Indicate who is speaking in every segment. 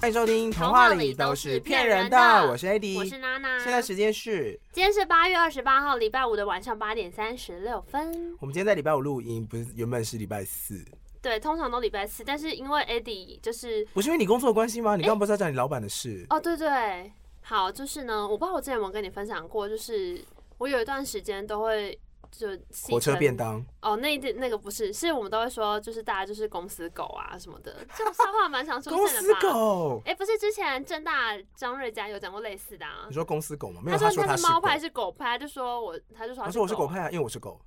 Speaker 1: 欢迎收听《
Speaker 2: 童话里都是骗人的
Speaker 1: 我是 AD，
Speaker 2: 我是娜娜。
Speaker 1: 现在时间是，
Speaker 2: 今天是八月二十八号，礼拜五的晚上八点三十六分。
Speaker 1: 我们今天在礼拜五录音，不是原本是礼拜四，
Speaker 2: 对，通常都礼拜四，但是因为 Eddie 就是
Speaker 1: 不是因为你工作的关系吗？你刚刚不是在讲你老板的事？
Speaker 2: 哦，对对，好，就是呢，我不知道我之前有没有跟你分享过，就是我有一段时间都会就
Speaker 1: 火车便
Speaker 2: 当。
Speaker 1: 当，
Speaker 2: 哦，那一点那个不是，是我们都会说，就是大家就是公司狗啊什么的，这种笑话蛮常出
Speaker 1: 公
Speaker 2: 现的
Speaker 1: 司
Speaker 2: 吧？，
Speaker 1: 狗。
Speaker 2: 哎、不是之前正大张瑞佳有讲过类似的啊
Speaker 1: 你，说公司狗吗？没有，他
Speaker 2: 他
Speaker 1: 说
Speaker 2: 他
Speaker 1: 他
Speaker 2: 是
Speaker 1: 是
Speaker 2: 猫派
Speaker 1: 狗。
Speaker 2: 是狗派，就说我他就说
Speaker 1: 他
Speaker 2: 他
Speaker 1: 说我是狗
Speaker 2: 啊。
Speaker 1: 派啊，因为我是狗。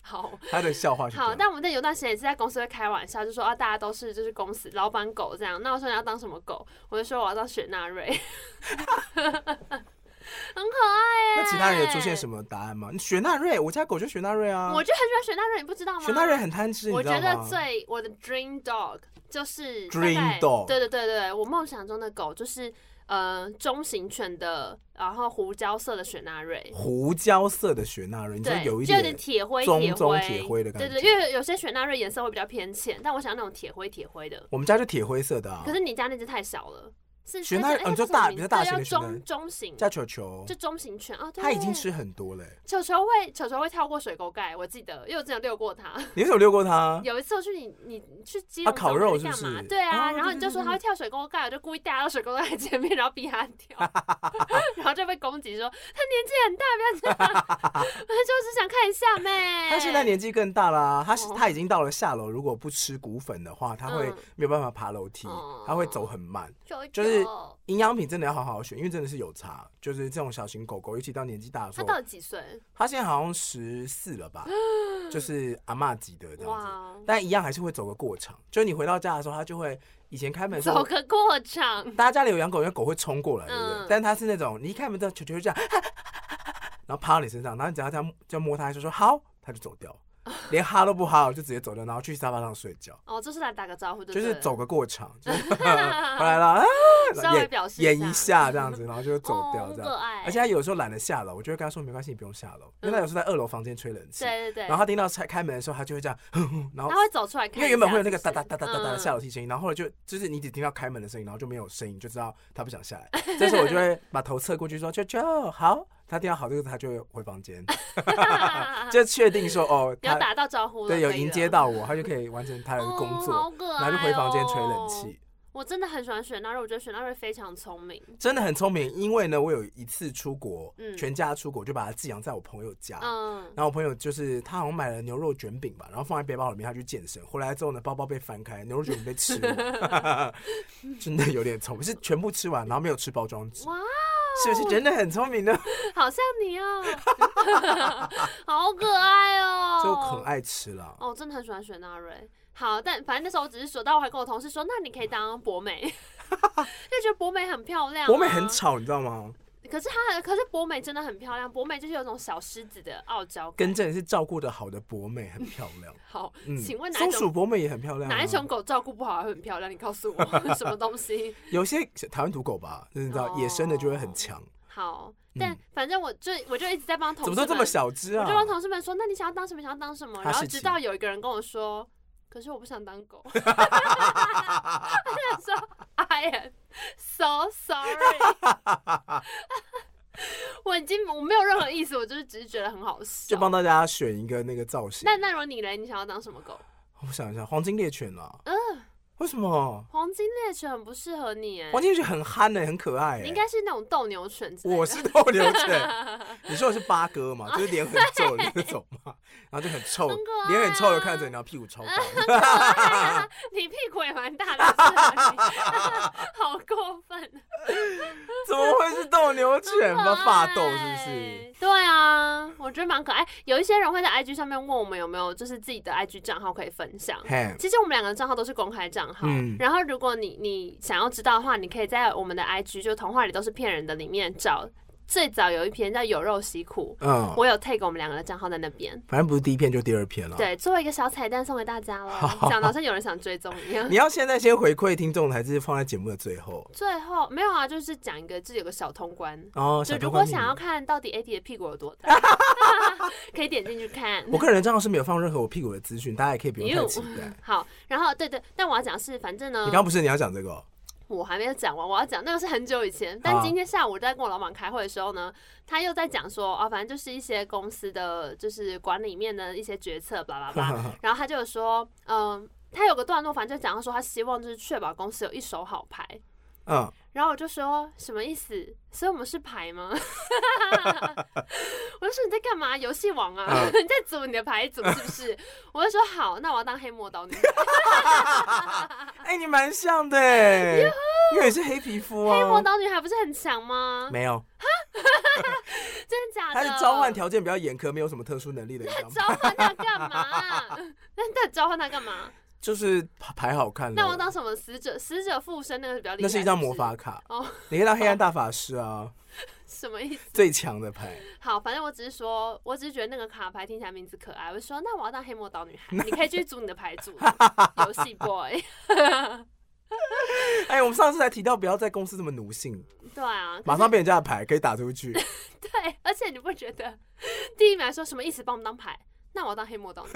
Speaker 2: 好
Speaker 1: 他的笑话是这
Speaker 2: 好，
Speaker 1: 样。
Speaker 2: 但我们那有段时间也是在公司会开玩笑，就说啊大家都是就是公司老板狗这样，那我说你要当什么狗，我就说我要当雪纳瑞，很可爱耶。
Speaker 1: 那其他人有出现什
Speaker 2: 么？
Speaker 1: 么答案吗？你雪纳瑞，我家狗就是雪纳瑞啊。
Speaker 2: 我就很喜欢雪纳瑞，你不知道吗？
Speaker 1: 雪纳瑞很贪吃，你
Speaker 2: 我
Speaker 1: 知道
Speaker 2: 觉
Speaker 1: 吗？
Speaker 2: 得最我的 dream dog 就是大
Speaker 1: Dream
Speaker 2: 概
Speaker 1: dog
Speaker 2: 对对对对，我梦想中的狗就是呃中型犬的，然后胡椒色的雪纳瑞。
Speaker 1: 胡椒色的雪纳瑞，你说
Speaker 2: 对，
Speaker 1: 有一
Speaker 2: 就有
Speaker 1: 点
Speaker 2: 点铁灰
Speaker 1: 棕
Speaker 2: 铁
Speaker 1: 棕
Speaker 2: 灰
Speaker 1: 铁灰的感
Speaker 2: 对对，因为有些雪纳瑞颜色会比较偏浅，但我想要那种铁灰铁灰的。
Speaker 1: 我们家就铁灰色的啊
Speaker 2: 可，是你家那只太小了，是
Speaker 1: 雪纳
Speaker 2: 它叫
Speaker 1: 瑞哦
Speaker 2: 哎它
Speaker 1: 你说
Speaker 2: 叫什么
Speaker 1: 大
Speaker 2: 名
Speaker 1: 比较
Speaker 2: 对
Speaker 1: 大型
Speaker 2: 要
Speaker 1: 的雪纳瑞
Speaker 2: 中中型，
Speaker 1: 叫球球
Speaker 2: 就，中型犬啊。对
Speaker 1: 它已经吃很多了欸。
Speaker 2: 球球会球球会跳过水沟盖，我记得，因为我之前有遛过它。
Speaker 1: 你为什么遛过 它？
Speaker 2: 有一次我去你你你去基
Speaker 1: 啊
Speaker 2: 隆
Speaker 1: 烤
Speaker 2: 找
Speaker 1: 肉
Speaker 2: 你干
Speaker 1: 是不
Speaker 2: 嘛
Speaker 1: 是
Speaker 2: 对啊，
Speaker 1: 哦
Speaker 2: 然后
Speaker 1: 对
Speaker 2: 你
Speaker 1: 对
Speaker 2: 就说
Speaker 1: 对
Speaker 2: 他会跳水沟盖，我就故意带到水沟盖前面，然后逼他跳， 然后就被攻击说他年纪很大，不要这 样。我就只想看一下呗。
Speaker 1: 它现在年纪更大啦，它是
Speaker 2: 哦
Speaker 1: 它已经到了下楼，如果不吃骨粉的话，它会
Speaker 2: 嗯
Speaker 1: 没有办法爬楼梯
Speaker 2: 哦，
Speaker 1: 它会走很慢。
Speaker 2: 就
Speaker 1: 就是营养品真的要好好选，因为真的是有差。就是这种小型狗狗，尤其到年纪大的时
Speaker 2: 他
Speaker 1: 候，
Speaker 2: 到底几岁？
Speaker 1: 它现在好像十四了 吧，就是阿嬷级的这样子。
Speaker 2: 哇，哦
Speaker 1: 但一样还是会走个过场，就是你回到家的时候，它就会以前开门的时
Speaker 2: 走
Speaker 1: 候，
Speaker 2: 个过场。
Speaker 1: 大家家里有养狗，因为狗会冲过来，对不对？
Speaker 2: 嗯
Speaker 1: 但它是那种你一开门之后，球球就这样，然后趴到你身上，然后你只要这 样就摸它，就说好，它就走掉，连哈都不哈，就直接走掉，然后去沙发上睡觉，
Speaker 2: 哦，就是来打个招呼，对不
Speaker 1: 就
Speaker 2: 对
Speaker 1: 是走个过场， 就是回来了 啊，
Speaker 2: 稍微
Speaker 1: 演
Speaker 2: 表示
Speaker 1: 演一下这样子，然后就走掉
Speaker 2: 哦
Speaker 1: 这
Speaker 2: 很可
Speaker 1: 样。
Speaker 2: 爱。
Speaker 1: 而且他有时候懒得下楼，我就会跟他说没关系，你不用下楼，因为他有时候在二楼房间吹冷气，
Speaker 2: 对对对，
Speaker 1: 然后他听到开开门的时候，他就会这样，哼哼然后
Speaker 2: 他会走出来看
Speaker 1: 因
Speaker 2: 一下，
Speaker 1: 为原本会有那个
Speaker 2: 是不
Speaker 1: 哒
Speaker 2: 是
Speaker 1: 哒哒哒哒哒的
Speaker 2: 嗯
Speaker 1: 下楼梯声音，然后后来就就是你只听到开门的声音，然后就没有声音，就知道他不想下 来。这时候我就会把头侧过去说：“球球好。”他听到好这个，他就会回房 间， 就确定说：“哦，
Speaker 2: 有
Speaker 1: 他
Speaker 2: 打到招呼了，
Speaker 1: 对有
Speaker 2: 可以
Speaker 1: 迎
Speaker 2: 了
Speaker 1: 接到我，他就可以完成他的工
Speaker 2: 哦
Speaker 1: 作
Speaker 2: 好，可
Speaker 1: 然后就回房间吹冷
Speaker 2: 爱哦
Speaker 1: 气。”
Speaker 2: 我真的很喜欢雪纳瑞，我觉得雪纳瑞非常聪明。
Speaker 1: 真的很聪明，因为呢，我有一次出国，
Speaker 2: 嗯
Speaker 1: 全家出国就把它寄养在我朋友家。
Speaker 2: 嗯，
Speaker 1: 然后我朋友就是他好像买了牛肉卷饼吧，然后放在背包里面，他去健身，回来之后呢，包包被翻开，牛肉卷饼被吃 完， 真的有点聪明，是全部吃完，然后没有吃包装纸，
Speaker 2: 哇，哦
Speaker 1: 是不是真的很聪明呢？
Speaker 2: 好像你哦， 好可爱哦，
Speaker 1: 就很。爱吃啦。
Speaker 2: 哦，真的很喜欢雪纳瑞。好，但反正那时候我只是说，但我还跟我同事说，那你可以当博美， 就觉得博美很漂亮、啊。
Speaker 1: 博美很，吵，你知道吗？
Speaker 2: 可是她，可是博美真的很漂亮。博美就是有种小狮子的傲娇感。
Speaker 1: 跟真的是照顾的好的博美很漂亮。
Speaker 2: 好，
Speaker 1: 嗯，
Speaker 2: 请问哪一
Speaker 1: 松鼠
Speaker 2: 种
Speaker 1: 博美也很漂亮、啊。
Speaker 2: 哪一种狗照顾不好还会很漂亮？你告诉我 什么东西？
Speaker 1: 有些台湾土狗吧，就是你
Speaker 2: 哦
Speaker 1: 知道，野生的就会很强。
Speaker 2: 好，但反正我就我就一直在帮同
Speaker 1: 嗯
Speaker 2: 事
Speaker 1: 怎么都这么
Speaker 2: 们
Speaker 1: 小只
Speaker 2: 我
Speaker 1: 啊
Speaker 2: 就？帮同事们说，那你想要当什么？想要当什么？
Speaker 1: 哈
Speaker 2: 然后
Speaker 1: 士
Speaker 2: 直
Speaker 1: 奇
Speaker 2: 到有一个人跟我说，可是我不想当狗。 我想说，I am so sorry。我已经我没有任何意思，我就是只是觉得很好笑。
Speaker 1: 就帮大家选一个那个造型。
Speaker 2: 那那如果你嘞，你想要当什么狗？
Speaker 1: 我想一下，黄金猎犬啦。
Speaker 2: 嗯、
Speaker 1: 为什么？
Speaker 2: 黄金猎犬很不适合你哎，
Speaker 1: 黄金猎犬很憨的、很可爱、欸。
Speaker 2: 你应该是那种斗牛犬之类的。
Speaker 1: 我是斗牛犬，你说我是八哥嘛，就是脸很皱的那种嘛，然后就很臭
Speaker 2: 很可爱，啊
Speaker 1: 脸很臭的看着你，然后屁股 超大。
Speaker 2: 你屁股也蛮大的，是啊你 好过分。
Speaker 1: 怎么会是斗牛犬吧？发
Speaker 2: 发
Speaker 1: 豆是不是？？
Speaker 2: 对啊，我觉得蛮可爱。有一些人会在 IG 上面问我们有没有就是自己的 IG 账号可以分享。
Speaker 1: 嘿，
Speaker 2: 其实我们两个账号都是公开账号，
Speaker 1: 嗯
Speaker 2: 然后如果你你想要知道的话，你可以在我们的 IG 就童话里都是骗人的里面找最早有一篇叫《有肉西裤》，
Speaker 1: 嗯，
Speaker 2: 我有 take 我们两个的账号在那边。
Speaker 1: 反正不是第一篇就第二篇了。，
Speaker 2: 对，作为一个小彩蛋送给 大家了，讲的好像有人想追踪一样
Speaker 1: 你。要现在先回馈听众，还是放在节目的最后？
Speaker 2: 最后没有啊，就是讲一个，就是有个小通关，
Speaker 1: 哦，小
Speaker 2: 就如
Speaker 1: 偷
Speaker 2: 果
Speaker 1: 关闭
Speaker 2: 想要
Speaker 1: 你，
Speaker 2: 看到底 AD 的屁股有 多大，可以点进去看。
Speaker 1: 我个人账号是没有放任何我屁股的资讯，大家也可以不用太期待。
Speaker 2: 好，然后对对，但我要讲的是，反正呢
Speaker 1: 你，刚不是你要讲这个哦？
Speaker 2: 我还没有讲完，我要讲那个是很久以前，但
Speaker 1: 好啊
Speaker 2: 今天下午在跟我老板开会的时候呢，他又在讲说，啊，反正就是一些公司的就是管理面的一些决策，巴 拉巴拉，然后他就有说，嗯，他有个段落，反正就讲到说，他希望就是确保公司有一手好牌，
Speaker 1: 嗯，
Speaker 2: 然后我就说什么意思？所以我们是牌吗？ 我就说你在干嘛？游戏王啊，
Speaker 1: 嗯
Speaker 2: 你在组你的牌组是不是？ 我就说好，那我要当黑魔导女。
Speaker 1: 哦哎，你蛮像的欸，因为你是黑皮肤
Speaker 2: 黑魔
Speaker 1: 啊。
Speaker 2: 导女还不是很强吗？
Speaker 1: 没有，
Speaker 2: 真的假
Speaker 1: 他
Speaker 2: 的？
Speaker 1: 是召唤条件比较严苛，没有什么特殊能力的一张牌，
Speaker 2: 召唤他干嘛？ 那到底召唤他干嘛？
Speaker 1: 就是牌好看咯。
Speaker 2: 那我要当什么死者？死者附身那个比较厉害。
Speaker 1: 那是一张
Speaker 2: 不
Speaker 1: 魔法卡
Speaker 2: 哦，
Speaker 1: 你可以当黑暗大法师啊，
Speaker 2: 什么意思？
Speaker 1: 最强的 牌。
Speaker 2: 好，反正我只是说，我只是觉得那个卡牌听起来名字可爱，我就说那我要当黑魔导女孩，你可以去组你的牌组，游戏 boy。
Speaker 1: 哎，我们上次还提到不要在公司这么奴性，
Speaker 2: 对啊，
Speaker 1: 马上被人家的牌可以打出 去。
Speaker 2: 对，而且你不觉得第一秒说什么意思？帮我们当牌，那我要当黑魔导女，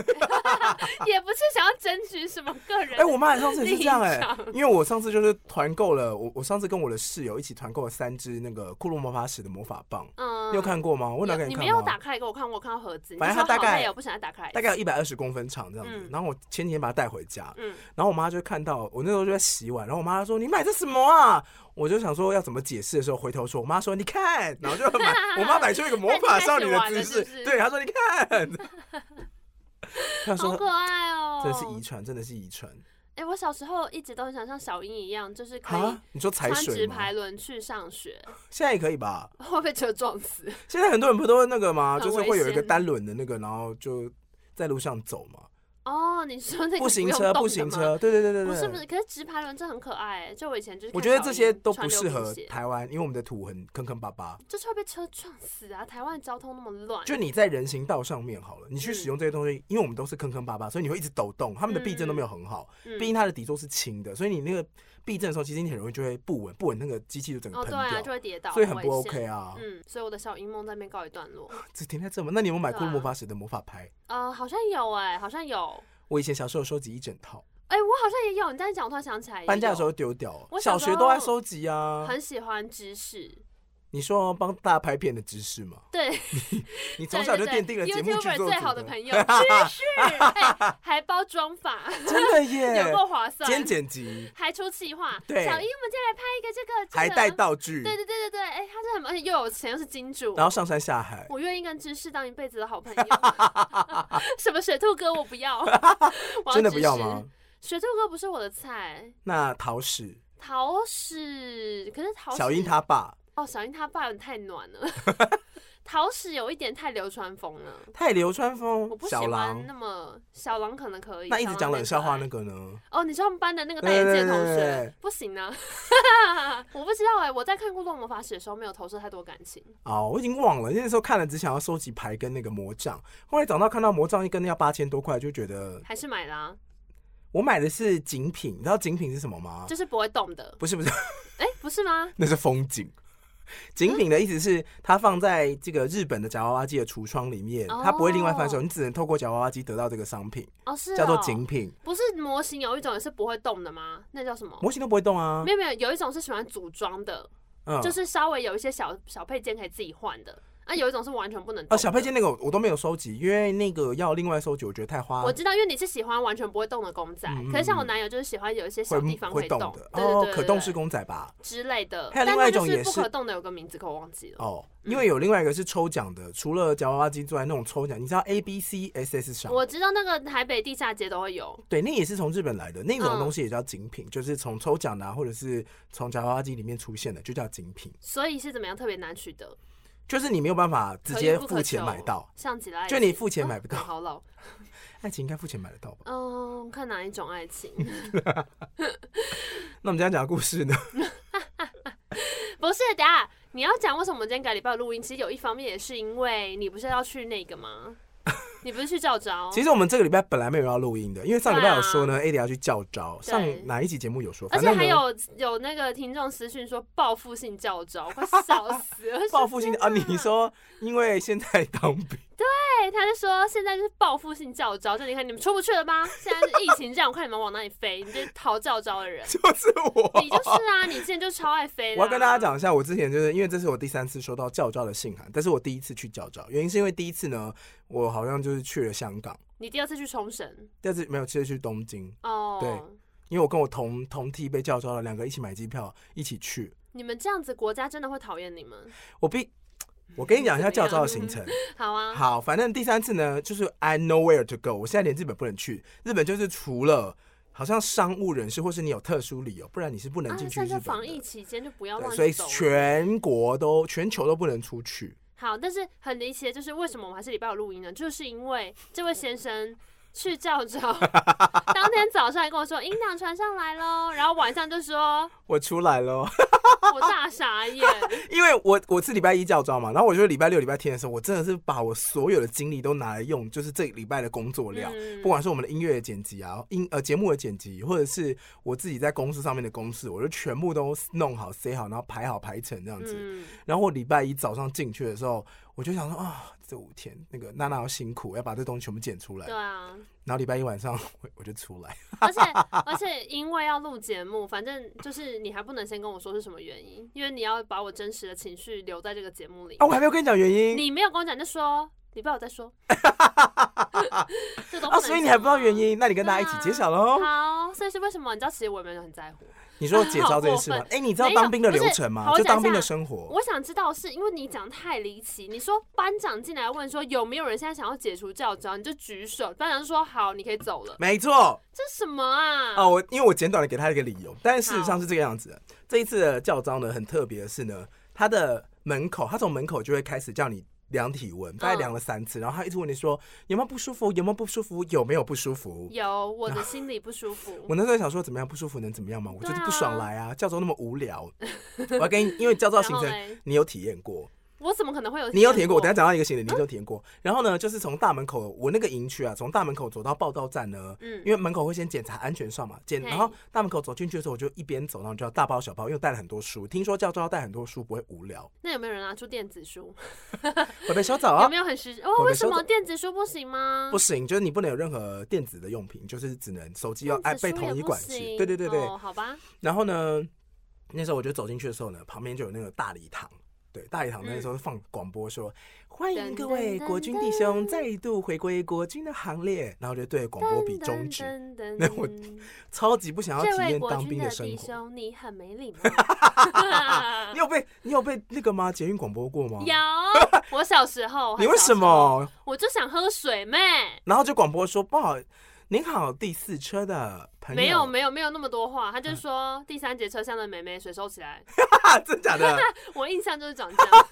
Speaker 2: 也不是想要争取什么个人。
Speaker 1: 哎、我妈上次也是这样哎、
Speaker 2: 立场
Speaker 1: 因为我上次就是团购了，我我上次跟我的室友一起团购了三支那个库洛魔法使的魔法棒，
Speaker 2: 嗯，
Speaker 1: 你有看过吗？我有拿给
Speaker 2: 你
Speaker 1: 看
Speaker 2: 没有打
Speaker 1: 吗？
Speaker 2: 开给我看，我有看到盒子，你
Speaker 1: 反正
Speaker 2: 就说
Speaker 1: 它大概
Speaker 2: 好累哦，不想再打开，
Speaker 1: 大概有一百二十公分长这样子，
Speaker 2: 嗯
Speaker 1: 然后我前几天把它带回家，
Speaker 2: 嗯
Speaker 1: 然后我妈就看到我那时候就在洗碗，然后我妈说你买这什么啊？我就想说要怎么解释的时候，回头说我妈说你看，然后就买我妈摆出一个魔法少女的姿势，
Speaker 2: 那你开始玩了是不是
Speaker 1: 对，她说你看，她
Speaker 2: 好
Speaker 1: 说
Speaker 2: 可爱哦，
Speaker 1: 真的是遗传，真的是遗传
Speaker 2: 哎、我小时候一直都很想像小樱一样，就是可以
Speaker 1: 啊！你说踩
Speaker 2: 穿
Speaker 1: 水
Speaker 2: 直
Speaker 1: 吗？
Speaker 2: 排轮去上学，
Speaker 1: 现在也可以吧？
Speaker 2: 会被车撞死。
Speaker 1: 现在很多人不都会那个吗？
Speaker 2: 很
Speaker 1: 就
Speaker 2: 危
Speaker 1: 是
Speaker 2: 险
Speaker 1: 会有一个单轮的那个，然后就在路上走嘛，
Speaker 2: 哦，你说那个
Speaker 1: 步行
Speaker 2: 用
Speaker 1: 车、
Speaker 2: 动
Speaker 1: 步
Speaker 2: 的
Speaker 1: 行
Speaker 2: 吗，
Speaker 1: 车，对对对对对，
Speaker 2: 不是不是，可是直排轮这很可爱、欸就我以前就是看
Speaker 1: 我觉得
Speaker 2: 小
Speaker 1: 这
Speaker 2: 樱
Speaker 1: 些都
Speaker 2: 穿
Speaker 1: 不
Speaker 2: 溜
Speaker 1: 适
Speaker 2: 冰
Speaker 1: 合
Speaker 2: 鞋
Speaker 1: 台湾，因为我们的土很坑坑巴巴。
Speaker 2: 就是会被车撞死啊！台湾交通那么乱，
Speaker 1: 就你在人行道上面好了，你去使用这些东西，因为我们都是坑坑巴巴，所以你会一直抖动，他们的避震都没有很好，
Speaker 2: 嗯
Speaker 1: 毕竟它的底座是轻的，所以你那个避震的时候，其实你很容易就会不稳，不稳那个机器就整个
Speaker 2: 哦
Speaker 1: 喷
Speaker 2: 对啊，就
Speaker 1: 掉，
Speaker 2: 会跌倒，
Speaker 1: 所以很
Speaker 2: 危
Speaker 1: 不
Speaker 2: 险
Speaker 1: OK 啊。
Speaker 2: 嗯，所以我的小樱梦在那边告一段落。
Speaker 1: 只停在这吗？那你有没有买
Speaker 2: 对啊
Speaker 1: 库洛魔法使的魔法牌？
Speaker 2: 呃，好像有哎、好像有
Speaker 1: 我以前小时候收集一整套，
Speaker 2: 哎、我好像也有。你这样讲，我突然想起来也有，
Speaker 1: 搬家的时候丢掉哦，
Speaker 2: 我
Speaker 1: 小
Speaker 2: 小时
Speaker 1: 学都在
Speaker 2: 候
Speaker 1: 收集啊。
Speaker 2: 很喜欢知识，
Speaker 1: 你说帮大家拍片的知识吗？
Speaker 2: 对，
Speaker 1: 你从小就奠定了节目剧
Speaker 2: 对对对
Speaker 1: 作
Speaker 2: YouTuber
Speaker 1: 组
Speaker 2: 最好的朋友，知 识，哎，还包装法，
Speaker 1: 真的
Speaker 2: 有
Speaker 1: 耶！
Speaker 2: 够 划算，
Speaker 1: 兼剪辑，
Speaker 2: 还出企划。
Speaker 1: 对
Speaker 2: 小英，我们再来拍一个这个，这个
Speaker 1: 还带道具，
Speaker 2: 啊对对对对对，哎，他是很，而且又有钱又是金主
Speaker 1: 然。后上山下海。
Speaker 2: 我愿意跟知识当一辈子的好朋友， 什么雪兔哥我不 要，我
Speaker 1: 真的不要
Speaker 2: 知识
Speaker 1: 吗？？
Speaker 2: 雪兔哥不是我的菜，
Speaker 1: 那桃矢、
Speaker 2: 桃矢可是桃矢
Speaker 1: 小樱他爸
Speaker 2: 哦，小樱他爸有点太暖 了，桃矢有一点太流川枫了。
Speaker 1: 太流川枫
Speaker 2: 我、不喜
Speaker 1: 小
Speaker 2: 欢
Speaker 1: 狼
Speaker 2: 那，么小狼可能可以，
Speaker 1: 那一直
Speaker 2: 小狼
Speaker 1: 讲冷笑话
Speaker 2: 可
Speaker 1: 那
Speaker 2: 爱
Speaker 1: 个呢？
Speaker 2: 哦，你是他们班的那个戴眼镜的同
Speaker 1: 对对对对
Speaker 2: 学
Speaker 1: 对，
Speaker 2: 不行啊， 我不知道哎、我在看《孤独魔法使》的时候没有投射太多感情，
Speaker 1: 哦，我已经忘了，那时候看了只想要收集牌跟那个魔杖，后来长大看到魔杖一根要八千多块，就觉得
Speaker 2: 还是买啦、
Speaker 1: 我买的是精品，你知道精品是什么吗？
Speaker 2: 就是不会动的。
Speaker 1: 不是不是，
Speaker 2: 哎、不是吗？
Speaker 1: 那是风景。景品的意思是，它放在这个日本的夹娃娃机的橱窗里面，
Speaker 2: 哦
Speaker 1: 它不会另外贩售，你只能透过夹娃娃机得到这个商品，
Speaker 2: 哦，是哦
Speaker 1: 叫做景品。
Speaker 2: 不是模型有一种也是不会动的吗？那叫什么？
Speaker 1: 模型都不会动啊
Speaker 2: 没，有没有，有一种是喜欢组装的，
Speaker 1: 嗯，
Speaker 2: 就是稍微有一些小小配件可以自己换的。那、有一种是完全不能动
Speaker 1: 哦，
Speaker 2: 的
Speaker 1: 小配件。那个我我都没有收集，因为那个要另外收集，我觉得太花
Speaker 2: 我。知道，因为你是喜欢完全不会动的公仔，
Speaker 1: 啊嗯
Speaker 2: 可是像我男友就是喜欢有一些小地
Speaker 1: 会
Speaker 2: 方可
Speaker 1: 会
Speaker 2: 以动，
Speaker 1: 的
Speaker 2: 对对对
Speaker 1: 哦，
Speaker 2: 对
Speaker 1: 可动式公仔吧？
Speaker 2: 之类的。
Speaker 1: 还有
Speaker 2: 但
Speaker 1: 另外
Speaker 2: 它
Speaker 1: 一种
Speaker 2: 就是
Speaker 1: 也
Speaker 2: 不
Speaker 1: 是
Speaker 2: 可动的，有个名字可我忘记了。
Speaker 1: 哦，因为有另外一个是抽奖的，除了夹娃娃机之外，那种抽奖，你知道 A B C S S 赏，
Speaker 2: 我知道那个台北地下街都会有，
Speaker 1: 对，那也是从日本来的，那
Speaker 2: 嗯
Speaker 1: 种东西也叫精品，就是从抽奖的、啊、或者是从夹娃娃机里面出现的，就叫精品。
Speaker 2: 所以是怎么样特别难取得，
Speaker 1: 就是你没有办法直
Speaker 2: 可遇
Speaker 1: 接
Speaker 2: 不
Speaker 1: 付
Speaker 2: 可
Speaker 1: 钱
Speaker 2: 求
Speaker 1: 买到，，
Speaker 2: 像极了爱
Speaker 1: 就
Speaker 2: 情
Speaker 1: 你付钱
Speaker 2: 啊
Speaker 1: 买不到
Speaker 2: 我好老，
Speaker 1: 爱情应该付钱买得到吧？
Speaker 2: 嗯，看哪一种爱情？哦
Speaker 1: 那我们今天讲的故事呢？
Speaker 2: 不是，等一下你要讲为什么我们今天改礼拜录音，其实有一方面也是因为你不是要去那 个吗？你不是去照招？
Speaker 1: 其实我们这个礼拜本来没有要录音的，因为上礼拜有说呢，AD 要去教招，
Speaker 2: 啊对
Speaker 1: 上哪一集节目有说？
Speaker 2: 而
Speaker 1: 反
Speaker 2: 且
Speaker 1: 正
Speaker 2: 还
Speaker 1: 呢
Speaker 2: 有有那个听众私讯说报复性教招，快笑 死了！
Speaker 1: 报复性的啊，你说因为现在当兵，，
Speaker 2: 对，哎他就说现在就是报复性教招，就你看你们出不去了吧？现在是疫情这样，我看你们往哪里飞？你这逃教招的 人
Speaker 1: 就是我
Speaker 2: 你。就是啊，你之前就超爱飞的、
Speaker 1: 我要跟大家，讲一下，我之前就是因为这是我第三次收到教招的信函，但是我第一次去教招，原因是因为第一次呢，我好像就是去了香港，
Speaker 2: 你第二次去冲绳
Speaker 1: 第二次没有，其实去东京，
Speaker 2: 哦，
Speaker 1: 对，因为我跟我同同梯被教招了，两个一起买机票一起去。
Speaker 2: 你们这样子国家真的会讨厌你们。
Speaker 1: 我必，我跟你讲一下
Speaker 2: 怎
Speaker 1: 教
Speaker 2: 么样
Speaker 1: 招的行程。
Speaker 2: 好啊，
Speaker 1: 好，反正第三次呢，就是 I know where to go。我现在连日本不能去，日本就是除了好像商务人士或是你有特殊理由，不然你是不能
Speaker 2: 啊，
Speaker 1: 进去
Speaker 2: 现
Speaker 1: 日
Speaker 2: 在
Speaker 1: 本
Speaker 2: 防
Speaker 1: 的。
Speaker 2: 疫期间就不要
Speaker 1: 对，
Speaker 2: 乱
Speaker 1: 所以
Speaker 2: 走。
Speaker 1: 全国都全球都不能出去。
Speaker 2: 好，但是很离奇的就是，为什么我们还是礼拜有录音呢？就是因为这位先生去教招， 当天早上还跟我说音档传上来喽，然后晚上就说
Speaker 1: 我出来了，
Speaker 2: 我大傻眼，
Speaker 1: 因为我我是礼拜一教招嘛，然后我就礼拜六、礼拜天的时候，我真的是把我所有的精力都拿来用，就是这礼拜的工作量，
Speaker 2: 嗯
Speaker 1: 不管是我们的音乐的剪辑啊、音呃节目的剪辑，或者是我自己在公司上面的公事，我就全部都弄好、塞好，然后排好排程这样子。
Speaker 2: 嗯，
Speaker 1: 然后我礼拜一早上进去的时候，我就想说啊，这五天那个娜娜要辛苦，要把这东西全部剪出来
Speaker 2: 对。啊，
Speaker 1: 然后礼拜一晚上 我我就出来，
Speaker 2: 而且而且因为要录节目，反正就是你还不能先跟我说是什么原因，因为你要把我真实的情绪留在这个节目里。
Speaker 1: 啊，我还没有跟你讲原因
Speaker 2: 你没有跟我讲就说礼拜我再 说，这都不
Speaker 1: 啊，
Speaker 2: 能
Speaker 1: 所以你
Speaker 2: 讲
Speaker 1: 还不知道
Speaker 2: 啊
Speaker 1: 原。因，哦那你跟大家一
Speaker 2: 对
Speaker 1: 起
Speaker 2: 啊
Speaker 1: 揭晓喽。
Speaker 2: 好，所以是为什么？你知道，其实我也没有很在乎。
Speaker 1: 你说解招这件事吗
Speaker 2: 好？
Speaker 1: 哎、你知道
Speaker 2: 没有
Speaker 1: 当兵的
Speaker 2: 不是
Speaker 1: 流程吗？
Speaker 2: 好
Speaker 1: 就
Speaker 2: 我讲一
Speaker 1: 当兵的
Speaker 2: 下
Speaker 1: 生活。
Speaker 2: 我想知道是因为你讲得太离奇。你说班长进来问说有没有人现在想要解除教啊招，你就举手，班长就说好，你可以走了。
Speaker 1: 没错，
Speaker 2: 这什么啊？
Speaker 1: 哦，我因为我简短的给他一个理由，但是事实上是这个样子的。这一次的教招呢，很特别的是呢，他的门口，他从门口就会开始叫你量体温，
Speaker 2: 嗯
Speaker 1: 大概量了三次，然后他一直问你说有没有不舒服，有没有不舒服，有没有不舒服。
Speaker 2: 有 我的心里不舒服
Speaker 1: 我。那时候想说怎么样不舒服能怎么样嘛，我就是
Speaker 2: 对啊
Speaker 1: 不爽来啊，教招那么无聊。我要跟你，因为教招行程
Speaker 2: 然后嘞
Speaker 1: 你有体验过，
Speaker 2: 我怎么可能会有？
Speaker 1: 你有体验过，我等一下讲到一个新的，你
Speaker 2: 嗯
Speaker 1: 有体验过。然后呢，就是从大门口，我那个营区啊，从大门口走到报道站呢，
Speaker 2: 嗯
Speaker 1: 因为门口会先检查安全哨嘛，检，
Speaker 2: 嘿
Speaker 1: 然后大门口走进去的时候，我就一边走，然后就要大包小包，因为带了很多书，听说教招要带很多书不会无聊，
Speaker 2: 那有没有人拿出电子书？
Speaker 1: 会被收走
Speaker 2: 有
Speaker 1: 啊
Speaker 2: 没。有很实？
Speaker 1: 我
Speaker 2: 哦，
Speaker 1: 的
Speaker 2: 为什
Speaker 1: 手
Speaker 2: 么
Speaker 1: 掌
Speaker 2: 电子书不行吗？
Speaker 1: 不行，就是你不能有任何电子的用品，就是只能手机要
Speaker 2: 电
Speaker 1: 按
Speaker 2: 子
Speaker 1: 被
Speaker 2: 书
Speaker 1: 统
Speaker 2: 也
Speaker 1: 一
Speaker 2: 不
Speaker 1: 管制
Speaker 2: 行。
Speaker 1: 对对对对。
Speaker 2: 哦，好吧，
Speaker 1: 然后呢，那时候我就走进去的时候呢，旁边就有那个大礼堂。对，大礼堂那时
Speaker 2: 嗯
Speaker 1: 候放广播说：“欢迎各位国军弟兄再度回归国军的行列。”然后就对 广播比中指，
Speaker 2: 噔噔
Speaker 1: 那我
Speaker 2: 噔
Speaker 1: 超级不想要
Speaker 2: 这
Speaker 1: 体
Speaker 2: 位
Speaker 1: 验
Speaker 2: 国
Speaker 1: 当
Speaker 2: 军
Speaker 1: 兵
Speaker 2: 的
Speaker 1: 生
Speaker 2: 弟
Speaker 1: 活。
Speaker 2: 兄，你很没礼貌。
Speaker 1: 你有被你有被那个吗？捷运广播过吗？
Speaker 2: 有， 我小时候，
Speaker 1: 哦你
Speaker 2: 很
Speaker 1: 为
Speaker 2: 小
Speaker 1: 什
Speaker 2: 时候？
Speaker 1: 么？
Speaker 2: 我就想喝水妹。
Speaker 1: 然后就广播说不好，您好，第四车的朋友。
Speaker 2: 没有没有没有那么多话，他
Speaker 1: 嗯
Speaker 2: 就说第三节车厢的妹妹水收起来，
Speaker 1: 啊，真假 的？
Speaker 2: 我印象就是长这样，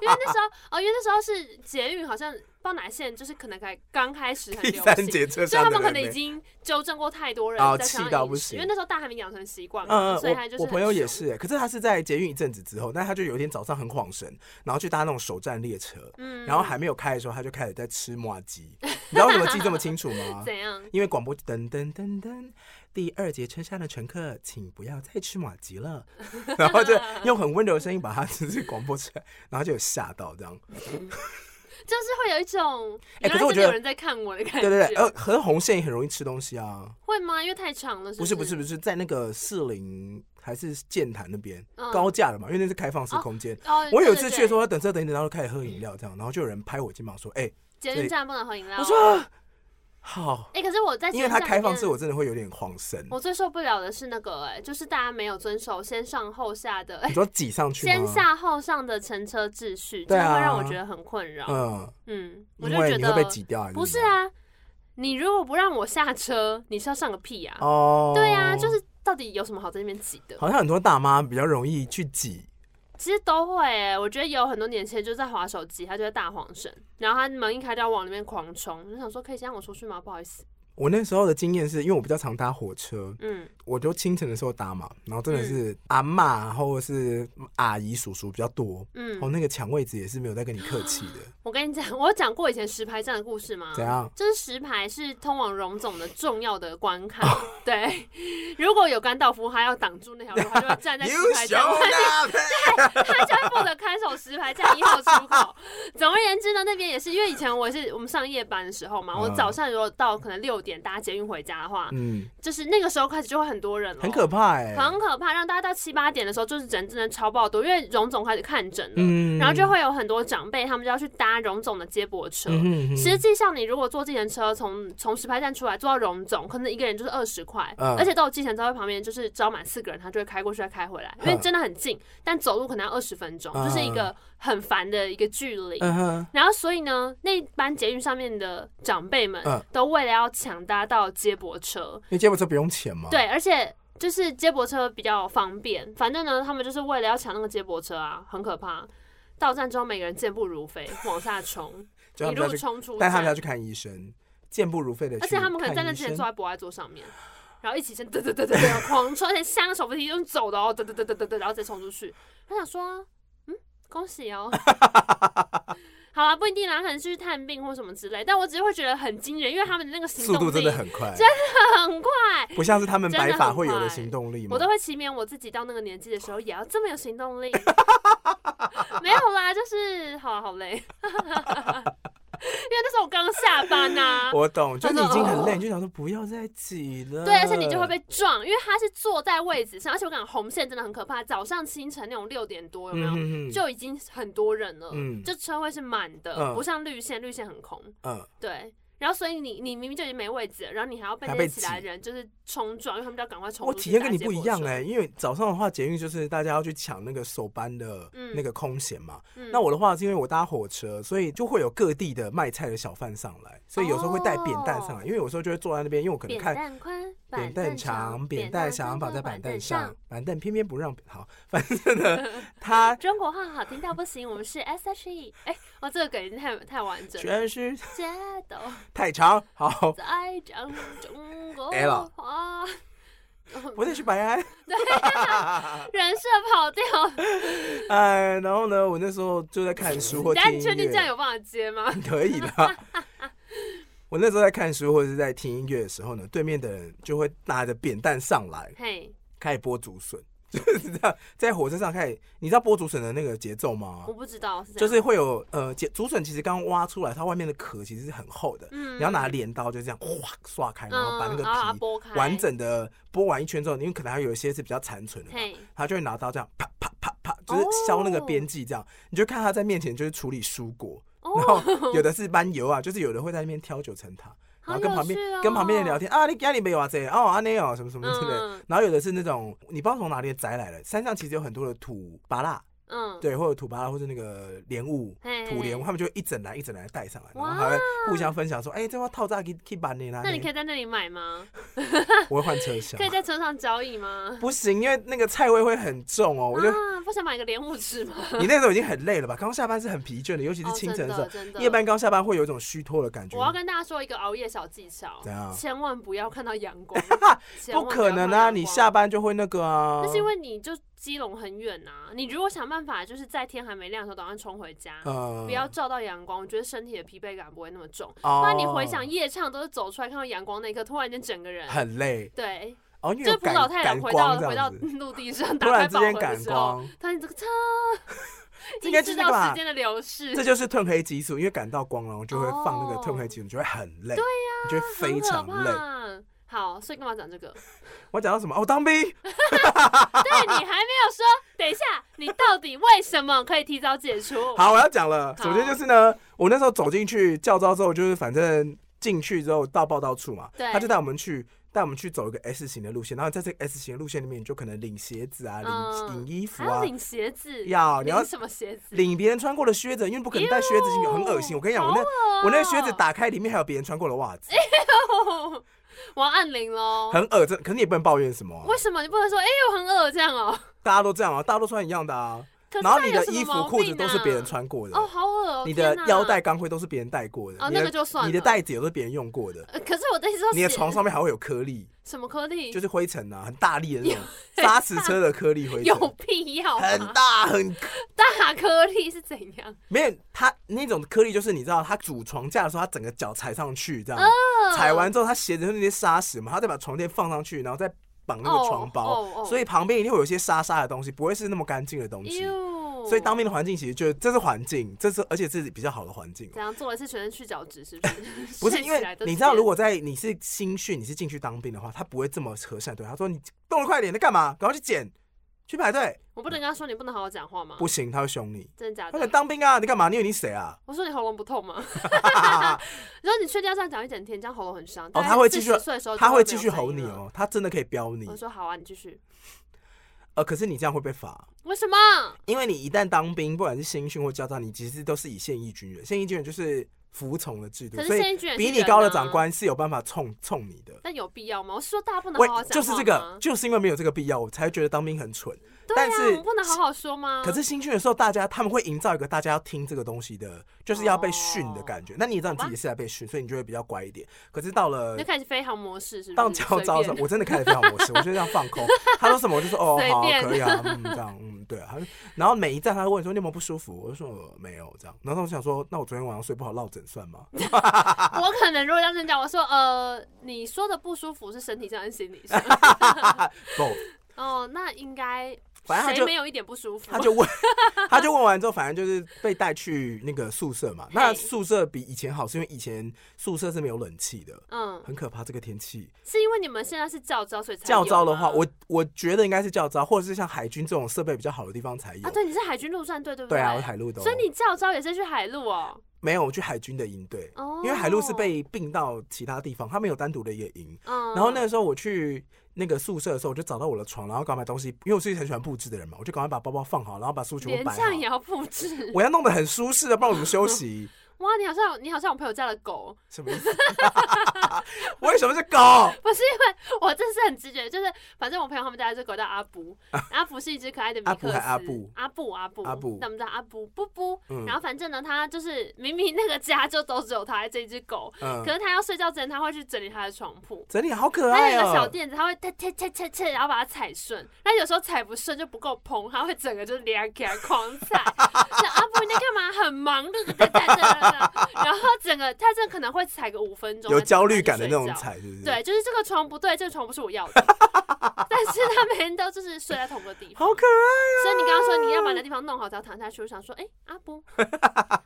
Speaker 2: 因为那时候哦，因为那时候是捷运好像不知道哪线，就是可能才刚开始很
Speaker 1: 第
Speaker 2: 流
Speaker 1: 三
Speaker 2: 行，
Speaker 1: 节车
Speaker 2: 所以
Speaker 1: 厢
Speaker 2: 他
Speaker 1: 的
Speaker 2: 们可
Speaker 1: 人
Speaker 2: 能已
Speaker 1: 没。
Speaker 2: 经纠正过太多人
Speaker 1: 哦
Speaker 2: 在
Speaker 1: 气
Speaker 2: 想
Speaker 1: 到
Speaker 2: 要
Speaker 1: 不
Speaker 2: 饮食，
Speaker 1: 行
Speaker 2: 因为那时候大家还没养成习惯嘛，
Speaker 1: 嗯
Speaker 2: 所以他
Speaker 1: 嗯
Speaker 2: 就，
Speaker 1: 我
Speaker 2: 是
Speaker 1: 我
Speaker 2: 很
Speaker 1: 朋友也
Speaker 2: 凶，
Speaker 1: 是、欸，可是他是在捷运一阵子之后，但他就有一天早上很恍神，然后去搭那种首站列车，
Speaker 2: 嗯
Speaker 1: 然后还没有开的时候，他就开始在吃麻鸡。 你知道为什么记这么清楚 吗？
Speaker 2: 怎样？
Speaker 1: 因为广播噔噔噔噔，第二节车厢的乘客，请不要再吃马吉了。 然后 就用很温柔的声音把它就是广播出来，然后就有吓到这样。
Speaker 2: 就是会有一种
Speaker 1: 哎
Speaker 2: 原
Speaker 1: 可
Speaker 2: 来
Speaker 1: 是我
Speaker 2: 真
Speaker 1: 觉得
Speaker 2: 的有人在看我的感
Speaker 1: 对
Speaker 2: 觉，
Speaker 1: 对对，呃，和红线也很容易吃东西啊。
Speaker 2: 会吗？因为太长了，
Speaker 1: 不是
Speaker 2: 是
Speaker 1: 不是
Speaker 2: 是
Speaker 1: 不是，在那个士林还是建潭那边、
Speaker 2: 嗯
Speaker 1: 高架的嘛，因为那是开放式空间。
Speaker 2: 哦，
Speaker 1: 我有一次
Speaker 2: 对对
Speaker 1: 去的时候，等车等一等，然后开始喝饮料这样，然后就有人拍我肩膀说：“哎、
Speaker 2: 对捷运站不能喝饮料，
Speaker 1: 我说啊好，
Speaker 2: 哎、可是我在
Speaker 1: 因为它
Speaker 2: 捷运站
Speaker 1: 开
Speaker 2: 里
Speaker 1: 放
Speaker 2: 面
Speaker 1: 式，我真的会有点慌神。
Speaker 2: 我最受不了的是那个、哎，就是大家没有遵守先上后下的，哎
Speaker 1: 你说挤上去吗？
Speaker 2: 先下后上的乘车秩序，这
Speaker 1: 对
Speaker 2: 个会
Speaker 1: 啊
Speaker 2: 让我觉得很困扰。
Speaker 1: 嗯，
Speaker 2: 嗯，我就
Speaker 1: 因为
Speaker 2: 觉
Speaker 1: 你
Speaker 2: 得
Speaker 1: 会被挤掉还是？
Speaker 2: 不是，啊，你如果不让我下车，你是要上个屁啊？
Speaker 1: 哦，
Speaker 2: 对啊，就是到底有什么好在那边挤的？
Speaker 1: 好像很多大妈比较容易去挤，
Speaker 2: 其实都会、欸，我觉得有很多年轻人就在划手机，他就会大晃神，然后他门一开就要往里面狂冲，我就想说可以先让我出去吗？不好意思，
Speaker 1: 我那时候的经验是因为我比较常搭火车，
Speaker 2: 嗯
Speaker 1: 我就清晨的时候搭嘛，然后真的是阿嬷啊或者是阿姨叔叔比较多，哦，
Speaker 2: 嗯，
Speaker 1: 那个抢位置也是没有在跟你客气的，
Speaker 2: 我跟你讲， 我有讲过以前石牌站的故事吗？
Speaker 1: 怎样？
Speaker 2: 就是石牌是通往荣总的重要的关卡，
Speaker 1: 哦
Speaker 2: 对。 如果有甘道夫，他要挡住那条路，他就会 站在石牌站外面，
Speaker 1: 啊！
Speaker 2: 他就会负责看守石牌站一号出口。总而言之呢，那边也是因为以前我是我们上夜班的时候嘛，我
Speaker 1: 嗯
Speaker 2: 早上如果到可能六点搭捷运回家的话，
Speaker 1: 嗯，
Speaker 2: 就是那个时候开始就会很多人了，哦
Speaker 1: 很可怕哎、
Speaker 2: 很可怕，让大家到七八点的时候，就是人真的超爆多，因为荣总开始看诊了，
Speaker 1: 嗯
Speaker 2: 然后就会有很多长辈他们就要去搭荣总的接驳车。
Speaker 1: 嗯哼嗯哼
Speaker 2: 实际上，你如果坐计程车从从石牌站出来坐到荣总，可能一个人就是二十块，
Speaker 1: 嗯
Speaker 2: 而且都有计程车在旁边，就是招满四个人，他就会开过去再开回来，因为
Speaker 1: 嗯
Speaker 2: 真的很近，但走路可能要二十分钟，
Speaker 1: 嗯
Speaker 2: 就是一个很烦的一个距离。
Speaker 1: 嗯哼，
Speaker 2: 然后，所以呢，那班捷运上面的长辈们
Speaker 1: 嗯哦
Speaker 2: 都为了要抢搭到接驳车，
Speaker 1: 因为接驳车不用钱嘛，，
Speaker 2: 对，而且就是接驳车比较方便。反正呢，他们就是为了要抢那个接驳车啊，很可怕。到站之后，每个人健步如飞，往下冲，
Speaker 1: 就
Speaker 2: 一
Speaker 1: 他们
Speaker 2: 路
Speaker 1: 要去，
Speaker 2: 冲出
Speaker 1: 带他们要
Speaker 2: 站。
Speaker 1: 去看医生，健步如飞的，
Speaker 2: 而且他们可能在那之前坐，在博爱座上面，然后一起先嘚嘚嘚嘚嘚狂 冲，而且下个手扶梯就是走的哦，嘚嘚嘚嘚嘚嘚，然后再冲出去。他想说，嗯，恭 喜哦。好啊，不一定啦，可能是去探病或什么之类，但我只是会觉得很惊人，因为他们的那个行
Speaker 1: 速
Speaker 2: 动
Speaker 1: 度
Speaker 2: 力
Speaker 1: 真的很 快，
Speaker 2: 很快，
Speaker 1: 不像是他们
Speaker 2: 真
Speaker 1: 白
Speaker 2: 的
Speaker 1: 发
Speaker 2: 很
Speaker 1: 会有的
Speaker 2: 快
Speaker 1: 行动力嘛。
Speaker 2: 我都会祈勉我自己到那个年纪的时候也要这么有行动力。没有啦，就是好、啊、好累，因 为那时候我刚下班啊呐、
Speaker 1: 我懂，就是你已经很
Speaker 2: 哦
Speaker 1: 累，你就想说不要再挤了。
Speaker 2: 对，而且你
Speaker 1: 嗯
Speaker 2: 就会被撞，因为他是坐在位置上，而且我讲红线真的很可怕。早上清晨那种六点多有没有，
Speaker 1: 嗯
Speaker 2: 就已经很多人了，
Speaker 1: 嗯
Speaker 2: 就车位是满的，
Speaker 1: 嗯
Speaker 2: 不像绿线，绿线很空。
Speaker 1: 嗯，
Speaker 2: 对，然后所以你你明明就已经没位置了，然后你还要被
Speaker 1: 还
Speaker 2: 那
Speaker 1: 被
Speaker 2: 些其他
Speaker 1: 挤
Speaker 2: 人就是冲撞，因为他们就要赶快冲
Speaker 1: 我
Speaker 2: 出去。
Speaker 1: 体验跟你不一样
Speaker 2: 哎、
Speaker 1: 哎、因为早上的话，捷运就是大家要去抢那个首班的
Speaker 2: 嗯
Speaker 1: 那个空闲嘛。
Speaker 2: 嗯
Speaker 1: 那我的话是因为我搭火车，所以就会有各地的卖菜的小贩上来，所以有时候会带扁担上来，
Speaker 2: 哦
Speaker 1: 因为有时候就会坐在那边，因为我可能
Speaker 2: 扁
Speaker 1: 看
Speaker 2: 担宽，
Speaker 1: 扁
Speaker 2: 担
Speaker 1: 担长，扁担长，绑在板凳上，，板凳偏偏不让好， 反正呢，他
Speaker 2: 中国话好听到不行，我们是 S H E。哎，我这个梗已经太太完整了。
Speaker 1: 全是
Speaker 2: 街道
Speaker 1: 太长，好，
Speaker 2: 在讲中国
Speaker 1: Ella
Speaker 2: 话，
Speaker 1: 不再去白安。
Speaker 2: 人设跑掉。
Speaker 1: 哎，然后呢，我那时候就在看书或
Speaker 2: 等下
Speaker 1: 听
Speaker 2: 你确
Speaker 1: 音
Speaker 2: 定这样
Speaker 1: 乐，
Speaker 2: 有办法接 吗？
Speaker 1: 可以的。我那时候在看书或者是在听音乐的时候呢，对面的人就会拿着扁担上来，
Speaker 2: 嘿，
Speaker 1: 开始剥竹笋， 就是这样，在火车上开始。你知道剥竹笋的那个节奏吗
Speaker 2: 我？不知道是这
Speaker 1: 就
Speaker 2: 样
Speaker 1: 是会有呃，节竹笋其实刚挖出来，它外面的壳其实是很厚的，
Speaker 2: 嗯
Speaker 1: 你要拿镰刀就这样哗刷开，然后把那个
Speaker 2: 嗯然后把它
Speaker 1: 皮
Speaker 2: 剥开
Speaker 1: 完整的剥完一圈之后，因为可能还有一些是比较残存的嘛，
Speaker 2: 嘿，
Speaker 1: 他就会拿刀这样啪啪啪啪，就是削那个边际这样。你就看他在面前就是处理蔬果，然
Speaker 2: 哦，
Speaker 1: 后有的是搬油啊，就是有的会在那边挑九层塔，然
Speaker 2: 好
Speaker 1: 后
Speaker 2: 有
Speaker 1: 跟旁边
Speaker 2: 趣哦
Speaker 1: 跟旁边人聊天啊，你家里没有啊这哦啊那哦什么什么之类的。
Speaker 2: 嗯
Speaker 1: 然后有的是那种你不知道从哪里摘来的，山上其实有很多的土拔蜡，
Speaker 2: 嗯，
Speaker 1: 对，或者土拔蜡或者那个莲雾。
Speaker 2: 嘿，
Speaker 1: 土莲雾，
Speaker 2: 嘿。
Speaker 1: 他们就会一整篮一整篮地带上来，然后
Speaker 2: 嗯哇
Speaker 1: 还会互相分享说：“哎、这要套炸给给板你啦。”
Speaker 2: 那你可以在那里 买吗？
Speaker 1: 我会换车厢
Speaker 2: 可，以在车上交易吗？
Speaker 1: 不行，因为那个菜味会很重 哦。我就
Speaker 2: 啊，不想买个莲雾吃吗？
Speaker 1: 你那时候已经很累了吧？刚下班是很疲倦的，尤其是
Speaker 2: 哦
Speaker 1: 清晨
Speaker 2: 真
Speaker 1: 的时候，
Speaker 2: 真的
Speaker 1: 夜班刚下班会有一种虚脱的感觉
Speaker 2: 我。要跟大家说一个熬夜小技巧
Speaker 1: 怎样，
Speaker 2: 千万不要看到阳 光，千万
Speaker 1: 不
Speaker 2: 要
Speaker 1: 可能
Speaker 2: 看到
Speaker 1: 啊！
Speaker 2: 阳
Speaker 1: 你
Speaker 2: 光
Speaker 1: 下。班就会那个啊
Speaker 2: 那。是因为你就基隆很远啊，你如果想办法，就是在天还没亮的时候，赶快冲回家，
Speaker 1: 呃
Speaker 2: 不要照到阳光，我觉得身体的疲惫感不会那么重。
Speaker 1: 哦
Speaker 2: 不然你回想夜唱，都是走出来看到阳光那一刻，突然间整个人
Speaker 1: 很累
Speaker 2: 对，
Speaker 1: 哦，因为
Speaker 2: 就
Speaker 1: 有
Speaker 2: 是
Speaker 1: 感
Speaker 2: 浦岛太郎
Speaker 1: 感
Speaker 2: 回到
Speaker 1: 光
Speaker 2: 回
Speaker 1: 这
Speaker 2: 到
Speaker 1: 样子，
Speaker 2: 陆地上，打
Speaker 1: 突
Speaker 2: 开
Speaker 1: 然之
Speaker 2: 宝
Speaker 1: 间
Speaker 2: 盒的
Speaker 1: 感
Speaker 2: 时候，
Speaker 1: 光，
Speaker 2: 他这个擦，
Speaker 1: 这应该
Speaker 2: 意
Speaker 1: 就是
Speaker 2: 识
Speaker 1: 那个
Speaker 2: 到
Speaker 1: 吧
Speaker 2: 时间的流逝，
Speaker 1: 这就是褪黑激素，因为感到光，然后就会放
Speaker 2: 哦
Speaker 1: 那个褪黑激素，你就会很累，对呀，你就会非常
Speaker 2: 很可
Speaker 1: 累。
Speaker 2: 怕。啊好，所以干嘛讲这 个？
Speaker 1: 我讲到什么？哦，当兵，
Speaker 2: 对你还没有说，等一下，你到底为什么可以提早解除？
Speaker 1: 好，我要讲了。
Speaker 2: 好
Speaker 1: 首先就是呢，我那时候走进去教招之后，就是反正进去之后到报道处嘛，
Speaker 2: 对
Speaker 1: 他就带我们去带我们去走一个 S 型的路线，然后在这个 S 型的路线里面，你就可能领鞋子啊，领、
Speaker 2: 嗯
Speaker 1: 领衣服
Speaker 2: 还要
Speaker 1: 啊，
Speaker 2: 领鞋子，
Speaker 1: 要你要
Speaker 2: 领什么鞋子？
Speaker 1: 领别人穿过的靴子，因为不可能带靴子进去，
Speaker 2: 哟
Speaker 1: 很恶心。我跟你讲，我
Speaker 2: 好
Speaker 1: 那、
Speaker 2: 恶哦
Speaker 1: 我那个靴子打开，里面还有别人穿过的袜子，
Speaker 2: 哦 我要按铃喽。
Speaker 1: 很恶心。可是你也不能抱怨什么啊、
Speaker 2: 为什么你不能说哎、我很饿这样哦、
Speaker 1: 大家都这样啊，大家都穿一样的啊。
Speaker 2: 可是
Speaker 1: 然后
Speaker 2: 那
Speaker 1: 你
Speaker 2: 有
Speaker 1: 的
Speaker 2: 什么
Speaker 1: 衣服
Speaker 2: 毛
Speaker 1: 裤子
Speaker 2: 病
Speaker 1: 都是别人
Speaker 2: 啊
Speaker 1: 穿过的，
Speaker 2: 哦，好恶哦
Speaker 1: 你的
Speaker 2: 天哪
Speaker 1: 腰带、钢盔都是别人戴过的，
Speaker 2: 哦
Speaker 1: 你的
Speaker 2: 那个就算了
Speaker 1: 你的袋子也都是别人用过的，
Speaker 2: 呃可是我的意思说，
Speaker 1: 你的床上面还会有颗粒，
Speaker 2: 什么颗粒？
Speaker 1: 就是灰尘啊，很大力的那种 砂石车的颗粒灰尘，
Speaker 2: 有必要吗？
Speaker 1: 很大很
Speaker 2: 大颗粒是怎 样？
Speaker 1: 没有它那种颗粒，就是你知道，它主床架的时候，它整个脚踩上去这样，
Speaker 2: 呃
Speaker 1: 踩完之后，它鞋子就是那些砂石嘛，它再把床垫放上去，然后再绑那个床包，
Speaker 2: 哦哦哦
Speaker 1: 所以旁边一定会有一些沙沙的东西，不会是那么干净的东西。
Speaker 2: 哟
Speaker 1: 所以当兵的环境其实就这是环境，这是而且这是比较好的环境。
Speaker 2: 怎样做了一次全身去角质，是不是？
Speaker 1: 不是
Speaker 2: 睡
Speaker 1: 因
Speaker 2: 起来
Speaker 1: 为
Speaker 2: 都
Speaker 1: 你
Speaker 2: 是
Speaker 1: 知道，
Speaker 2: 这
Speaker 1: 如
Speaker 2: 样
Speaker 1: 果在你是新训，你是进去当兵的话，他不会这么和善对他说：“你动得快点，你在干嘛？赶快去捡，去排队。
Speaker 2: 我不能跟他说你不能好好讲话”吗？
Speaker 1: 不行，他会凶你。
Speaker 2: 真的假
Speaker 1: 他说：“
Speaker 2: 的？
Speaker 1: 当兵啊，你干嘛？你以为你谁啊
Speaker 2: 我说你喉咙不痛吗？？” 你说你睡觉这样讲一整天，这样喉咙很伤。
Speaker 1: 哦他会继续
Speaker 2: 40岁的时候
Speaker 1: 他
Speaker 2: 就会
Speaker 1: 会继续
Speaker 2: 没有
Speaker 1: 吼
Speaker 2: 反
Speaker 1: 你
Speaker 2: 应了。
Speaker 1: 哦，他真的可以飙你
Speaker 2: 我。说好啊，你继续。
Speaker 1: 呃，可是你这样会被罚，
Speaker 2: 为什么？
Speaker 1: 因为你一旦当兵，不管是新训或教战，你其实都是以现役军人，现役军人就是服从的制度
Speaker 2: 可，是
Speaker 1: 所以
Speaker 2: 现役军人是
Speaker 1: 比你
Speaker 2: 人
Speaker 1: 高的
Speaker 2: 啊
Speaker 1: 长官是有办法冲冲你的。
Speaker 2: 但有必要吗？我是说大家不能
Speaker 1: 喂
Speaker 2: 好好，讲
Speaker 1: 就
Speaker 2: 话
Speaker 1: 是这个
Speaker 2: 吗，
Speaker 1: 就是因为没有这个必要，我才觉得当兵很蠢。
Speaker 2: 对
Speaker 1: 但
Speaker 2: 啊，
Speaker 1: 是
Speaker 2: 我们不能好好说吗？
Speaker 1: 可是新训的时候，大家他们会营造一个大家要听这个东西的，就是要被训的
Speaker 2: 哦
Speaker 1: 感觉。那你也知道你自己是在被训，所以你就会比较乖一点。可是到了
Speaker 2: 你就开始飞航模式，是不是？
Speaker 1: 到呃教招的时
Speaker 2: 随
Speaker 1: 候，
Speaker 2: 便
Speaker 1: 我真的开始非常模式，我就这样放空。他说什么我就说哦
Speaker 2: 随
Speaker 1: 好
Speaker 2: 便
Speaker 1: 可以啊，嗯这样嗯对啊。他说然后每一站他会问说你有没有不舒服，我就说呃没有这样。然后我想说那我昨天晚上睡不好落枕算 吗？
Speaker 2: 我可能如果要真讲，我说呃，你说的不舒服是身体上还是心理 上？
Speaker 1: 不，
Speaker 2: 哦，那应该
Speaker 1: 反正他
Speaker 2: 谁
Speaker 1: 就
Speaker 2: 没有一点不舒服？
Speaker 1: 他就问他就问完之后，反正就是被带去那个宿舍嘛。那
Speaker 2: 嘿
Speaker 1: 宿舍比以前好，是因为以前宿舍是没有冷气的，
Speaker 2: 嗯，
Speaker 1: 很可怕这个天气。
Speaker 2: 是因为你们现在是教招，所以才
Speaker 1: 教
Speaker 2: 有
Speaker 1: 招的
Speaker 2: 吗
Speaker 1: 话，我我觉得应该是教招，或者是像海军这种设备比较好的地方才有。
Speaker 2: 啊，对，你是海军陆战队对不
Speaker 1: 对
Speaker 2: 对
Speaker 1: 啊，我海陆的哦、
Speaker 2: 所以你教招也是去海陆哦。
Speaker 1: 没有我去海军的营队，
Speaker 2: 哦，
Speaker 1: 因为海陆是被并到其他地方，他们有单独的一个营。
Speaker 2: 嗯，
Speaker 1: 然后那个时候我去那个宿舍的时候，我就找到我的床，然后赶快买东西，因为我是一个很喜欢布置的人嘛，我就赶快把包包放好，然后把书全部
Speaker 2: 连
Speaker 1: 摆
Speaker 2: 这
Speaker 1: 好
Speaker 2: 样。也要布置？
Speaker 1: 我要弄得很舒适的，不然我们休息。
Speaker 2: 哇，你好像你好像我朋友家的狗，哦
Speaker 1: 什么意思？ 为什么是狗？
Speaker 2: 不是因为我这是很直觉，就是反正我朋友他们家有一只狗叫阿布，阿布是一只可爱的米
Speaker 1: 啊阿布
Speaker 2: 克斯，
Speaker 1: 还阿布
Speaker 2: 阿布阿布
Speaker 1: 阿布
Speaker 2: 那我们叫阿布布布。
Speaker 1: 嗯
Speaker 2: 然后反正呢，他就是明明那个家就都只有他这一只狗，
Speaker 1: 嗯
Speaker 2: 可，是他要睡觉之前，他会去整理他的床铺。
Speaker 1: 整理好可
Speaker 2: 他
Speaker 1: 爱
Speaker 2: 有一个小
Speaker 1: 哦、
Speaker 2: 垫子，他会踢踢踢踢踢，然后把它踩顺。那有时候踩不顺就不够蓬，他会整个就是连起来狂踩。 那阿布你在干嘛？很忙，哒哒哒哒哒哒然后整个他这可能会踩个五分钟，
Speaker 1: 有
Speaker 2: 他就
Speaker 1: 焦虑
Speaker 2: 马上
Speaker 1: 感的那
Speaker 2: 就
Speaker 1: 种
Speaker 2: 睡觉。
Speaker 1: 踩，是不是？
Speaker 2: 对，就是这个床不对，这个床不是我要的。 但是他每天都就是睡在同个 地方
Speaker 1: 好，可爱。
Speaker 2: 所以你刚刚说你要把那地方弄好，才要躺下去。我想说，哎、阿布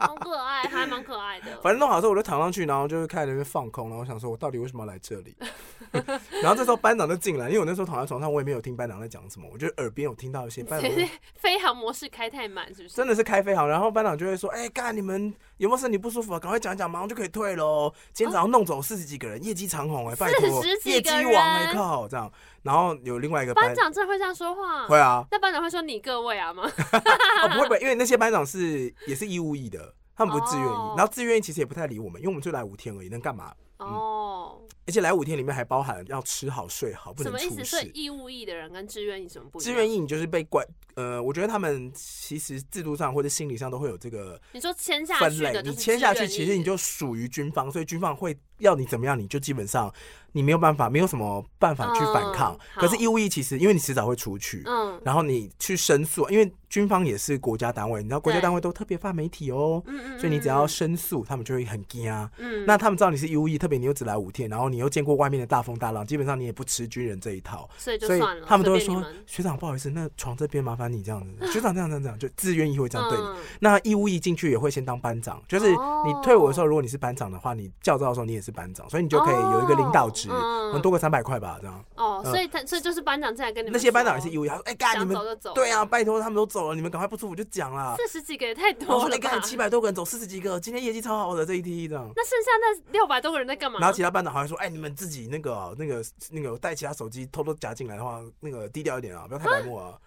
Speaker 2: 好可爱，还蛮可爱 的。
Speaker 1: 反正弄好之后，我就躺上去，然后就是开始在那边放空，然后想说我到底为什么要来这里？ 然后这时候班长就进来，因为我那时候躺在床上，我也没有听班长在讲什么，我就耳边有听到一些班长 说
Speaker 2: 飞航模式开太满，是不是？
Speaker 1: 真的是开飞航，然后班长就会说：“哎、干你们有没有身体不舒服啊？赶快讲一讲，马上就可以退喽。今天早上弄走四十几个人，业绩长 虹哎、拜托
Speaker 2: 40，几
Speaker 1: 业绩
Speaker 2: 个人
Speaker 1: 王哎、靠这样。然后有另外一个
Speaker 2: 班
Speaker 1: 班
Speaker 2: 长真的会这样说 话？
Speaker 1: 会啊，
Speaker 2: 那班长会说你各位 啊吗？
Speaker 1: 哦，不会不会，因为那些班长是也是义务役的，他们不是自愿役，
Speaker 2: 哦
Speaker 1: 然后自愿役其实也不太理我们，因为我们就来五天而已，能干嘛？
Speaker 2: 哦，
Speaker 1: 而且来五天里面还包含要吃好睡好，不
Speaker 2: 什
Speaker 1: 能
Speaker 2: 么意
Speaker 1: 出
Speaker 2: 思？所以
Speaker 1: 事。
Speaker 2: 义务役的人跟志愿役什么不一
Speaker 1: 志
Speaker 2: 样？
Speaker 1: 愿役你就是被关，呃，我觉得他们其实制度上或者心理上都会有这个
Speaker 2: 你说签下
Speaker 1: 分
Speaker 2: 去
Speaker 1: 类
Speaker 2: 的，就
Speaker 1: 你
Speaker 2: 是
Speaker 1: 签下去，
Speaker 2: 志愿役
Speaker 1: 其实你就属于军方，所以军方会要你怎么样，你就基本上你没有办法，没有什么办法去反抗。
Speaker 2: 嗯好
Speaker 1: 可是义务役其实因为你迟早会出去。
Speaker 2: 嗯
Speaker 1: 然后你去申诉，因为军方也是国家单位，你知道国家
Speaker 2: 对
Speaker 1: 单位都特别怕媒体哦，
Speaker 2: 嗯嗯，
Speaker 1: 所以你只要
Speaker 2: 嗯
Speaker 1: 申诉，他们就会很惊啊。
Speaker 2: 嗯
Speaker 1: 那他们知道你是义务役，特别你又只来五天，然后你又见过外面的大风大浪，基本上你也不吃军人这一套，
Speaker 2: 所以就
Speaker 1: 所以
Speaker 2: 算了，
Speaker 1: 他们都会
Speaker 2: 随便
Speaker 1: 说
Speaker 2: 你们
Speaker 1: 学长不好意思，那床这边麻烦你这样子，学长这样这样这样，就自愿意会这样对你。
Speaker 2: 嗯
Speaker 1: 那义务役进去也会先当班长，就是
Speaker 2: 哦
Speaker 1: 你退伍的时候，如果你是班长的话，你教招的时候你也是班长，所以你就可以有一个领导职，
Speaker 2: 哦嗯
Speaker 1: 很多个三百块吧这样。
Speaker 2: 哦，
Speaker 1: 嗯
Speaker 2: 所以他所以就是班长进来跟你们
Speaker 1: 那些班长也是义
Speaker 2: 义务，
Speaker 1: 务役，他说：“哎、干你
Speaker 2: 想
Speaker 1: 们
Speaker 2: 走就走，哦
Speaker 1: 对啊，，拜托他们都走了，你们赶快不舒服就讲啦。”
Speaker 2: 四十几个也太
Speaker 1: 然后
Speaker 2: 多
Speaker 1: 说：“哎、
Speaker 2: 了吧
Speaker 1: 干？七百多个人走四十几个，今天业绩超好的这一 E，梯这样。”
Speaker 2: 那剩下那六百多个人在干嘛？
Speaker 1: 然后其他班长还会说：“哎、你们自己那个哦那个那个带其他手机偷偷夹进来的话，那个低调一点啊，不要太白目
Speaker 2: 嗯
Speaker 1: 啊。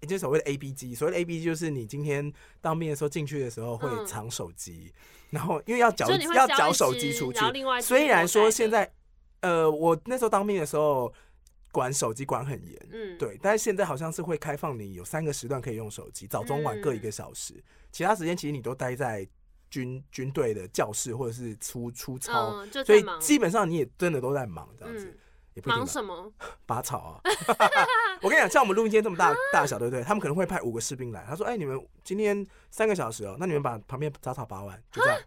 Speaker 1: 也就是所谓的 A B 机，所谓的 A B 机就是你今天当面的时候进去的时候会
Speaker 2: 嗯
Speaker 1: 藏手机，然后因为要缴
Speaker 2: 就是你会
Speaker 1: 要
Speaker 2: 交
Speaker 1: 缴
Speaker 2: 一
Speaker 1: 手
Speaker 2: 只
Speaker 1: 机出去
Speaker 2: 然后。另外一只
Speaker 1: 虽然
Speaker 2: 我带
Speaker 1: 说
Speaker 2: 的
Speaker 1: 现在，呃，我那时候当面的时候管手机管很严。
Speaker 2: 嗯，
Speaker 1: 对，但是现在好像是会开放你有三个时段可以用手机，早中晚各一个小
Speaker 2: 嗯
Speaker 1: 时，其他时间其实你都待在军军队的教室或者是出出操，
Speaker 2: 嗯，就
Speaker 1: 所
Speaker 2: 在
Speaker 1: 以
Speaker 2: 忙，
Speaker 1: 基本上你也真的都在忙这样子，
Speaker 2: 嗯，
Speaker 1: 也不一定
Speaker 2: 忙
Speaker 1: 忙
Speaker 2: 什么？
Speaker 1: 拔草啊。 我跟你讲，像我们录音间这么
Speaker 2: 啊
Speaker 1: 大大小，对不对？他们可能会派五个士兵来，他说：“哎、你们今天三个小时哦，那你们把旁边杂草拔完，就这
Speaker 2: 啊
Speaker 1: 样。”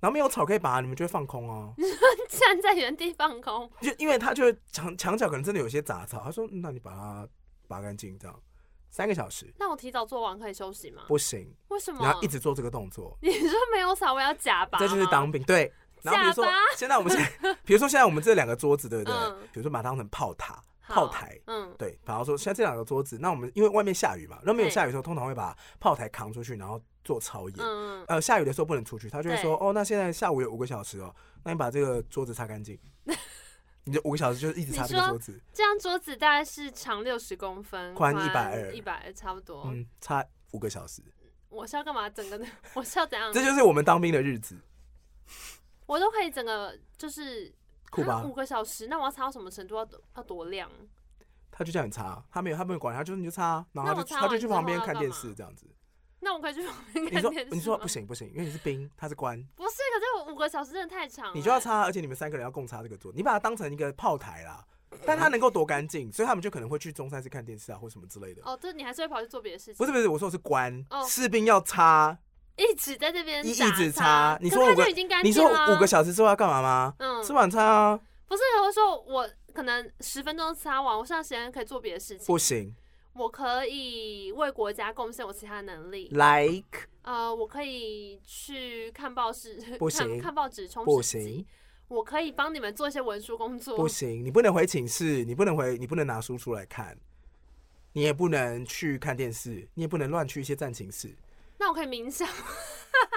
Speaker 1: 然后没有草可以拔，你们就会放空哦。
Speaker 2: 嗯站在原地放空，
Speaker 1: 就因为他就墙墙角可能真的有些杂草，他说：“嗯那你把它拔干净，这样三个小时
Speaker 2: 那我提早做完可以休息吗？
Speaker 1: 不行，
Speaker 2: 为什么？
Speaker 1: 然后一直做这个动作，
Speaker 2: 你说没有扫，我要假拔吗，
Speaker 1: 这就是当兵对。”然后比如说
Speaker 2: 假拔，
Speaker 1: 现在我们现在， 比如说现在我们这两个桌子，对不对？
Speaker 2: 嗯
Speaker 1: 比如说把它当成炮塔、
Speaker 2: 好
Speaker 1: 炮台，
Speaker 2: 嗯，
Speaker 1: 对，比方说像这两个桌子，那我们因为外面下雨嘛，那没有
Speaker 2: 对
Speaker 1: 下雨的时候，通常会把炮台扛出去，然后做操演。
Speaker 2: 嗯嗯，
Speaker 1: 呃，下雨的时候不能出去，他就会说：“哦，那现在下午有五个小时哦，那你把这个桌子擦干 净。”你就五个小时就是一直擦这
Speaker 2: 你
Speaker 1: 个
Speaker 2: 说
Speaker 1: 桌子，
Speaker 2: 这张桌子大概是长六十公分，
Speaker 1: 宽120
Speaker 2: 一百差不多。
Speaker 1: 嗯，擦五个小时，
Speaker 2: 我是要干嘛？整个的， 我是要怎样？
Speaker 1: 这就是我们当兵的日子，
Speaker 2: 我都可以整个就是
Speaker 1: 酷吧
Speaker 2: 啊五个小时，那我要擦到什么程度？要多要多亮？
Speaker 1: 他就叫你擦，啊他没有，他没有管，他就是你就擦，啊然后他
Speaker 2: 那
Speaker 1: 就
Speaker 2: 我擦
Speaker 1: 他就
Speaker 2: 完
Speaker 1: 去
Speaker 2: 之后
Speaker 1: 旁边
Speaker 2: 要
Speaker 1: 看
Speaker 2: 干
Speaker 1: 电
Speaker 2: 嘛
Speaker 1: 视这样 子。
Speaker 2: 那我可以去旁边
Speaker 1: 你
Speaker 2: 看
Speaker 1: 说
Speaker 2: 电视
Speaker 1: 你说
Speaker 2: 吗
Speaker 1: 不，行不行，因为你是兵，他是官，
Speaker 2: 不是，可是我五个小时真的太长了，
Speaker 1: 你就要擦，而且你们三个人要共擦这个桌，你把它当成一个炮台啦。但它能够多干净，所以他们就可能会去中山市看电视啊，或什么之类的。
Speaker 2: 哦，这你还是会跑去做别的事情，
Speaker 1: 不是不是，我说的是官，
Speaker 2: 哦
Speaker 1: 士兵要擦。
Speaker 2: 一直在这边
Speaker 1: 一
Speaker 2: 打
Speaker 1: 一直
Speaker 2: 擦
Speaker 1: 擦，你
Speaker 2: 可
Speaker 1: 说
Speaker 2: 它
Speaker 1: 五个
Speaker 2: 就已经干
Speaker 1: 你
Speaker 2: 净
Speaker 1: 说
Speaker 2: 了，
Speaker 1: 五个，小时之后要干嘛吗？
Speaker 2: 嗯，
Speaker 1: 吃晚餐啊？
Speaker 2: 不是，我说我可能十分钟擦完，我剩下时间可以做别的事情
Speaker 1: 不，行
Speaker 2: 我可以为国家贡献我其他能力，
Speaker 1: ，like
Speaker 2: 呃，我可以去看报纸，
Speaker 1: 不
Speaker 2: 看
Speaker 1: 行
Speaker 2: 看报纸充
Speaker 1: 不
Speaker 2: 实自己
Speaker 1: 行，
Speaker 2: 我可以帮你们做一些文书工作，
Speaker 1: 不行，你不能回寝室，你不能回，你不能拿书出来看，你也不能去看电视，你也不能乱去一些战情室，
Speaker 2: 那我可以冥想，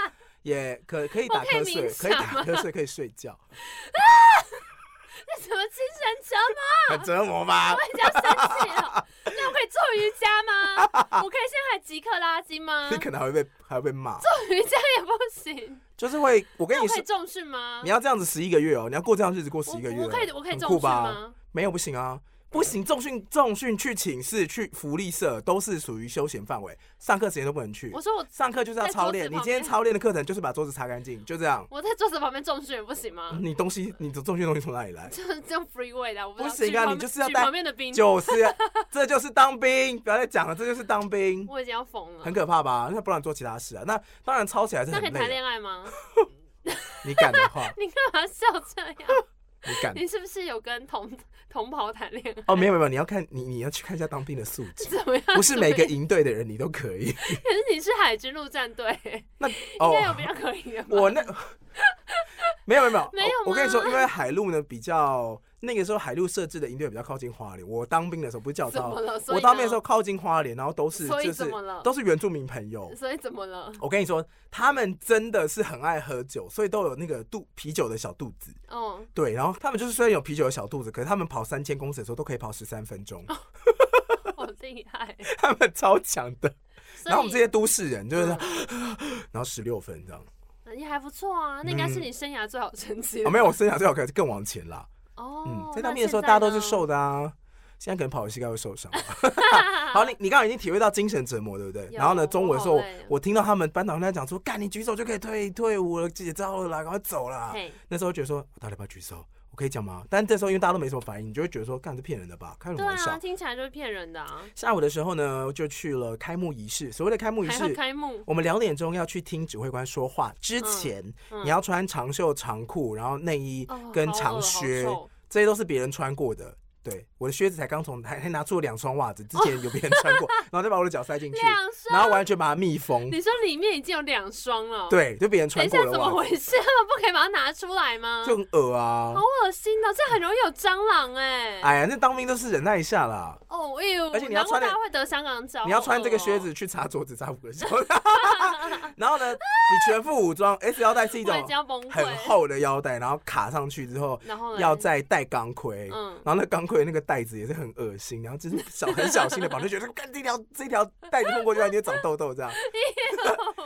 Speaker 1: 也可可以打
Speaker 2: 我可以
Speaker 1: 瞌
Speaker 2: 冥
Speaker 1: 睡，可以打瞌睡，可以睡觉，
Speaker 2: 那什么精神折磨？
Speaker 1: 很折磨 吧？
Speaker 2: 你要生气 了？那我可以做瑜伽吗？我可以现在还即刻拉筋吗？
Speaker 1: 你可能还会被还会被骂，
Speaker 2: 瑜伽也不行，
Speaker 1: 就是会，我跟
Speaker 2: 那
Speaker 1: 你
Speaker 2: 我可以
Speaker 1: 说，
Speaker 2: 重训吗？
Speaker 1: 你要这样子十一个月哦，你要过这样日子过十
Speaker 2: 我
Speaker 1: 一个月哦，
Speaker 2: 我可以我可以
Speaker 1: 很
Speaker 2: 重
Speaker 1: 酷
Speaker 2: 训
Speaker 1: 吧？
Speaker 2: 吗？
Speaker 1: 没有不行啊，不行，重训重训去寝室去福利社都是属于休闲范围，上课时间都不能去
Speaker 2: 我。说我
Speaker 1: 上课就是要操练，
Speaker 2: 在桌子
Speaker 1: 你
Speaker 2: 旁
Speaker 1: 今天
Speaker 2: 边
Speaker 1: 操练的课程就是把桌子擦干净，就这样。
Speaker 2: 我在桌子旁边重训也不行吗？
Speaker 1: 你东西，你的重训东西从哪里来？
Speaker 2: 就是 这样 free way 的，我不知
Speaker 1: 不
Speaker 2: 道
Speaker 1: 行啊
Speaker 2: 举旁
Speaker 1: 你就是要
Speaker 2: 举
Speaker 1: 带
Speaker 2: 旁边的兵，
Speaker 1: 就是要，这就是当兵， 不要再讲了，这就是当兵，
Speaker 2: 我已经要疯了
Speaker 1: 很。可怕吧？那不然做其他事啊？那当然操起来是
Speaker 2: 那
Speaker 1: 很
Speaker 2: 可以谈
Speaker 1: 累啊的，
Speaker 2: 恋爱吗？
Speaker 1: 你敢的话，
Speaker 2: 你干嘛笑这 样？
Speaker 1: 你 敢。
Speaker 2: 你是不是有跟同同袍谈恋爱？
Speaker 1: 哦，没有没有，没有你要看你你要去看一下当兵的素质，
Speaker 2: 怎么 样？
Speaker 1: 不是每个营队的人你都可 以。
Speaker 2: 可是你是海军陆战队，
Speaker 1: 那
Speaker 2: 应
Speaker 1: 哦，
Speaker 2: 该有比较可以的吧？
Speaker 1: 我那 没有没有没有
Speaker 2: 没有
Speaker 1: 我我跟你说，
Speaker 2: 吗
Speaker 1: 因为海陆呢比较那个时候海陆设置的营队比较靠近花莲。我当兵的时候不是教
Speaker 2: 怎
Speaker 1: 招
Speaker 2: 么，了？所以
Speaker 1: 我
Speaker 2: 呢
Speaker 1: 当兵的时候，靠近花莲，然后都是
Speaker 2: 所以
Speaker 1: 就
Speaker 2: 怎
Speaker 1: 是
Speaker 2: 么了
Speaker 1: 都是原住民朋友。
Speaker 2: 所以怎么了？
Speaker 1: 我跟你说，他们真的是很爱喝酒，所以都有那个肚啤酒的小肚子。
Speaker 2: 嗯，
Speaker 1: 对，然后他们就是虽然有啤酒的小肚子，可是他们跑三千公尺的时候都可以跑十三分
Speaker 2: 哦
Speaker 1: 钟，
Speaker 2: 好厉害。
Speaker 1: 他们超强的。
Speaker 2: 所以
Speaker 1: 然后我们这些都市人就是，
Speaker 2: 嗯
Speaker 1: 然后十六分这样。
Speaker 2: 也还不错啊，那应该是你生涯最好成绩
Speaker 1: 啊，
Speaker 2: 了。
Speaker 1: 嗯没有，我生涯最好可以更往前啦。
Speaker 2: 哦，
Speaker 1: 嗯，在
Speaker 2: 那
Speaker 1: 当兵的时候
Speaker 2: 现
Speaker 1: 大家都是
Speaker 2: 呢
Speaker 1: 瘦的啊，现在可能跑膝盖会受 伤。好，你你刚刚已经体会到精神折磨，对不对？
Speaker 2: 有
Speaker 1: 然后呢，中午的时候
Speaker 2: 我好累哦，
Speaker 1: 我听到他们班长跟他讲说：“干，你举手就可以退退伍了，姐招了啦，赶快走啦。
Speaker 2: 嘿，”
Speaker 1: 那时候觉得说，我到底要不要举手？我可以讲吗？但这时候因为大家都没什么反应，你就会觉得说，干这骗人的吧，开什么
Speaker 2: 对
Speaker 1: 玩笑
Speaker 2: 啊，？听起来就是骗人的啊，
Speaker 1: 下午的时候呢，就去了开幕仪式。所谓的开幕仪
Speaker 2: 还要
Speaker 1: 式，
Speaker 2: 开幕，
Speaker 1: 我们两点钟要去听指挥官说话之前，
Speaker 2: 嗯
Speaker 1: 你要穿长袖长裤，然后内衣
Speaker 2: 哦
Speaker 1: 跟
Speaker 2: 好
Speaker 1: 长
Speaker 2: 恶
Speaker 1: 靴，
Speaker 2: 好臭
Speaker 1: 这些都是别人穿过的。对，我的靴子才刚从还还拿出了两双袜子，之前有别人 穿过，然后再把我的脚塞进去，
Speaker 2: 两
Speaker 1: 然
Speaker 2: 双，
Speaker 1: 后完全把它密封。
Speaker 2: 你说里面已经有两双了，，
Speaker 1: 对，就别人
Speaker 2: 等
Speaker 1: 穿
Speaker 2: 一
Speaker 1: 过
Speaker 2: 下
Speaker 1: 的
Speaker 2: 怎么
Speaker 1: 袜子，
Speaker 2: 回 事？他们不可以把它拿出来吗？
Speaker 1: 就很恶啊
Speaker 2: 好！恶心哦的，这很容易有蟑螂哎。
Speaker 1: 哎呀，那当兵都是忍耐一下啦。
Speaker 2: 哦，哎呦！
Speaker 1: 而且你要
Speaker 2: 难怪
Speaker 1: 穿的
Speaker 2: 大家会得香港脚。
Speaker 1: 你要穿这个
Speaker 2: 好恶哦
Speaker 1: 靴子，去擦桌子，擦五个 小时。然后呢，你全副武装，S 腰带是一
Speaker 2: 我已
Speaker 1: 种
Speaker 2: 经要崩
Speaker 1: 很
Speaker 2: 溃。
Speaker 1: 厚的腰带，然后卡上去之后，
Speaker 2: 然后嘞
Speaker 1: 要再戴钢盔。
Speaker 2: 哎嗯
Speaker 1: 然后那钢溃的那个袋子也是很恶心，然后就是小很小心的绑，就觉得干这条这条袋子碰过去，你就长痘痘这 样。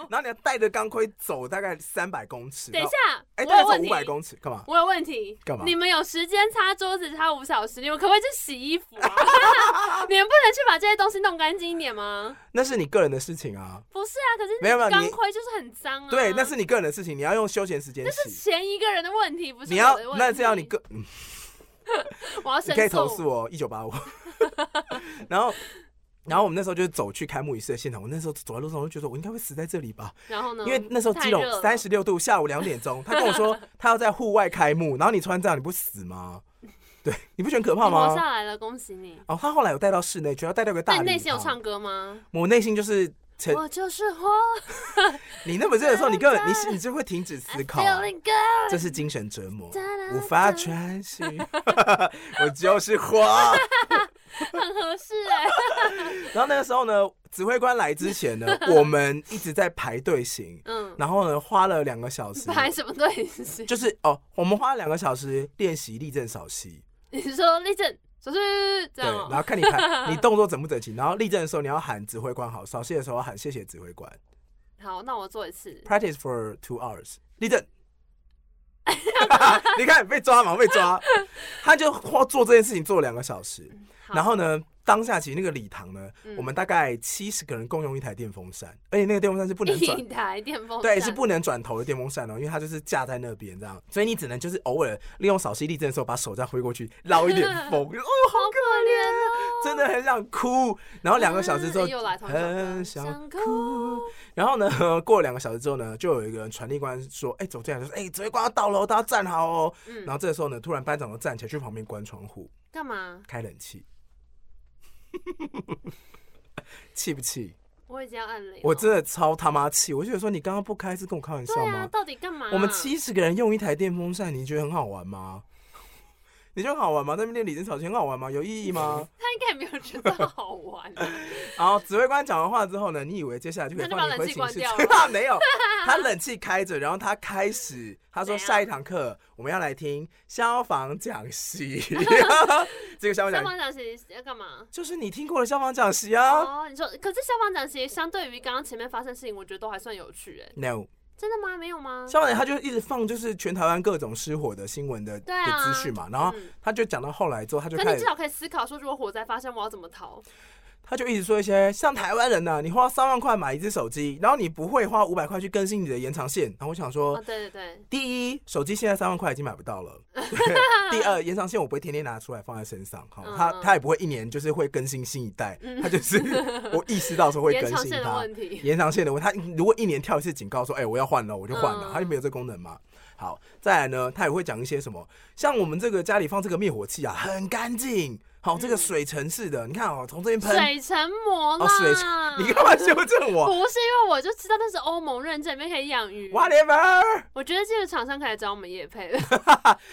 Speaker 1: 然后你要带着钢盔走大概三百公尺，
Speaker 2: 等一
Speaker 1: 然后，
Speaker 2: 下，
Speaker 1: 哎，
Speaker 2: 我
Speaker 1: 大概
Speaker 2: 有
Speaker 1: 走
Speaker 2: 问
Speaker 1: 五
Speaker 2: 题，
Speaker 1: 百公尺，干嘛？
Speaker 2: 我有问题，
Speaker 1: 干嘛
Speaker 2: 你们有时间擦桌子擦五小时，你们可不可以去洗衣服 啊？你们不能去把这些东西弄干净一点吗？
Speaker 1: 那是你个人的事情啊，
Speaker 2: 不是啊，可是
Speaker 1: 没有没有你
Speaker 2: 钢盔就是很脏啊。
Speaker 1: 对，那是你个人的事情，你要用休闲时间
Speaker 2: 是
Speaker 1: 洗。
Speaker 2: 前一个人的问题，不是
Speaker 1: 你要
Speaker 2: 我的问题
Speaker 1: 那是要你个，嗯
Speaker 2: 我要
Speaker 1: 你
Speaker 2: 申
Speaker 1: 可以投
Speaker 2: 诉
Speaker 1: 诉。我一九八五。 然后，然后我们那时候就是走去开幕仪式的现场，我那时候走在路上，我就觉得我应该会死在这里吧，
Speaker 2: 然后呢？
Speaker 1: 因为那时候基
Speaker 2: 嗯太
Speaker 1: 隆
Speaker 2: 热了
Speaker 1: 三十六度，下午两点 钟，他跟我说他要在户外开幕，然后你穿这样你不死 吗？对，你不觉得很可怕
Speaker 2: 你活
Speaker 1: 吗？
Speaker 2: 下来了，恭喜你。
Speaker 1: 哦，他后来有带到室内去，要带到一个大
Speaker 2: 那
Speaker 1: 礼
Speaker 2: 你
Speaker 1: 堂。
Speaker 2: 内心有唱歌吗？
Speaker 1: 我内心就是成，
Speaker 2: 我就是火
Speaker 1: 你那么热的时候，你根本你你就会停止 思考，啊
Speaker 2: ，feeling good。
Speaker 1: 这是精神折磨
Speaker 2: 哒哒，哒
Speaker 1: 无法喘息， 我就是火。
Speaker 2: 很合适 哎、
Speaker 1: 然后那个时候呢，指挥官来之 前呢，我们一直在排队型，
Speaker 2: 嗯，
Speaker 1: 然后呢花了两个小时，
Speaker 2: 排什么队形？
Speaker 1: 就是哦，我们花了两个小时练习立正稍息，
Speaker 2: 你说立正，手势这
Speaker 1: 对，
Speaker 2: 样
Speaker 1: 然
Speaker 2: 哦、
Speaker 1: 后看你排 你动作整不整齐，然后立正的时候你要喊指挥官好，稍息的时候要喊谢谢指挥 官。
Speaker 2: 好，那我做一次。
Speaker 1: Practice for two hours，立正。 你看被抓嘛，被 抓，他就花做这件事情做了两个小时，
Speaker 2: 好
Speaker 1: 然后呢，当下其实那个礼堂呢，
Speaker 2: 嗯
Speaker 1: 我们大概七十个人共用一台电风扇，而且那个电风扇是不能转
Speaker 2: 一台 电风
Speaker 1: 对，
Speaker 2: 扇
Speaker 1: 是不能转头的电风扇哦，因为它就是架在那边这样，所以你只能就是偶尔利用扫息地震的时候，把手这样挥过去，捞一点风。 哎 呦，
Speaker 2: 好可怜哦。
Speaker 1: 真的很想哭。然后两个小时之后
Speaker 2: 嗯又来同一首歌
Speaker 1: 很想
Speaker 2: 想
Speaker 1: 哭
Speaker 2: 哭。
Speaker 1: 然后呢， 过了两个小时之后呢，就有一个人传令官说：“哎、走进来就说，哎、指挥官要到了哦，大家站好哦。
Speaker 2: 嗯
Speaker 1: 然后这个时候呢，突然班长就站起来去旁边关窗户，
Speaker 2: 干嘛？
Speaker 1: 开冷气。气不气？
Speaker 2: 我已经要按铃了。
Speaker 1: 我真的超他妈气！我就觉得说，你刚刚不开是跟我开玩笑
Speaker 2: 对
Speaker 1: 吗？
Speaker 2: 啊，到底干嘛、
Speaker 1: 我们七十个人用一台电风扇，你觉得很好玩吗？ 你觉得很好玩吗？在那边练理论草很好玩吗？有意义吗？
Speaker 2: 他应该也没有觉得好玩、
Speaker 1: 然后指挥官讲完话之后呢，你以为接下来就可以
Speaker 2: 那就
Speaker 1: 放你
Speaker 2: 把
Speaker 1: 回
Speaker 2: 冷气
Speaker 1: 寝室去
Speaker 2: 关？掉
Speaker 1: 他啊没有， 他冷气开着，然后他开始，他说
Speaker 2: 怎样
Speaker 1: 下一堂课我们要来听消防讲 习。这个消防
Speaker 2: 消
Speaker 1: 讲
Speaker 2: 防讲习要干嘛？
Speaker 1: 就是你听过的消防讲习啊
Speaker 2: 哦，你说，可是消防讲习相对于刚刚前面发生的事情，我觉得都还算有趣哎、
Speaker 1: ？No，
Speaker 2: 真的吗？没有吗？
Speaker 1: 消防讲他就一直放就是全台湾各种失火的新闻的
Speaker 2: 对啊
Speaker 1: 的资讯嘛，然后
Speaker 2: 嗯
Speaker 1: 他就讲到后来之后，他就
Speaker 2: 可
Speaker 1: 开
Speaker 2: 你至
Speaker 1: 始
Speaker 2: 少可以思考说，如果火灾发生，我要怎么逃？
Speaker 1: 他就一直说一些像台湾人呐、你花三万块买一只手机，然后你不会花五百块去更新你的延长线。然后我想说
Speaker 2: 啊，，对对对，
Speaker 1: 第一，手机现在三万块已经买不到 了；对第二，延长线我不会天天拿出来放在身上，好，
Speaker 2: 嗯
Speaker 1: 它
Speaker 2: 嗯
Speaker 1: 它也不会一年就是会更新新一代，它就是我意识到说会
Speaker 2: 延
Speaker 1: 更
Speaker 2: 长
Speaker 1: 新
Speaker 2: 线的
Speaker 1: 它。
Speaker 2: 问题。
Speaker 1: 延长线的问题，它如果一年跳一次警告说，哎、我要换了，我就换了，
Speaker 2: 嗯
Speaker 1: 它就没有这功能嘛。好，再来呢，它也会讲一些什么，像我们这个家里放这个灭火器啊，很干净。好，这个水城市的，你看哦，从这边喷，
Speaker 2: 嗯水成魔啦！
Speaker 1: 哦，水城， 你干嘛纠正 我
Speaker 2: 不是因为我就知道那是欧盟认证，里面可以养鱼。
Speaker 1: ？Whatever，
Speaker 2: 我觉得这个厂商可以来找我们叶 配了。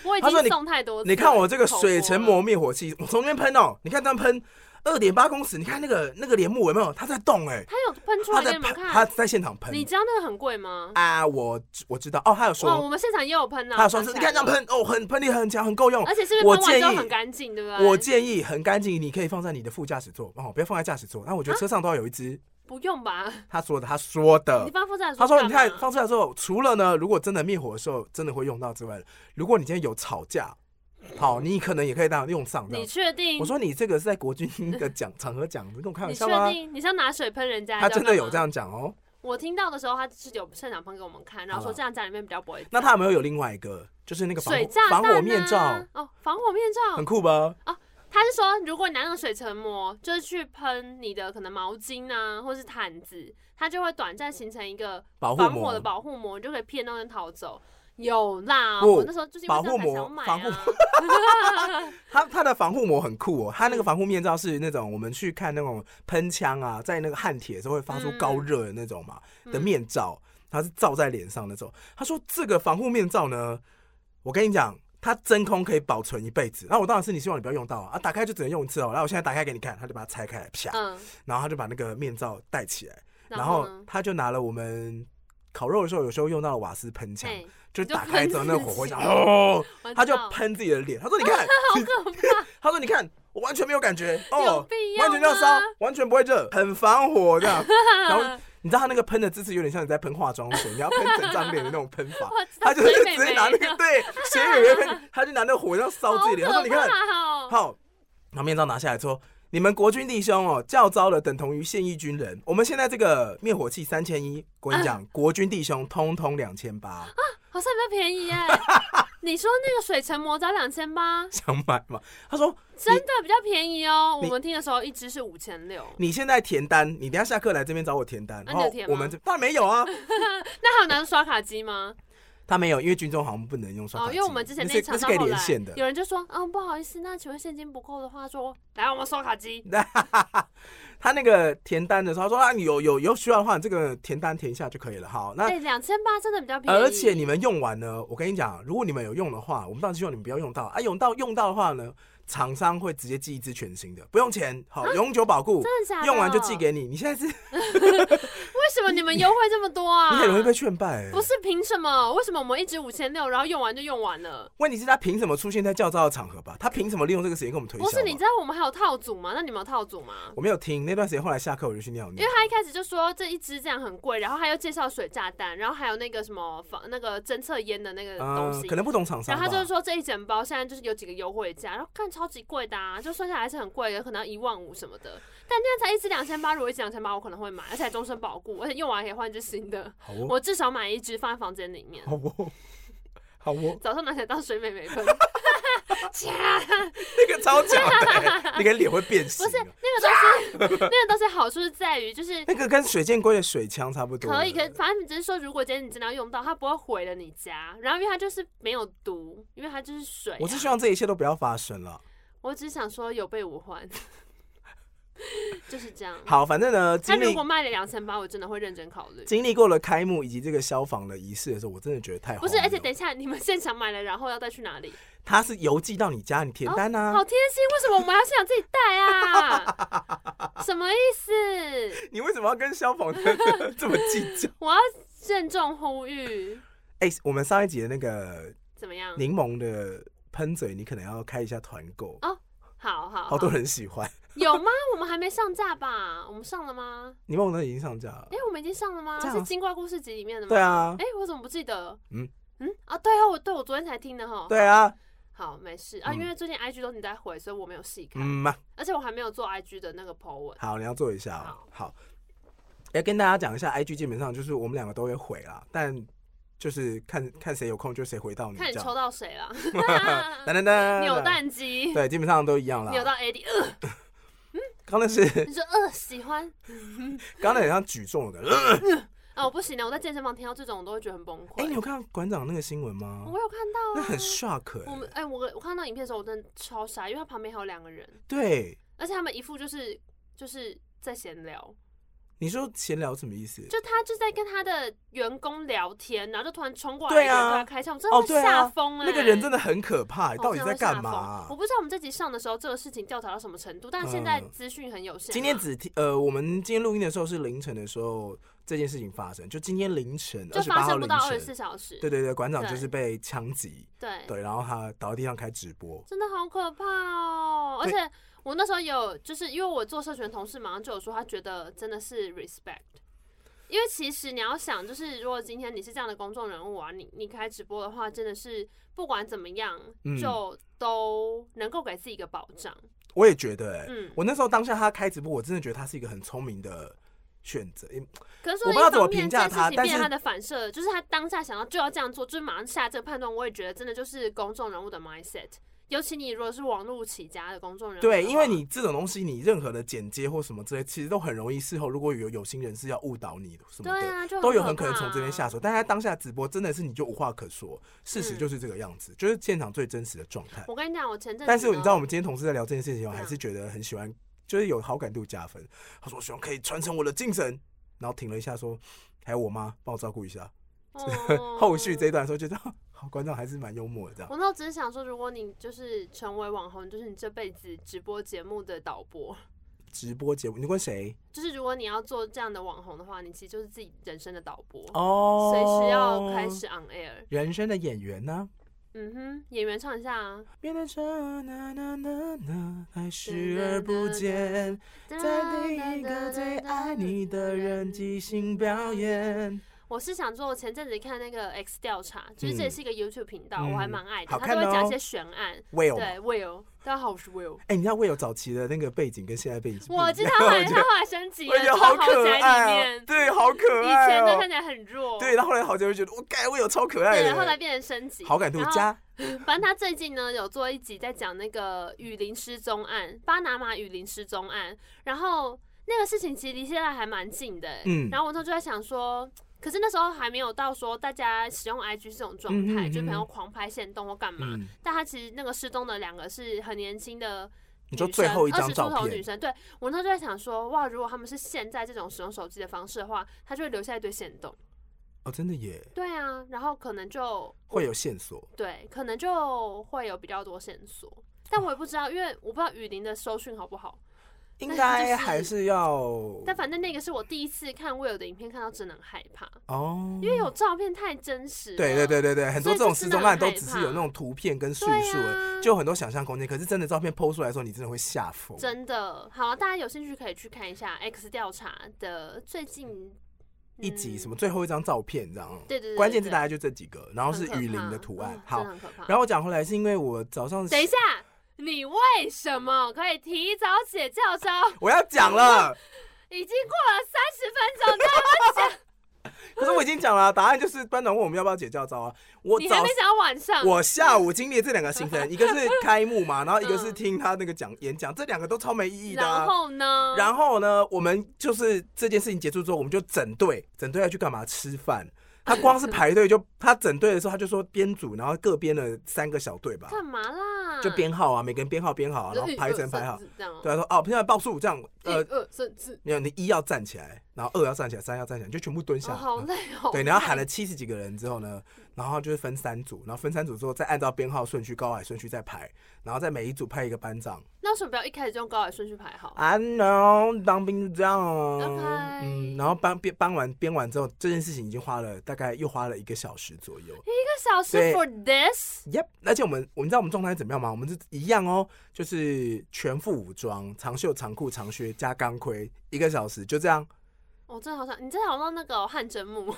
Speaker 2: 我已
Speaker 1: 他说你
Speaker 2: 经送太多次了
Speaker 1: 你看我这个水成
Speaker 2: 口播
Speaker 1: 膜灭火器，我从那边喷哦，你看这样喷二点八公尺，你看那个那个帘幕有没有？它在动哎、
Speaker 2: 了，它有喷出
Speaker 1: 它
Speaker 2: 来给
Speaker 1: 在
Speaker 2: 你们
Speaker 1: 喷，它
Speaker 2: 看。
Speaker 1: 在现场喷
Speaker 2: 你知道那个很贵吗？
Speaker 1: 啊！我我知道哦，他有
Speaker 2: 哇，我
Speaker 1: 说，
Speaker 2: 们现场也有喷呐、
Speaker 1: 他有说
Speaker 2: 想
Speaker 1: 是
Speaker 2: 起
Speaker 1: 你
Speaker 2: 来
Speaker 1: 看这样
Speaker 2: 了，哎
Speaker 1: 喷哦，很喷力很强，很够用
Speaker 2: 而。且是不
Speaker 1: 我
Speaker 2: 是喷完之
Speaker 1: 建
Speaker 2: 后
Speaker 1: 议
Speaker 2: 很干净，对不对？
Speaker 1: 我建议很干净，你可以放在你的副驾驶座哦，不要放在驾驶座。但我
Speaker 2: 啊
Speaker 1: 觉得车上都要有一只。
Speaker 2: 不用吧？
Speaker 1: 他说的，他说的
Speaker 2: 你，放负债，
Speaker 1: 呃他说：“你看
Speaker 2: 干嘛，
Speaker 1: 放出来之后，除了呢，如果真的灭火的时候真的会用到之外，如果你今天有吵架，好，你可能也可以当用上这
Speaker 2: 你
Speaker 1: 样。
Speaker 2: 确定？
Speaker 1: 我说你这个是在国军的讲场合讲，你跟我开
Speaker 2: 你
Speaker 1: 玩
Speaker 2: 确
Speaker 1: 笑吗？
Speaker 2: 定？你是要拿水喷人家？
Speaker 1: 他真的有
Speaker 2: 还是要干嘛
Speaker 1: 这？样讲哦。
Speaker 2: 我听到的时候，他是有现场喷给我们看，然后
Speaker 1: 好
Speaker 2: 说
Speaker 1: 吧
Speaker 2: 这样家里面比较不会。
Speaker 1: 那他有没有有另外一个，就是那个防
Speaker 2: 水
Speaker 1: 火
Speaker 2: 炸弹、
Speaker 1: 防
Speaker 2: 啊、
Speaker 1: 火面罩，
Speaker 2: 哦，防火面罩
Speaker 1: 很。酷吧？
Speaker 2: 他是说，如果你拿那个水层膜，就是去喷你的可能毛巾啊，或是毯子，它就会短暂形成一个
Speaker 1: 保护
Speaker 2: 防火的
Speaker 1: 膜，
Speaker 2: 保护膜，你就可以骗到人逃走。有啦，
Speaker 1: 不
Speaker 2: 我那时候就是因为这样才想买
Speaker 1: 哦保护膜
Speaker 2: 啊
Speaker 1: 防。他他的防护膜很酷哦。他
Speaker 2: 嗯
Speaker 1: 那个防护面罩是那种我们去看那种喷枪啊，在那个焊铁的时候会发出高热的那种嘛。的
Speaker 2: 嗯
Speaker 1: 面罩，它是罩在脸上那种。他说这个防护面罩呢，我跟你讲，它真空可以保存一辈子。那我当然是你希望你不要用到啊，啊打开就只能用一次哦。然后我现在打开给你看，他就把它拆开来，啪，
Speaker 2: 嗯，
Speaker 1: 然后他就把那个面罩戴起来，然
Speaker 2: 后
Speaker 1: 后
Speaker 2: 呢？
Speaker 1: 他就拿了我们烤肉的时候有时候用到的瓦斯喷枪，
Speaker 2: 嘿
Speaker 1: 就
Speaker 2: 哎就
Speaker 1: 打开之后
Speaker 2: 喷
Speaker 1: 那个
Speaker 2: 自
Speaker 1: 火会
Speaker 2: 己
Speaker 1: 上，哦，
Speaker 2: 我知
Speaker 1: 他就
Speaker 2: 道
Speaker 1: 喷自己的脸，他说 你看，他说你看。我完全没有感觉
Speaker 2: 有
Speaker 1: 哦
Speaker 2: 必，要
Speaker 1: 完全这样烧
Speaker 2: 吗，。
Speaker 1: 完全不会热，很防火这样。然后你知道他那个喷的姿势有点像你在喷化妆水，你要喷整张脸的那种喷法
Speaker 2: 我知道
Speaker 1: 他就是
Speaker 2: 水
Speaker 1: 直
Speaker 2: 美
Speaker 1: 接拿那
Speaker 2: 眉
Speaker 1: 个对斜眼月喷，他就拿那个火这样烧自己脸。他
Speaker 2: 好
Speaker 1: 说
Speaker 2: 可
Speaker 1: 你看，
Speaker 2: 怕哦
Speaker 1: 好，把面罩拿下来说：“你们国军弟兄哦，教招了等同于现役军人。我们现在这个灭火器三千一，我跟你
Speaker 2: 嗯
Speaker 1: 讲，国军弟兄通通两千八，
Speaker 2: 好像比较便宜耶。你说那个水成魔只要两千八，
Speaker 1: 想买吗？”他说
Speaker 2: 真的比较便宜哦。我
Speaker 1: 你
Speaker 2: 们听的时候一支是五千六，：“
Speaker 1: 你现在填单，你等一下下课来这边找我填单。”
Speaker 2: 那
Speaker 1: 然
Speaker 2: 啊你有
Speaker 1: 后
Speaker 2: 填吗
Speaker 1: 我们这当然没有啊，
Speaker 2: 那还有拿着刷卡机吗？
Speaker 1: 他没有，因为军中好像不能用刷卡
Speaker 2: 哦，
Speaker 1: 机，
Speaker 2: 因为我们之前
Speaker 1: 那
Speaker 2: 那一
Speaker 1: 是
Speaker 2: 场
Speaker 1: 那是
Speaker 2: 到
Speaker 1: 可以
Speaker 2: 后
Speaker 1: 连
Speaker 2: 来
Speaker 1: 线的。
Speaker 2: 有人就说，嗯，不好意思，那请问现金不够的话，说来我们刷卡机。
Speaker 1: 他那个填单的时候，他说：“啊，你有有有需要的话，你这个填单填一下就可以了。”好，那
Speaker 2: 哎，两千八真的比较便宜，
Speaker 1: 啊而且你们用完呢，我跟你讲，如果你们有用的话，我们当然希望你们不要用到啊。用到用到的话呢，厂商会直接寄一支全新的，不用钱，好永久保固，
Speaker 2: 啊真的啊假的？
Speaker 1: 用完就寄。给你。你现在是你
Speaker 2: 为什么你们优惠这么多 啊？
Speaker 1: 很容易被劝败、欸
Speaker 2: 不。是凭什么？为什么我们一支五千六，然后用完就用完了？
Speaker 1: 问题是他凭什么出现在教招的场合吧？他凭什么利用这个时间跟我们推销吧？啊
Speaker 2: 不是，你知道我们还有套组吗？那你们有套组吗？
Speaker 1: 我没有听那段时间，后来下课我就去尿
Speaker 2: 因
Speaker 1: 尿
Speaker 2: 为。他一开始就说这一支这样很贵，然后他又介绍水炸弹，然后还有那个什么防那个侦测烟的那个东
Speaker 1: 嗯，
Speaker 2: 西。
Speaker 1: 可能不懂厂
Speaker 2: 然
Speaker 1: 商
Speaker 2: 后
Speaker 1: 吧
Speaker 2: 他。就是说这一整包现在就是有几个优惠价，然后看超级贵的、啊，就算下来还是很贵的，可能一万五什么的。但那样才一支两千八，如果一支两千八，我可能会买，而且还终身保固，而且用完可以换一支新 的。
Speaker 1: 好哦，
Speaker 2: 我至少买一支放在房间里 面，
Speaker 1: 好哦，好哦，
Speaker 2: 早上拿起来当水美眉喷。
Speaker 1: 那个超假的、欸，那个脸会变形
Speaker 2: 不
Speaker 1: 的。
Speaker 2: 是那个东西， 那个东西好处是在于就是
Speaker 1: 那个跟水箭龟的水枪差不多。
Speaker 2: 可以，可以反正你只是说，如果今天你真的要用到，它不会毁了你家。然后因为它就是没有毒，因为它就是水啊、
Speaker 1: 我是希望这一切都不要发生了。
Speaker 2: 我只是想说有备无患， 就是这样。
Speaker 1: 好，反正呢，
Speaker 2: 他
Speaker 1: 经
Speaker 2: 如
Speaker 1: 历
Speaker 2: 果卖了两千八，我真的会认真考虑。
Speaker 1: 经历过了开幕以及这个消防的仪式的时候，我真的觉得太
Speaker 2: 不是，
Speaker 1: 荒
Speaker 2: 而
Speaker 1: 谬
Speaker 2: 且等一下，你们现场买了，然后要带去哪里？
Speaker 1: 他是邮寄到你家，你填单啊，
Speaker 2: 哦好贴心，为什么我们要现场自己带啊？ 什么意思？
Speaker 1: 你为什么要跟消防这么计 较？
Speaker 2: 我要郑重呼吁，
Speaker 1: 哎、我们上一集的那个
Speaker 2: 怎么样？
Speaker 1: 柠檬的喷嘴，你可能要开一下团
Speaker 2: 哦
Speaker 1: 购，
Speaker 2: 好好
Speaker 1: 好多人喜欢。
Speaker 2: 有吗？我们还没上架吧？我们上了吗？
Speaker 1: 柠檬呢已经上架了
Speaker 2: 哎、，我们已经上了吗？
Speaker 1: 这
Speaker 2: 是
Speaker 1: 样啊
Speaker 2: 《精怪故事集》里面的吗？
Speaker 1: 对。啊
Speaker 2: 哎、，我怎么不记得？嗯
Speaker 1: 嗯
Speaker 2: 嗯啊，对哦，我对我昨天才听的哈。。
Speaker 1: 对啊，
Speaker 2: 好，没事啊，
Speaker 1: 嗯
Speaker 2: 因为最近 IG 都你在回，所以我没有细看，
Speaker 1: 嗯嘛，
Speaker 2: 而且我还没有做 IG 的那个 po 文。
Speaker 1: 好，你要做一下、哦，好。要跟大家讲一下，IG 基本上就是我们两个都会回啦，但就是看看谁有空就谁回到你
Speaker 2: 看你
Speaker 1: 这
Speaker 2: 抽
Speaker 1: 样。
Speaker 2: 到 谁了，
Speaker 1: 噔噔噔，
Speaker 2: 扭蛋 机
Speaker 1: 对，基啊本上都一样啦。
Speaker 2: 扭到 AD，呃，
Speaker 1: 刚那是
Speaker 2: 你说呃喜欢
Speaker 1: 刚才很像举重的。哎、
Speaker 2: 啊，我不行了，我在健身房听到这种我都会觉得很崩溃。
Speaker 1: 你有看到馆长那个新闻吗？
Speaker 2: 我有看到啊，
Speaker 1: 那很 shock
Speaker 2: 我
Speaker 1: 哎、
Speaker 2: 们哎、我我看到影片的时候我真的超傻，因为他旁边还有两个人，
Speaker 1: 对，
Speaker 2: 而且他们一副就是就是在闲聊，
Speaker 1: 你说闲聊什么意思？
Speaker 2: 就他就在跟他的员工聊天，然后就突然冲过来
Speaker 1: 对
Speaker 2: 一个人
Speaker 1: 啊
Speaker 2: 跟他开枪，我真的
Speaker 1: 哦，
Speaker 2: 会
Speaker 1: 对
Speaker 2: 吓
Speaker 1: 啊，
Speaker 2: 疯哎、
Speaker 1: 那个人真的很可怕、
Speaker 2: 哦。
Speaker 1: 到底
Speaker 2: 真的
Speaker 1: 在
Speaker 2: 会吓
Speaker 1: 干嘛
Speaker 2: 疯
Speaker 1: 啊、
Speaker 2: 我不知道我们这集上的时候，这个事情调查到什么程度，但是现在
Speaker 1: 嗯
Speaker 2: 资讯很有限嘛。啊
Speaker 1: 今天只听呃，我们今天录音的时候是凌晨的时候，这件事情发生，就今天凌晨
Speaker 2: 就
Speaker 1: 二十
Speaker 2: 发
Speaker 1: 八号
Speaker 2: 生不
Speaker 1: 凌
Speaker 2: 到二十四
Speaker 1: 晨。
Speaker 2: 小时，
Speaker 1: 对对对，馆长
Speaker 2: 对
Speaker 1: 就是被枪击，
Speaker 2: 对
Speaker 1: 对，然后他倒在地上开直播，
Speaker 2: 真的好可怕哦！而
Speaker 1: 对
Speaker 2: 且我那时候有，就是因为我做社群的同事，马上就有说他觉得真的是 respect。因为其实你要想，就是如果今天你是这样的公众人物啊，你你开直播的话，真的是不管怎么样，
Speaker 1: 嗯
Speaker 2: 就都能够给自己一个保障。
Speaker 1: 我也觉得、哎、
Speaker 2: 嗯
Speaker 1: 我那时候当下他开直播，我真的觉得他是一个很聪明的选择，因
Speaker 2: 可是
Speaker 1: 我
Speaker 2: 说
Speaker 1: 不知道
Speaker 2: 一
Speaker 1: 怎么
Speaker 2: 方面
Speaker 1: 评
Speaker 2: 这
Speaker 1: 价
Speaker 2: 件
Speaker 1: 他
Speaker 2: 事情
Speaker 1: 但
Speaker 2: 变
Speaker 1: 是
Speaker 2: 他的反射，就是他当下想到就要这样做，就是马上下这个判断，我也觉得真的就是公众人物的 mindset。尤其你如果是网络起家的公众人物的话，
Speaker 1: 对，因为你这种东西，你任何的剪接或什么之类，其实都很容易。事后如果有有心人士要误导你什么
Speaker 2: 对
Speaker 1: 的，
Speaker 2: 啊，就
Speaker 1: 都有
Speaker 2: 很
Speaker 1: 很可能从这边
Speaker 2: 怕啊
Speaker 1: 下手。但他当下直播真的是你就无话可说，事实
Speaker 2: 嗯
Speaker 1: 就是这个样子，就是现场最真实的状态。
Speaker 2: 我跟你讲，我前阵子
Speaker 1: 但是你
Speaker 2: 呢
Speaker 1: 知道，我们今天同事在聊这件事情，我
Speaker 2: 对啊
Speaker 1: 还是觉得很喜欢，就是有好感度加分。他说：“希望可以传承我的精神。”然后停了一下，说：“还有我妈帮我照顾一下。
Speaker 2: 哦
Speaker 1: 后续这一段的时候，觉得好，观众还是蛮幽默的这样。
Speaker 2: 我那时候只是想说，如果你就是成为网红，就是你这辈子直播节目的导播，
Speaker 1: 直播节目，你问谁？
Speaker 2: 就是如果你要做这样的网红的话，你其实就是自己人生的导播，
Speaker 1: 哦，
Speaker 2: 随时要开始 on air。
Speaker 1: 人生的演员呢？
Speaker 2: 嗯哼，演员唱一下啊。
Speaker 1: 面对着那那那那爱视而不见，在另一个最爱你的人即兴表演。
Speaker 2: 我是想说，我前阵子看那个 X 调查，就是这也是一个 YouTube 频道，
Speaker 1: 嗯
Speaker 2: 我还蛮爱的，
Speaker 1: 好
Speaker 2: 他
Speaker 1: 看
Speaker 2: 都会
Speaker 1: 哦
Speaker 2: 讲一些悬案。
Speaker 1: Will，
Speaker 2: 对，Will，大家好，我是 Will。
Speaker 1: 哎、你知道 Will 早期的那个背景跟现在背景是不一样的，
Speaker 2: 我知道后来
Speaker 1: 我觉
Speaker 2: 他
Speaker 1: 得
Speaker 2: 后来升级
Speaker 1: 我
Speaker 2: 了，
Speaker 1: 觉
Speaker 2: 住
Speaker 1: 得好
Speaker 2: 豪
Speaker 1: 可
Speaker 2: 宅 里
Speaker 1: 爱哦
Speaker 2: 面，，
Speaker 1: 对，好可
Speaker 2: 以
Speaker 1: 爱
Speaker 2: 前的
Speaker 1: 哦
Speaker 2: 看。起来很弱，
Speaker 1: 对，然后后来好久就觉得，我盖 Will 超可爱
Speaker 2: 对，
Speaker 1: 的，
Speaker 2: 然后来变成升级，
Speaker 1: 好感度
Speaker 2: 然后
Speaker 1: 加。
Speaker 2: 反正他最近呢有做一集在讲那个雨林失踪案，巴拿马雨林失踪案，然后那个事情其实离现在还蛮近的、
Speaker 1: 嗯
Speaker 2: 然后我那时候就在想说。可是那时候还没有到说大家使用 IG 这种状态，
Speaker 1: 嗯嗯嗯
Speaker 2: 就朋友狂拍现动或干嘛。
Speaker 1: 嗯，
Speaker 2: 但他其实那个失踪的两个是很年轻的
Speaker 1: 你
Speaker 2: 女
Speaker 1: 说
Speaker 2: 生，
Speaker 1: 最后一
Speaker 2: 二
Speaker 1: 张
Speaker 2: 十出
Speaker 1: 照
Speaker 2: 头女
Speaker 1: 片，
Speaker 2: 生，对我那时候就在想说，哇，如果他们是现在这种使用手机的方式的话，他就会留下一堆线动。
Speaker 1: 哦，真的耶，
Speaker 2: 对啊，然后可能就
Speaker 1: 会有线索。
Speaker 2: 对，可能就会有比较多线索，但我也不知道，因为我不知道雨林的收讯好不好。
Speaker 1: 应
Speaker 2: 但是
Speaker 1: 该
Speaker 2: 就是
Speaker 1: 还是要
Speaker 2: 但反正那个是我第一次看 Will 的影片，看到真的很害怕，
Speaker 1: 哦，
Speaker 2: 因为有照片太真实了。
Speaker 1: 对对对对对，很多
Speaker 2: 所以
Speaker 1: 这
Speaker 2: 就
Speaker 1: 种
Speaker 2: 真
Speaker 1: 失
Speaker 2: 的
Speaker 1: 踪案
Speaker 2: 很
Speaker 1: 都
Speaker 2: 害
Speaker 1: 只是
Speaker 2: 怕
Speaker 1: 有那种图片跟叙
Speaker 2: 对
Speaker 1: 述而已，
Speaker 2: 啊
Speaker 1: 就有很多想象空间。可是真的照片剖出来的时候，你真的会吓疯。
Speaker 2: 真的好，大家有兴趣可以去看一下 X 调查的最近
Speaker 1: 一集什
Speaker 2: 么？
Speaker 1: 么最后一张照片这样，
Speaker 2: 对嗯对对，
Speaker 1: 关键字大
Speaker 2: 家
Speaker 1: 概就这几个，然后是雨林的图案。好
Speaker 2: 嗯真的，很可怕。
Speaker 1: 然后我讲回来是因为我早上
Speaker 2: 等一下，你为什么可以提早写教招？
Speaker 1: 我要讲了，
Speaker 2: 已经过了三十分钟，你还
Speaker 1: 可是我已经讲了啊，答案就是班长问我们要不要解教招啊。 我
Speaker 2: 你还
Speaker 1: 早
Speaker 2: 没讲到晚上。
Speaker 1: 我下午经历了这两个行程，一个是开幕 嘛，然后一个是
Speaker 2: 嗯
Speaker 1: 听他那个讲演讲，这两个都超没意义的、啊
Speaker 2: 然。后呢？
Speaker 1: 然后呢，我们就是这件事情结束之后，我们就整队，整队要去干嘛？吃饭。他光是排队 就，他整队的时候，他就说编组，然后各编了三个小队吧，
Speaker 2: 干嘛啦？呃
Speaker 1: 就编号啊，每个人编号编好啊、然后排成排好。
Speaker 2: 这样哦。
Speaker 1: 对，他说哦，现在报数这样，呃
Speaker 2: 一，二三四，哦
Speaker 1: 没有，你一要站起来，然后二要站起来，三要站起来，你就全部蹲下。嗯
Speaker 2: 哦，好累哦。
Speaker 1: 对，然后喊了七十几个人之后呢，然后就是分三组，然后分三组之后再按照编号顺序、高矮顺序再排，然后在每一组派一个班长。
Speaker 2: 那为什么不要一开始就用高矮顺序排好？
Speaker 1: I know，当兵就这样哦。
Speaker 2: OK
Speaker 1: 嗯，然后帮编帮完编完之后，这件事情已经花了大概又花了一个小时左右。
Speaker 2: 一个小时
Speaker 1: 对
Speaker 2: for this？
Speaker 1: Yep，而且我们我们知道我们状态是怎么样吗？我们是一样哦，就是全副武装，长袖、长裤、长靴加钢盔，一个小时就这样。
Speaker 2: 我哦真的好想，你真的好像那个哦汗 蒸木，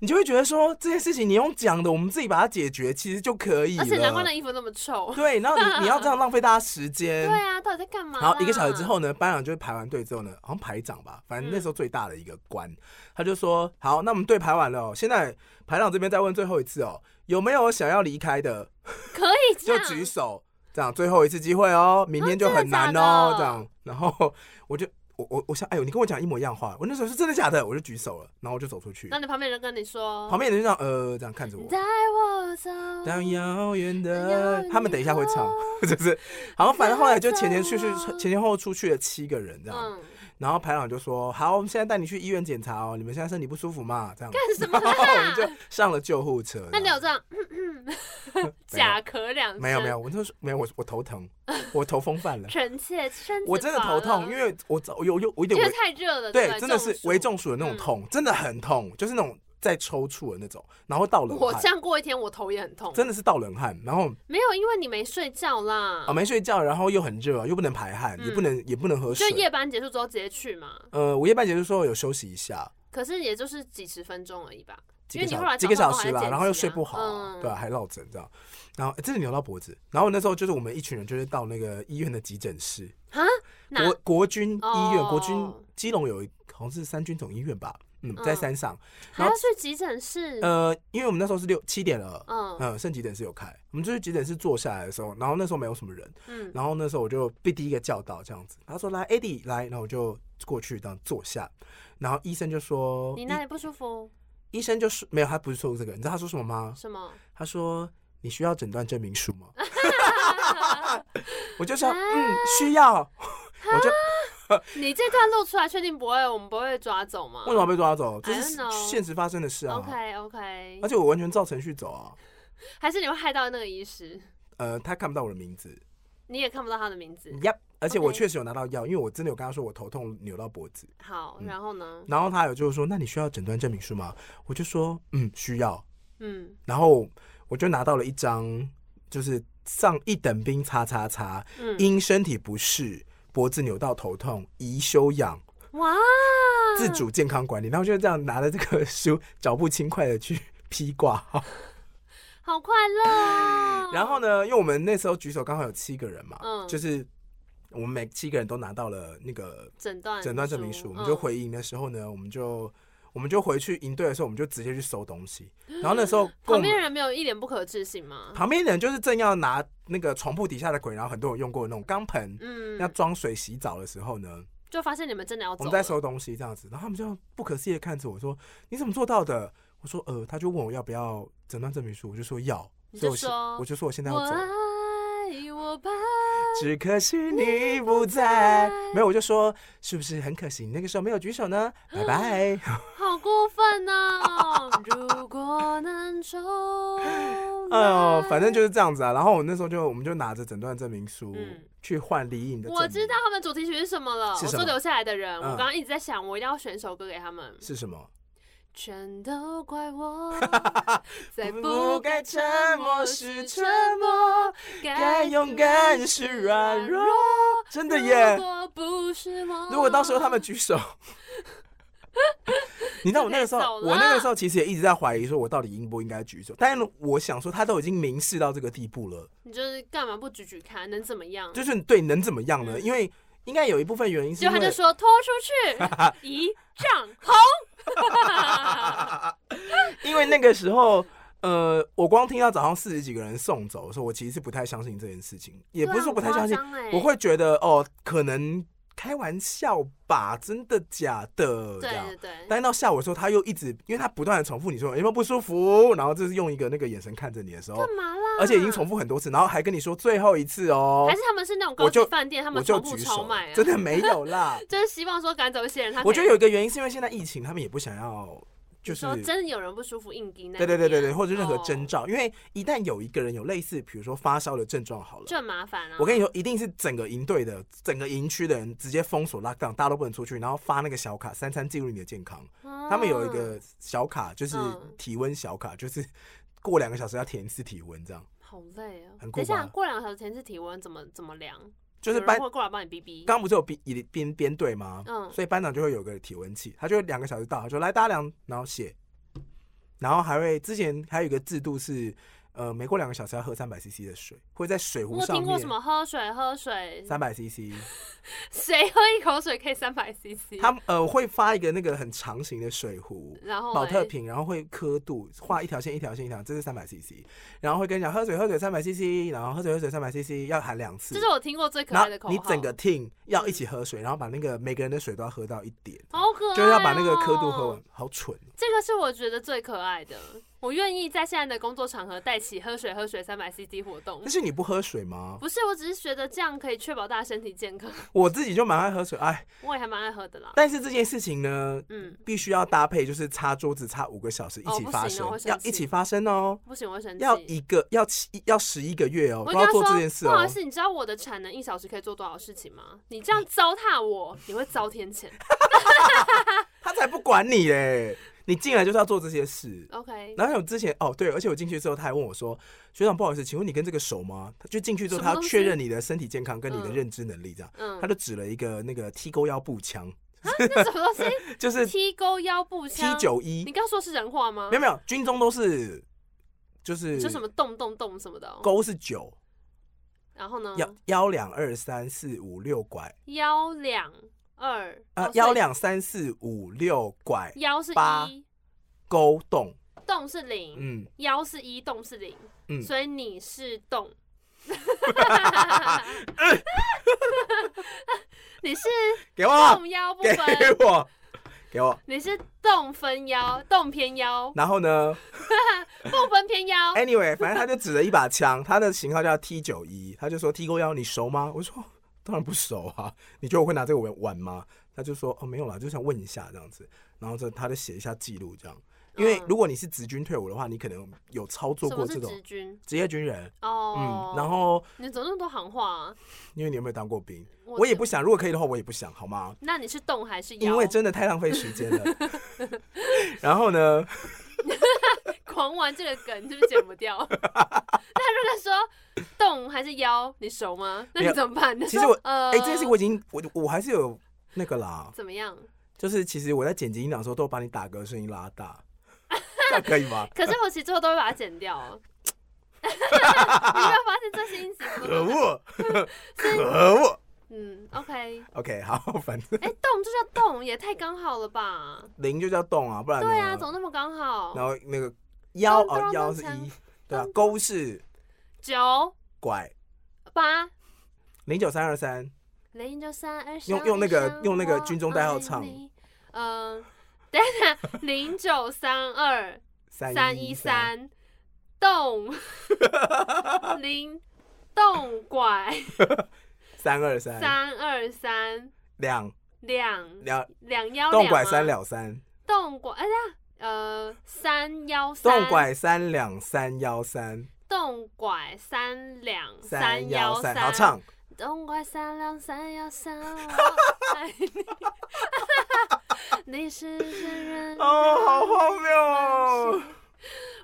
Speaker 1: 你就会觉得说这件事情你用讲的，我们自己把它解决，其实就可以了。
Speaker 2: 而且难怪那衣服那么臭。
Speaker 1: 对，然后你你要这样浪费大家时
Speaker 2: 对
Speaker 1: 间。
Speaker 2: 啊，到底在干嘛？
Speaker 1: 然后嗯一个小时之，后呢，班长就是排完队之后呢，好像排长吧，反正那
Speaker 2: 嗯
Speaker 1: 时候最大的一个官，他就说：“好，那我们队排完了、哦，现在排长这边再问最后一次哦，有没有想要离开的，
Speaker 2: 可以这
Speaker 1: 就
Speaker 2: 样
Speaker 1: 举手，这样最后一次机会哦，明天就很难哦，
Speaker 2: 啊真的假的
Speaker 1: 这样。”然后我就我我我想，哎呦，你跟我讲一模一样的话，我那时候是真的假的，我就举手了，然后我就走出去
Speaker 2: 那，你旁边人跟你说，
Speaker 1: 旁边人就这样呃这样看着我
Speaker 2: 你，带我走，
Speaker 1: 当遥远
Speaker 2: 遥
Speaker 1: 的
Speaker 2: 远，
Speaker 1: 他们等一下会唱
Speaker 2: 的，
Speaker 1: 就是，好像反正后来就前前去去
Speaker 2: 的
Speaker 1: 前前后后出去了七个人这样，
Speaker 2: 嗯，
Speaker 1: 然后排长就说：“好，我们现在带你去医院检查哦，你们现在身体不舒服嘛？”这样，
Speaker 2: 干 什么
Speaker 1: 然后我们
Speaker 2: 啦？
Speaker 1: 就嗯上了救护车。
Speaker 2: 那你有
Speaker 1: 样
Speaker 2: 这样 假咳两声？
Speaker 1: 没有没有，，我那时候没有我我头 疼，我头风犯了，
Speaker 2: 臣妾身子
Speaker 1: 我真的头
Speaker 2: 乏了
Speaker 1: 痛，因为我早我有有我有
Speaker 2: 因为
Speaker 1: 点
Speaker 2: 太热了，
Speaker 1: 对
Speaker 2: 不，
Speaker 1: 真的是
Speaker 2: 暑
Speaker 1: 为中暑的那种
Speaker 2: 嗯
Speaker 1: 痛，真的很痛，就是那种在抽搐的那种，然后到冷
Speaker 2: 我这
Speaker 1: 汗，
Speaker 2: 样过一天，我头也很痛。
Speaker 1: 真的是到冷汗，然后
Speaker 2: 没有，因为你没睡觉啦。
Speaker 1: 啊没睡觉，然后又很热，又不能排汗，也不能也不能喝
Speaker 2: 嗯就
Speaker 1: 水。
Speaker 2: 夜班结束之后直接去嘛，
Speaker 1: 呃，我夜半结束之后有休息一下，
Speaker 2: 可是也就是几十分钟而已吧。
Speaker 1: 几个
Speaker 2: 因为你后
Speaker 1: 小
Speaker 2: 来
Speaker 1: 几个小
Speaker 2: 早上
Speaker 1: 时
Speaker 2: 还
Speaker 1: 啦，
Speaker 2: 剪
Speaker 1: 然后又
Speaker 2: 辑
Speaker 1: 睡
Speaker 2: 啊
Speaker 1: 不好啊，
Speaker 2: 嗯
Speaker 1: 对啊，还落枕这样，然后、欸、真的扭到脖子。然后那时候就是我们一群人就是到那个医院的急诊室，
Speaker 2: 啊，
Speaker 1: 国
Speaker 2: 哪
Speaker 1: 国军医院，
Speaker 2: 哦
Speaker 1: 国军基隆有一好像是三军总医院吧，嗯，在
Speaker 2: 嗯
Speaker 1: 山上。
Speaker 2: 还要去急诊室？
Speaker 1: 呃，因为我们那时候是六七点了，
Speaker 2: 嗯
Speaker 1: 嗯，剩急诊室有开，我们就是急诊室坐下来的时候，然后那时候没有什么人，
Speaker 2: 嗯，
Speaker 1: 然后那时候我就被第一个叫到这样子，他说来 e d d i 来，然后我就过去这样坐下，然后医生就说，
Speaker 2: 你
Speaker 1: 医
Speaker 2: 哪里不舒服？
Speaker 1: 医生就说没有，他不是说这个，你知道他说什么吗？
Speaker 2: 什么？
Speaker 1: 他说：“你需要诊断证明书吗？” 我就说：“
Speaker 2: 啊
Speaker 1: 嗯，需要。”我就
Speaker 2: 你这段录出来，确定不会，我们不会抓走吗
Speaker 1: 为什么要被抓走？这
Speaker 2: I don't
Speaker 1: 是
Speaker 2: know
Speaker 1: 现实发生的事啊！
Speaker 2: ？OK OK，
Speaker 1: 而且我完全照程序走啊。
Speaker 2: 还是你会害到那个医师，
Speaker 1: 呃，他看不到我的名字
Speaker 2: 你也看不到他的名字。
Speaker 1: ，Yep，而且我
Speaker 2: OK
Speaker 1: 确实有拿到药，因为我真的有跟他说我头痛扭到脖子，
Speaker 2: 好，然后呢？
Speaker 1: 然后他有就是说，那你需要诊断证明书吗？我就说嗯需要，
Speaker 2: 嗯
Speaker 1: 然后我就拿到了一张，就是上一等兵叉叉叉，
Speaker 2: 嗯，
Speaker 1: 因身体不适。脖子扭到头痛，宜休养，
Speaker 2: 哇，
Speaker 1: 自
Speaker 2: 嗯
Speaker 1: 主健康管理。然后就这样拿着这个书，脚步轻快的去披挂
Speaker 2: 嗯
Speaker 1: 号。
Speaker 2: 好快乐 哦。
Speaker 1: 然后呢，因为我们那时候举手刚好有七个人嘛，
Speaker 2: 嗯
Speaker 1: 就是我们每七个人都拿到了那个
Speaker 2: 诊断
Speaker 1: 诊断证明
Speaker 2: 嗯
Speaker 1: 书，我们就回营的时候呢，我们就我们就回去营队的时候，我们就直接去收东西。然后那时候
Speaker 2: 嗯
Speaker 1: 跟我
Speaker 2: 旁
Speaker 1: 们
Speaker 2: 边人没有一脸不可置信吗？
Speaker 1: 旁边人就是正要拿那个床铺底下的鬼，然后很多人用过的那种钢盆，
Speaker 2: 嗯
Speaker 1: 要，装水洗澡的时候呢，
Speaker 2: 就发现你们真的要
Speaker 1: 我
Speaker 2: 走
Speaker 1: 们
Speaker 2: 了。
Speaker 1: 在收东西这样子，然后他们就不可思议的看着我说：“你怎么做到的？”我说：“呃，他就问我要不要诊断证明书，我就说要，
Speaker 2: 你
Speaker 1: 所以
Speaker 2: 就
Speaker 1: 我现
Speaker 2: 说
Speaker 1: 我就说我现在
Speaker 2: 我
Speaker 1: 要走。”
Speaker 2: 爱我吧，
Speaker 1: 只可惜你不在。没有，我就说是不是很可惜？你那个时候没有举手呢？拜拜。
Speaker 2: 好过分呐、如果能重来，
Speaker 1: 哎呦，反正就是这样子啊。然后我那时候就我们就拿着诊断证明书
Speaker 2: 嗯
Speaker 1: 去换离颖的。
Speaker 2: 我知道他们主题曲是什么了。
Speaker 1: 是什么
Speaker 2: 我说留下来的人，
Speaker 1: 嗯
Speaker 2: 我刚刚一直在想，我一定要选一首歌给他们。
Speaker 1: 是什么。
Speaker 2: 全都怪 我，再
Speaker 1: 不
Speaker 2: 不
Speaker 1: 该
Speaker 2: 该
Speaker 1: 沉
Speaker 2: 沉
Speaker 1: 默
Speaker 2: 默
Speaker 1: 是
Speaker 2: 是
Speaker 1: 沉
Speaker 2: 沉
Speaker 1: 默
Speaker 2: 默，
Speaker 1: 该
Speaker 2: 该
Speaker 1: 勇
Speaker 2: 勇
Speaker 1: 敢
Speaker 2: 敢
Speaker 1: 是
Speaker 2: 是
Speaker 1: 软
Speaker 2: 软
Speaker 1: 弱
Speaker 2: 弱。
Speaker 1: 真的耶
Speaker 2: 如！果不是我，
Speaker 1: 如果到时候他们举手。 你知道我那个时候
Speaker 2: 就可以，走了
Speaker 1: 我那个时候其实也一直在怀疑，说我到底应不应该举手。但是我想说，他都已经明示到这个地步了，
Speaker 2: 你就是干嘛不举举看，能怎么样？
Speaker 1: 就是对能怎么样呢？
Speaker 2: 嗯
Speaker 1: 因为应该有一部分原因是
Speaker 2: 结
Speaker 1: 因
Speaker 2: 果他
Speaker 1: 为
Speaker 2: 就说拖 出去一丈红，
Speaker 1: 因为那个时候，呃，我光听到早上四十几个人送走的时候，我其实是不太相信这件事情， 也不是说不太相信
Speaker 2: 对，啊，很夸张欸
Speaker 1: 我会觉得哦，可能开玩笑吧，真的假的这
Speaker 2: 对
Speaker 1: 样
Speaker 2: 对。对，
Speaker 1: 但到下午的时候，他又一直，因为他不断的重复你说有没有不舒服，然后就是用一个那个眼神看着你的时候
Speaker 2: 干，嘛啦？
Speaker 1: 而且已经重复很多次，然后还跟你说最后一次哦
Speaker 2: 还，是他们是那种
Speaker 1: 我
Speaker 2: 高级
Speaker 1: 就
Speaker 2: 饭店，他
Speaker 1: 我
Speaker 2: 们
Speaker 1: 就
Speaker 2: 重复
Speaker 1: 举
Speaker 2: 超
Speaker 1: 手
Speaker 2: 卖、啊，
Speaker 1: 真的没有 啦。
Speaker 2: 就是希望说赶走一些人。他可以
Speaker 1: 我觉得有一个原因是因为现在疫情，他们也不想要就是
Speaker 2: 说真的有人不舒服硬盯那
Speaker 1: 对
Speaker 2: 一
Speaker 1: 对对对对，
Speaker 2: 面
Speaker 1: 或者任何
Speaker 2: 哦
Speaker 1: 征兆，因为一旦有一个人有类似，比如说发烧的症状，好了
Speaker 2: 就，很麻烦啊。
Speaker 1: 我跟你说，一定是整个营队的、整个营区的人直接封锁 lockdown，大家都不能出去，然后发那个小卡，三餐记录你的健康。
Speaker 2: 哦
Speaker 1: 他们有一个小卡，就是
Speaker 2: 嗯
Speaker 1: 体温小卡，就是过两个小时要填一次体温，这样
Speaker 2: 好累哦。
Speaker 1: 很酷
Speaker 2: 等一下
Speaker 1: 吧
Speaker 2: 过两个小时前是体温，怎么怎么量？
Speaker 1: 就是
Speaker 2: 有人
Speaker 1: 班。
Speaker 2: 会过来帮你逼逼。
Speaker 1: 刚不是有编编编队吗？
Speaker 2: 嗯
Speaker 1: 所以班长就会有个体温器，他就会两个小时到，他说来大家量，然后写，然后还会之前还有一个制度是，呃，每过两个小时要喝三百 CC 的水，会在水壶
Speaker 2: 我有
Speaker 1: 上
Speaker 2: 听过什
Speaker 1: 面
Speaker 2: 么喝水喝水，
Speaker 1: 三百 CC，
Speaker 2: 谁喝一口水可以三百 CC？
Speaker 1: 他呃会发一个那个很长型的水壶。
Speaker 2: 然后
Speaker 1: 保
Speaker 2: 嘞
Speaker 1: 特瓶，然后会刻度，画一条线一条线一条，这是三百 CC，然后会跟你讲喝水喝水三百 CC，然后喝水喝水三百 CC 要喊两次
Speaker 2: 这是，我听过最可
Speaker 1: 然
Speaker 2: 爱的
Speaker 1: 后
Speaker 2: 口
Speaker 1: 你
Speaker 2: 号。嗯
Speaker 1: 整个 team 要一起喝水，然后把那个每个人的水都要喝到一点，
Speaker 2: 好可爱、哦，
Speaker 1: 就是要把那个刻度喝完。，好蠢哦！
Speaker 2: 这个是我觉得最可爱的，我愿意在现在的工作场合带起喝水喝水三百 CC 活动
Speaker 1: 但。是你不喝水吗？
Speaker 2: 不是，我只是觉得这样可以确保大家身体健康，
Speaker 1: 我自己就蛮爱喝水，哎，
Speaker 2: 我也还蛮爱喝的啦。
Speaker 1: 但是这件事情呢，
Speaker 2: 嗯，
Speaker 1: 必须要搭配，就是擦桌子擦五个小时一
Speaker 2: 哦
Speaker 1: 起
Speaker 2: 不
Speaker 1: 发
Speaker 2: 行
Speaker 1: 生
Speaker 2: 哦我，生
Speaker 1: 要
Speaker 2: 气
Speaker 1: 一起发生哦，
Speaker 2: 不行，我会生气。
Speaker 1: 要一个要七要十一个月哦，
Speaker 2: 我
Speaker 1: 都
Speaker 2: 跟他
Speaker 1: 要做
Speaker 2: 说，
Speaker 1: 这件事
Speaker 2: 不好
Speaker 1: 哦
Speaker 2: 意。思，你知道我的产能一小时可以做多少事情吗？你这样糟蹋我，你会遭天谴。
Speaker 1: 他才不管你嘞，你进来就是要做这些事。
Speaker 2: OK，
Speaker 1: 然后我之前哦对，而且我进去之后，他还问我说：“学长，不好意思，请问你跟这个熟吗？”他就进去之后，
Speaker 2: 什
Speaker 1: 他
Speaker 2: 么
Speaker 1: 要
Speaker 2: 东西
Speaker 1: 确认你的身体健康跟你的
Speaker 2: 嗯
Speaker 1: 认知能力，这样，
Speaker 2: 嗯
Speaker 1: 他，就指了一个那个踢钩腰步枪，
Speaker 2: 那什么东西？
Speaker 1: 就是
Speaker 2: 嗯踢勾腰步
Speaker 1: 踢
Speaker 2: 枪？
Speaker 1: 九一
Speaker 2: 你，刚说是人话吗
Speaker 1: 没有？没有，军中都是就是
Speaker 2: 你说什么动动动什么的哦？
Speaker 1: 勾是九，
Speaker 2: 然后呢？
Speaker 1: 幺幺两二三四五六拐
Speaker 2: 幺两二
Speaker 1: 啊
Speaker 2: 哦，
Speaker 1: 幺
Speaker 2: 所以
Speaker 1: 两三四五六拐
Speaker 2: 幺是
Speaker 1: 八
Speaker 2: 一，
Speaker 1: 勾洞，
Speaker 2: 动是零，
Speaker 1: 嗯，
Speaker 2: 幺是一，动是零
Speaker 1: 嗯，
Speaker 2: 所以你是 动。你是
Speaker 1: 给我
Speaker 2: 动腰不
Speaker 1: 哦给
Speaker 2: 分，
Speaker 1: 我给我，
Speaker 2: 你是动分腰，动偏腰，
Speaker 1: 然后呢
Speaker 2: 不分偏腰。
Speaker 1: ？Anyway，反正他就指了一把枪，他的型号叫 T 九一，他就说踢勾腰，你熟吗？我说当然不熟啊，你觉得我会拿这个玩玩吗？他就说哦没有啦，就想问一下这样子，然后这他就写一下记录这样，因为
Speaker 2: 嗯
Speaker 1: 如果你是职军退伍的话，你可能有操作
Speaker 2: 什
Speaker 1: 过
Speaker 2: 么是
Speaker 1: 这种
Speaker 2: 直军？
Speaker 1: 职业军人。
Speaker 2: 哦，
Speaker 1: 嗯，然后
Speaker 2: 你怎么那么多行话啊？
Speaker 1: 因为你有没有当过兵，
Speaker 2: 我
Speaker 1: 我也
Speaker 2: 只
Speaker 1: 不想。如果可以的话，我也不想，好吗？
Speaker 2: 那你是动还是摇？
Speaker 1: 因为真的太浪费时间 了。然后
Speaker 2: 呃
Speaker 1: 呢，
Speaker 2: 狂玩这个梗是不是剪 不掉？那如果说动还是腰，你熟吗？那
Speaker 1: 没
Speaker 2: 你
Speaker 1: 有
Speaker 2: 怎么办？你
Speaker 1: 其
Speaker 2: 说
Speaker 1: 实我
Speaker 2: 呃，
Speaker 1: 哎、这件事我已经我我还是有那个啦，
Speaker 2: 怎么样？
Speaker 1: 就是其实我在剪辑音档的时候，都把你打嗝的声音拉大，这样可以 吗？
Speaker 2: 可是我其实最后都会把它剪 掉哦。 你有没有发现这是音节目？
Speaker 1: 可恶，可恶。
Speaker 2: 嗯，OK，
Speaker 1: OK，好，反正
Speaker 2: 哎、动就叫动，也太刚好了吧？
Speaker 1: 零就叫动啊，不然呢
Speaker 2: 对啊，怎么那么刚
Speaker 1: 然
Speaker 2: 好？
Speaker 1: 后那个腰
Speaker 2: 咚
Speaker 1: 哦，
Speaker 2: 咚
Speaker 1: 腰
Speaker 2: 咚
Speaker 1: 是
Speaker 2: 锵
Speaker 1: 一，对啊
Speaker 2: 咚，
Speaker 1: 勾是
Speaker 2: 九
Speaker 1: 拐，
Speaker 2: 八
Speaker 1: 零九三二三，
Speaker 2: 零九三二十，
Speaker 1: 用用那个用那个军中代号
Speaker 2: 我爱
Speaker 1: 唱
Speaker 2: 你。嗯、等一下，零九三二
Speaker 1: 三
Speaker 2: 三一，三动 零动拐
Speaker 1: 三二三，
Speaker 2: 三二三
Speaker 1: 两
Speaker 2: 两
Speaker 1: 两
Speaker 2: 两幺
Speaker 1: 动拐三
Speaker 2: 两
Speaker 1: 两
Speaker 2: 吗
Speaker 1: 三，
Speaker 2: 动拐哎呀呃三幺三
Speaker 1: 动拐三两三幺三
Speaker 2: 动拐三两
Speaker 1: 三
Speaker 2: 幺
Speaker 1: 幺三，好唱，
Speaker 2: 动拐三两三 幺三 我爱你你是世人
Speaker 1: 哦，好荒谬
Speaker 2: 嗯
Speaker 1: 哦，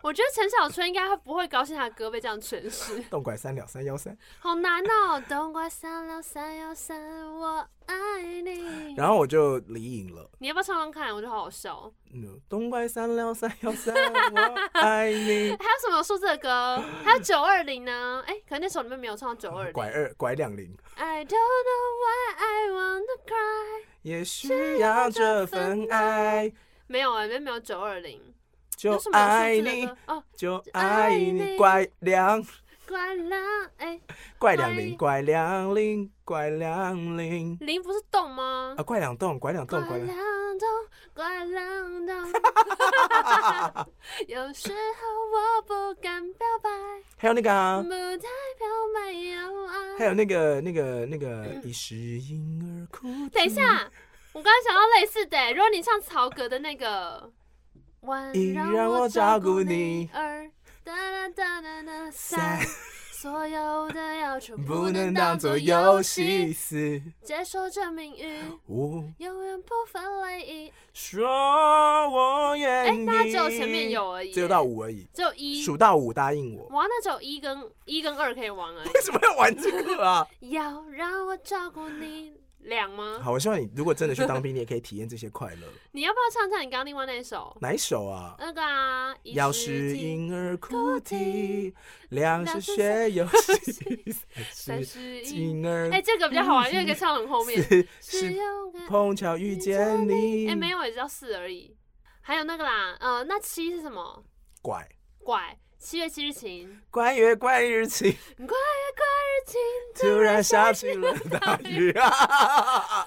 Speaker 2: 我觉得陈小春应该不会高兴他的歌被这样诠释。
Speaker 1: 动拐三两三幺三，
Speaker 2: 好难哦！冬瓜三六三幺三，我爱你。
Speaker 1: 然后我就离影了。
Speaker 2: 你要不要唱唱看？我觉得好好笑。哦
Speaker 1: 嗯，动拐三两三幺三，我爱 你。
Speaker 2: 还有什么数字的歌？还有九二零呢？哎、可能那首里面没有唱九二零。
Speaker 1: 拐二拐两零，
Speaker 2: I don't know why I wanna cry。
Speaker 1: 也需要这份爱，
Speaker 2: 没有啊、里面没有九二零。
Speaker 1: 就
Speaker 2: 有什么
Speaker 1: 爱
Speaker 2: 有数字的
Speaker 1: 你
Speaker 2: 歌。哦，
Speaker 1: 就
Speaker 2: 爱
Speaker 1: 爱
Speaker 2: 你哎
Speaker 1: 你，拐两
Speaker 2: 乖啦，哎、
Speaker 1: 拐两
Speaker 2: 乖
Speaker 1: 零，拐两零，拐两零
Speaker 2: 零不是动吗
Speaker 1: 啊，？拐两栋，拐两栋，拐两。
Speaker 2: 浪动，怪 浪动。有时候我不敢表白。
Speaker 1: 还有那个啊
Speaker 2: 不，代表没有爱。
Speaker 1: 还有那个那个那个，一时因而哭。
Speaker 2: 嗯等一，下，我刚刚想到类似的、欸如果你唱曹格的那个“晚
Speaker 1: 依
Speaker 2: 让
Speaker 1: 然
Speaker 2: 我
Speaker 1: 我
Speaker 2: 照
Speaker 1: 照
Speaker 2: 顾
Speaker 1: 顾
Speaker 2: 你
Speaker 1: 你
Speaker 2: 二”，哒哒哒哒哒三
Speaker 1: 三，
Speaker 2: 所有的要求
Speaker 1: 不
Speaker 2: 不能
Speaker 1: 能
Speaker 2: 当
Speaker 1: 当
Speaker 2: 做
Speaker 1: 作
Speaker 2: 游
Speaker 1: 游戏
Speaker 2: 戏，
Speaker 1: 死。
Speaker 2: 接受这命运，
Speaker 1: 我
Speaker 2: 永远不分类一。
Speaker 1: 说我
Speaker 2: 哎、
Speaker 1: 愿意。
Speaker 2: 大家只有前面，有而已、欸
Speaker 1: 只有到，五而已。
Speaker 2: 只有一。
Speaker 1: 数到五，答应我。
Speaker 2: 哇，那只有一跟一跟二可以玩而
Speaker 1: 为什么要玩这个啊？
Speaker 2: 已。要让我照顾你，两吗？
Speaker 1: 好，我希望你如果真的去当兵，你也可以体验这些快乐。
Speaker 2: 你要不要唱唱你刚刚另外那一首？
Speaker 1: 哪一首啊？
Speaker 2: 那个啊，一
Speaker 1: 要
Speaker 2: 时
Speaker 1: 是
Speaker 2: 情
Speaker 1: 因而哭啼，两
Speaker 2: 两
Speaker 1: 是
Speaker 2: 是
Speaker 1: 学游戏，
Speaker 2: 三
Speaker 1: 三是
Speaker 2: 十一。
Speaker 1: 因而
Speaker 2: 哎、这个比较好玩，因为可以唱很后面。
Speaker 1: 是
Speaker 2: 是
Speaker 1: 是
Speaker 2: 勇敢。
Speaker 1: 碰巧遇见你。
Speaker 2: 哎、没有，也只要四而已。还有那个啦，呃，那七是什么？
Speaker 1: 拐
Speaker 2: 拐。七月七日晴，
Speaker 1: 关于关于情，
Speaker 2: 快乐快日晴，
Speaker 1: 突然下起了大 雨啊！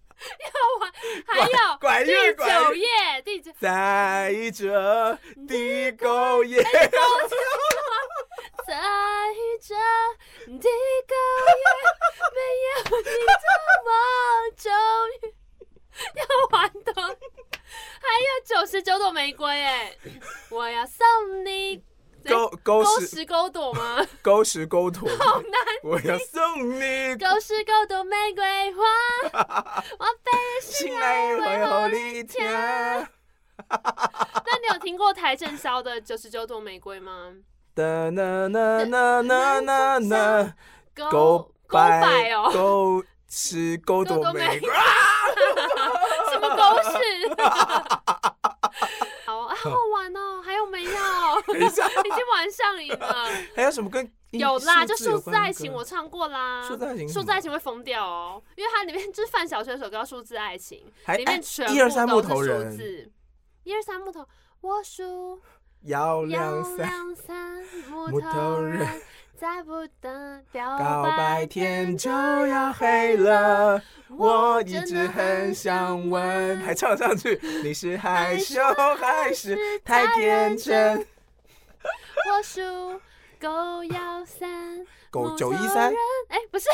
Speaker 2: 啊还有
Speaker 1: 拐
Speaker 2: 第
Speaker 1: 月拐
Speaker 2: 九
Speaker 1: 月
Speaker 2: 页，第九
Speaker 1: 在这地沟沿，
Speaker 2: 哎 在这地沟也没有你的我，终于要完的。还有九十九朵玫瑰， 哎，我要送你。哎
Speaker 1: 勾勾
Speaker 2: 勾
Speaker 1: 石
Speaker 2: 十勾朵吗？
Speaker 1: 勾石勾土，我要送你
Speaker 2: 勾是勾朵玫瑰 花，我被人心
Speaker 1: 心
Speaker 2: 爱
Speaker 1: 内
Speaker 2: 为
Speaker 1: 会好
Speaker 2: 啊我的。
Speaker 1: 你甜。
Speaker 2: 那你有听过邰正宵的《九十九朵玫瑰》吗？
Speaker 1: 哒啦啦啦啦啦啦，
Speaker 2: 勾勾白哦，
Speaker 1: 勾是勾
Speaker 2: 勾
Speaker 1: 多
Speaker 2: 多
Speaker 1: 玫
Speaker 2: 玫
Speaker 1: 瑰
Speaker 2: 瑰，什么狗 屎？好啊，好好玩哦，还有没有？
Speaker 1: 等一下，
Speaker 2: 已经玩上瘾了，
Speaker 1: 还有什么跟
Speaker 2: 有啦，就
Speaker 1: 数字
Speaker 2: 《数
Speaker 1: 有
Speaker 2: 字
Speaker 1: 关的
Speaker 2: 爱情》
Speaker 1: 歌
Speaker 2: 我唱过啦，
Speaker 1: 数字爱情是
Speaker 2: 数
Speaker 1: 什
Speaker 2: 字
Speaker 1: 么
Speaker 2: 爱情会疯掉哦，因为它里面就是范晓萱的首歌叫《数字爱情
Speaker 1: 还》，
Speaker 2: 里面
Speaker 1: 哎
Speaker 2: 全
Speaker 1: 一二
Speaker 2: 部
Speaker 1: 三
Speaker 2: 都
Speaker 1: 木
Speaker 2: 是
Speaker 1: 头
Speaker 2: 数
Speaker 1: 人
Speaker 2: 字，一二三木头，我数
Speaker 1: 摇
Speaker 2: 幺
Speaker 1: 两三
Speaker 2: 两三木
Speaker 1: 木
Speaker 2: 头
Speaker 1: 头人
Speaker 2: 人，再不等表
Speaker 1: 告白
Speaker 2: 白
Speaker 1: 天
Speaker 2: 天
Speaker 1: 就
Speaker 2: 就
Speaker 1: 要
Speaker 2: 要
Speaker 1: 黑
Speaker 2: 黑了。
Speaker 1: 了，我
Speaker 2: 我
Speaker 1: 一
Speaker 2: 一
Speaker 1: 直
Speaker 2: 直
Speaker 1: 很
Speaker 2: 很
Speaker 1: 想问，
Speaker 2: 想问
Speaker 1: 还唱上去，你是害羞还是太天真？
Speaker 2: 我数狗幺三，
Speaker 1: 狗
Speaker 2: 木
Speaker 1: 九一
Speaker 2: 头
Speaker 1: 三
Speaker 2: 人，哎，不是，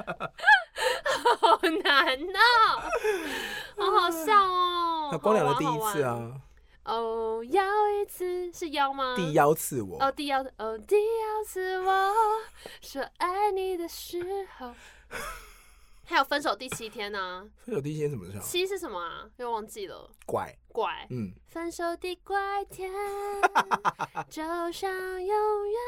Speaker 2: 好难哦，好好笑哦
Speaker 1: 那，光良的
Speaker 2: 好
Speaker 1: 第
Speaker 2: 玩
Speaker 1: 一次。
Speaker 2: 哦好玩
Speaker 1: 啊，
Speaker 2: 哦，要一次是要吗？
Speaker 1: 第幺次我，
Speaker 2: 哦，第幺哦，第幺次我说爱你的时候，还有分手第七天呢、
Speaker 1: 分手第一天怎么唱？
Speaker 2: 七是什么啊？又忘记了，
Speaker 1: 拐，
Speaker 2: 怪。
Speaker 1: 嗯，
Speaker 2: 分手的怪 天，就像永远。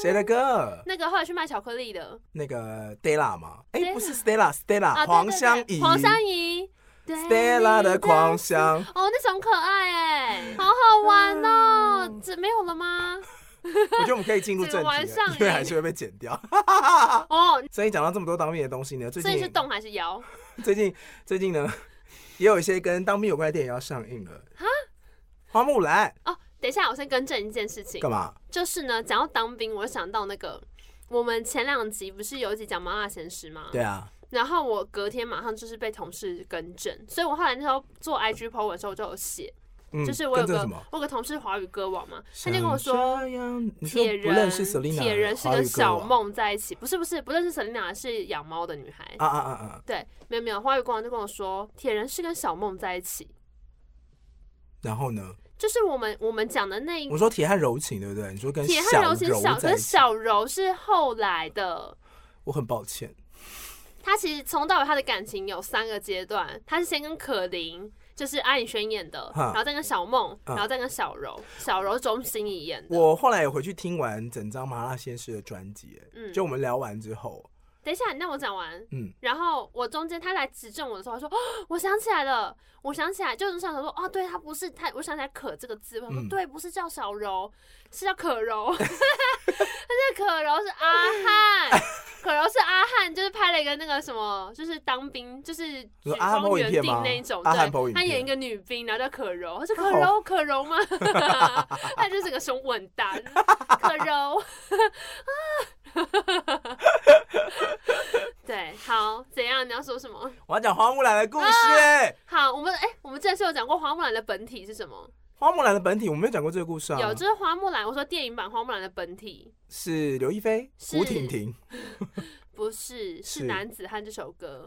Speaker 1: 谁的歌？
Speaker 2: 那个后来去卖巧克力的
Speaker 1: 那个 Stella 吗？哎、
Speaker 2: Stella
Speaker 1: 不是 Stella，Stella、
Speaker 2: 啊，对对对
Speaker 1: 黄香怡，
Speaker 2: 黄香怡对
Speaker 1: Stella 的狂 想。
Speaker 2: 哦，那首很可爱哎，好好玩
Speaker 1: 嗯
Speaker 2: 哦！这没有了吗？
Speaker 1: 我觉得我们可以进入正
Speaker 2: 这个玩
Speaker 1: 题
Speaker 2: 上
Speaker 1: 了，因为
Speaker 2: 瘾
Speaker 1: 还是会被剪掉。
Speaker 2: 哦，
Speaker 1: 所以讲到这么多当兵的东西啊呢，最
Speaker 2: 所以是
Speaker 1: 近
Speaker 2: 动还是摇？
Speaker 1: 最近最近呢，也有一些跟当兵有关的电影要上映了。花木兰
Speaker 2: 哦，等一下，我先更正一件事情，
Speaker 1: 干嘛？
Speaker 2: 就是呢，讲到当兵，我就想到那个。我们前两集不是有一集讲麻辣鲜师吗？
Speaker 1: 对啊，
Speaker 2: 然后我隔天马上就是被同事更正，所以我后来那时候做 IG po 文的时候，我就有写，
Speaker 1: 嗯，
Speaker 2: 就是我
Speaker 1: 跟
Speaker 2: 有
Speaker 1: 这
Speaker 2: 个
Speaker 1: 什么？
Speaker 2: 我有个同事华语歌王嘛，他就跟我说，
Speaker 1: 像这样，你说
Speaker 2: 铁
Speaker 1: 不
Speaker 2: 人
Speaker 1: 认识 Selina，
Speaker 2: 铁人是
Speaker 1: 华语
Speaker 2: 跟
Speaker 1: 歌
Speaker 2: 小
Speaker 1: 王
Speaker 2: 梦在一起，不是不是不认识 Selina 是养猫的女孩。
Speaker 1: 啊啊啊啊！
Speaker 2: 对，没有没有，花语光就跟我说，铁人是跟小梦在一起，
Speaker 1: 然后呢？
Speaker 2: 就是我们我们讲的那一
Speaker 1: 我说铁汉柔情，对不对？你说跟
Speaker 2: 铁
Speaker 1: 小
Speaker 2: 汉柔情小，
Speaker 1: 在
Speaker 2: 可
Speaker 1: 一
Speaker 2: 是
Speaker 1: 起
Speaker 2: 小柔是后来的。
Speaker 1: 我很抱歉，
Speaker 2: 他其实从到尾他的感情有三个阶段，他是先跟可琳，就是安以轩演的，
Speaker 1: 哈
Speaker 2: 然后再跟小梦，
Speaker 1: 嗯
Speaker 2: 然后再跟小柔，小柔钟欣怡演的。
Speaker 1: 我后来有回去听完整张麻辣鲜师的专辑，
Speaker 2: 嗯，
Speaker 1: 就我们聊完之后，
Speaker 2: 等一下，你让我讲完。
Speaker 1: 嗯，
Speaker 2: 然后我中间他来指正我的时候，他说：“哦，我想起来了，我想起来，就是想说，哦，对，他不是他，我想起来‘可’这个字，我想说、
Speaker 1: 嗯
Speaker 2: 对，不是叫小柔，是叫可 柔， 他是可柔是阿汉，可柔是阿汉，就是拍了一个那个什么，就是当兵，就是
Speaker 1: 你
Speaker 2: 举
Speaker 1: 说阿汉
Speaker 2: 光
Speaker 1: 剖影片
Speaker 2: 原定
Speaker 1: 吗
Speaker 2: 那一种，
Speaker 1: 阿汉剖
Speaker 2: 对，
Speaker 1: 影
Speaker 2: 他演
Speaker 1: 片
Speaker 2: 一个女兵，然后叫可柔，他说
Speaker 1: 他
Speaker 2: 可
Speaker 1: 好
Speaker 2: 柔可柔吗？ 他就是个熊稳蛋，可柔。” 对，好，怎样？你要说什么？
Speaker 1: 我要讲花木兰的故事。
Speaker 2: 啊
Speaker 1: 欸
Speaker 2: 好，我们哎、我们之前是有讲过花木兰的本体是什么？
Speaker 1: 花木兰的本体我没有讲过这个故事啊，
Speaker 2: 有，就是花木兰。我说电影版花木兰的本体
Speaker 1: 是刘亦菲、
Speaker 2: 是
Speaker 1: 胡婷 婷，
Speaker 2: 不是是
Speaker 1: 是哦
Speaker 2: 《男子汉》这首 歌。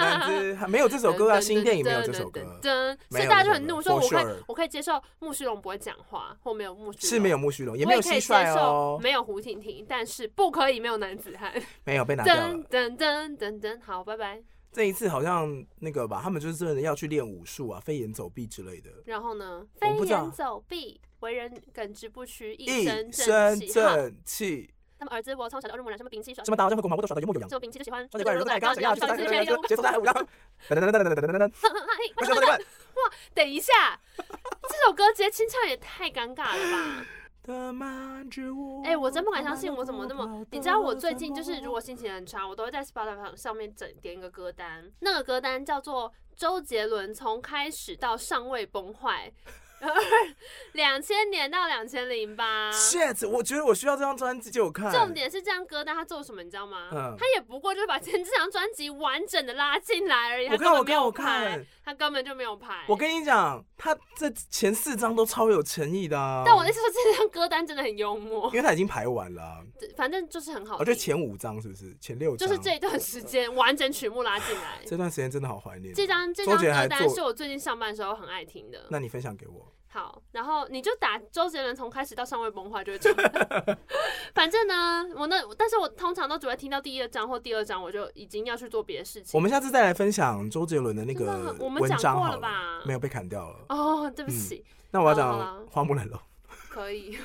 Speaker 1: 但是还没有这首歌啊，
Speaker 2: 噔
Speaker 1: 新电影没有这首
Speaker 2: 噔
Speaker 1: 歌
Speaker 2: 噔，噔噔，所
Speaker 1: 没有
Speaker 2: 以大家就很
Speaker 1: 这首
Speaker 2: 怒，
Speaker 1: 歌
Speaker 2: 说我
Speaker 1: for
Speaker 2: 可以
Speaker 1: sure
Speaker 2: 我可以接受木须龙不会讲话，或没有木须龙
Speaker 1: 是没有木须龙，也
Speaker 2: 我
Speaker 1: 没
Speaker 2: 也
Speaker 1: 有
Speaker 2: 可以
Speaker 1: 蟋
Speaker 2: 接
Speaker 1: 蟀
Speaker 2: 受
Speaker 1: 哦，
Speaker 2: 没有胡婷婷，但是不可以没有男子汉。
Speaker 1: 没有被拿掉了
Speaker 2: 噔。噔噔噔噔，好，拜拜。
Speaker 1: 这一次好像那个吧，他们就是真的要去练武术啊，飞檐走壁之类的。
Speaker 2: 然后呢？
Speaker 1: 我
Speaker 2: 飞
Speaker 1: 不知道
Speaker 2: 檐走壁，为人耿直不屈，一
Speaker 1: 一
Speaker 2: 身
Speaker 1: 身
Speaker 2: 气哈。
Speaker 1: 正气，
Speaker 2: 他们儿子我从小耳濡目染，什么秉性，什
Speaker 1: 什么打仗会攻防，我都耍得幽默有
Speaker 2: 么
Speaker 1: 扬。
Speaker 2: 什么秉性就喜欢。
Speaker 1: 双截棍、柔带刚、小腰、去三
Speaker 2: 就
Speaker 1: 十
Speaker 2: 是
Speaker 1: 六
Speaker 2: 这样
Speaker 1: 节，节奏大还五张。等等等等等等等等，为什么这么
Speaker 2: 等一下，这首歌直接清唱也太尴尬了
Speaker 1: 快？
Speaker 2: 吧！哎、我真不敢相信，我怎么那么……你知道我最近就是，如果心情很差，我都会在 Spotify 上面整点一个歌单，那个歌单叫做周杰伦从开始到尚未崩 坏，两千年到两千零八。
Speaker 1: shit，我觉得我需要这张专辑借我看。
Speaker 2: 重点是这张歌单他做什么，你知道吗？
Speaker 1: 嗯
Speaker 2: 他也不过就是把前这张专辑完整的拉进来而已，他
Speaker 1: 我看
Speaker 2: 根本没有
Speaker 1: 我看我看
Speaker 2: 拍，他根本就没有拍。
Speaker 1: 我跟你讲，他这前四张都超有诚意的啊。
Speaker 2: 但我的意思说，这张歌单真的很幽默，
Speaker 1: 因为他已经排完了啊，
Speaker 2: 反正就是很好
Speaker 1: 我觉得
Speaker 2: 听。
Speaker 1: 前五张是不是？前六
Speaker 2: 就
Speaker 1: 张？
Speaker 2: 是这一段时间完整曲目拉进来。
Speaker 1: 这段时间真的好怀念。
Speaker 2: 这张这
Speaker 1: 周
Speaker 2: 张
Speaker 1: 杰伦
Speaker 2: 歌
Speaker 1: 还
Speaker 2: 单
Speaker 1: 做
Speaker 2: 是我最近上班的时候很爱听的。
Speaker 1: 那你分享给我。
Speaker 2: 好，然后你就打周杰伦从开始到尚未崩坏就会唱。 反正呢，我那但是我通常都只会听到第一章或第二章，我就已经要去做别的事情。
Speaker 1: 我们下次再来分享周杰伦的那个
Speaker 2: 真的很我们
Speaker 1: 文
Speaker 2: 讲
Speaker 1: 章
Speaker 2: 过
Speaker 1: 好
Speaker 2: 了吧
Speaker 1: 没有被砍掉了。
Speaker 2: 哦，对不起，
Speaker 1: 那我要
Speaker 2: 好了
Speaker 1: 讲
Speaker 2: 好了
Speaker 1: 花木兰了。
Speaker 2: 可以，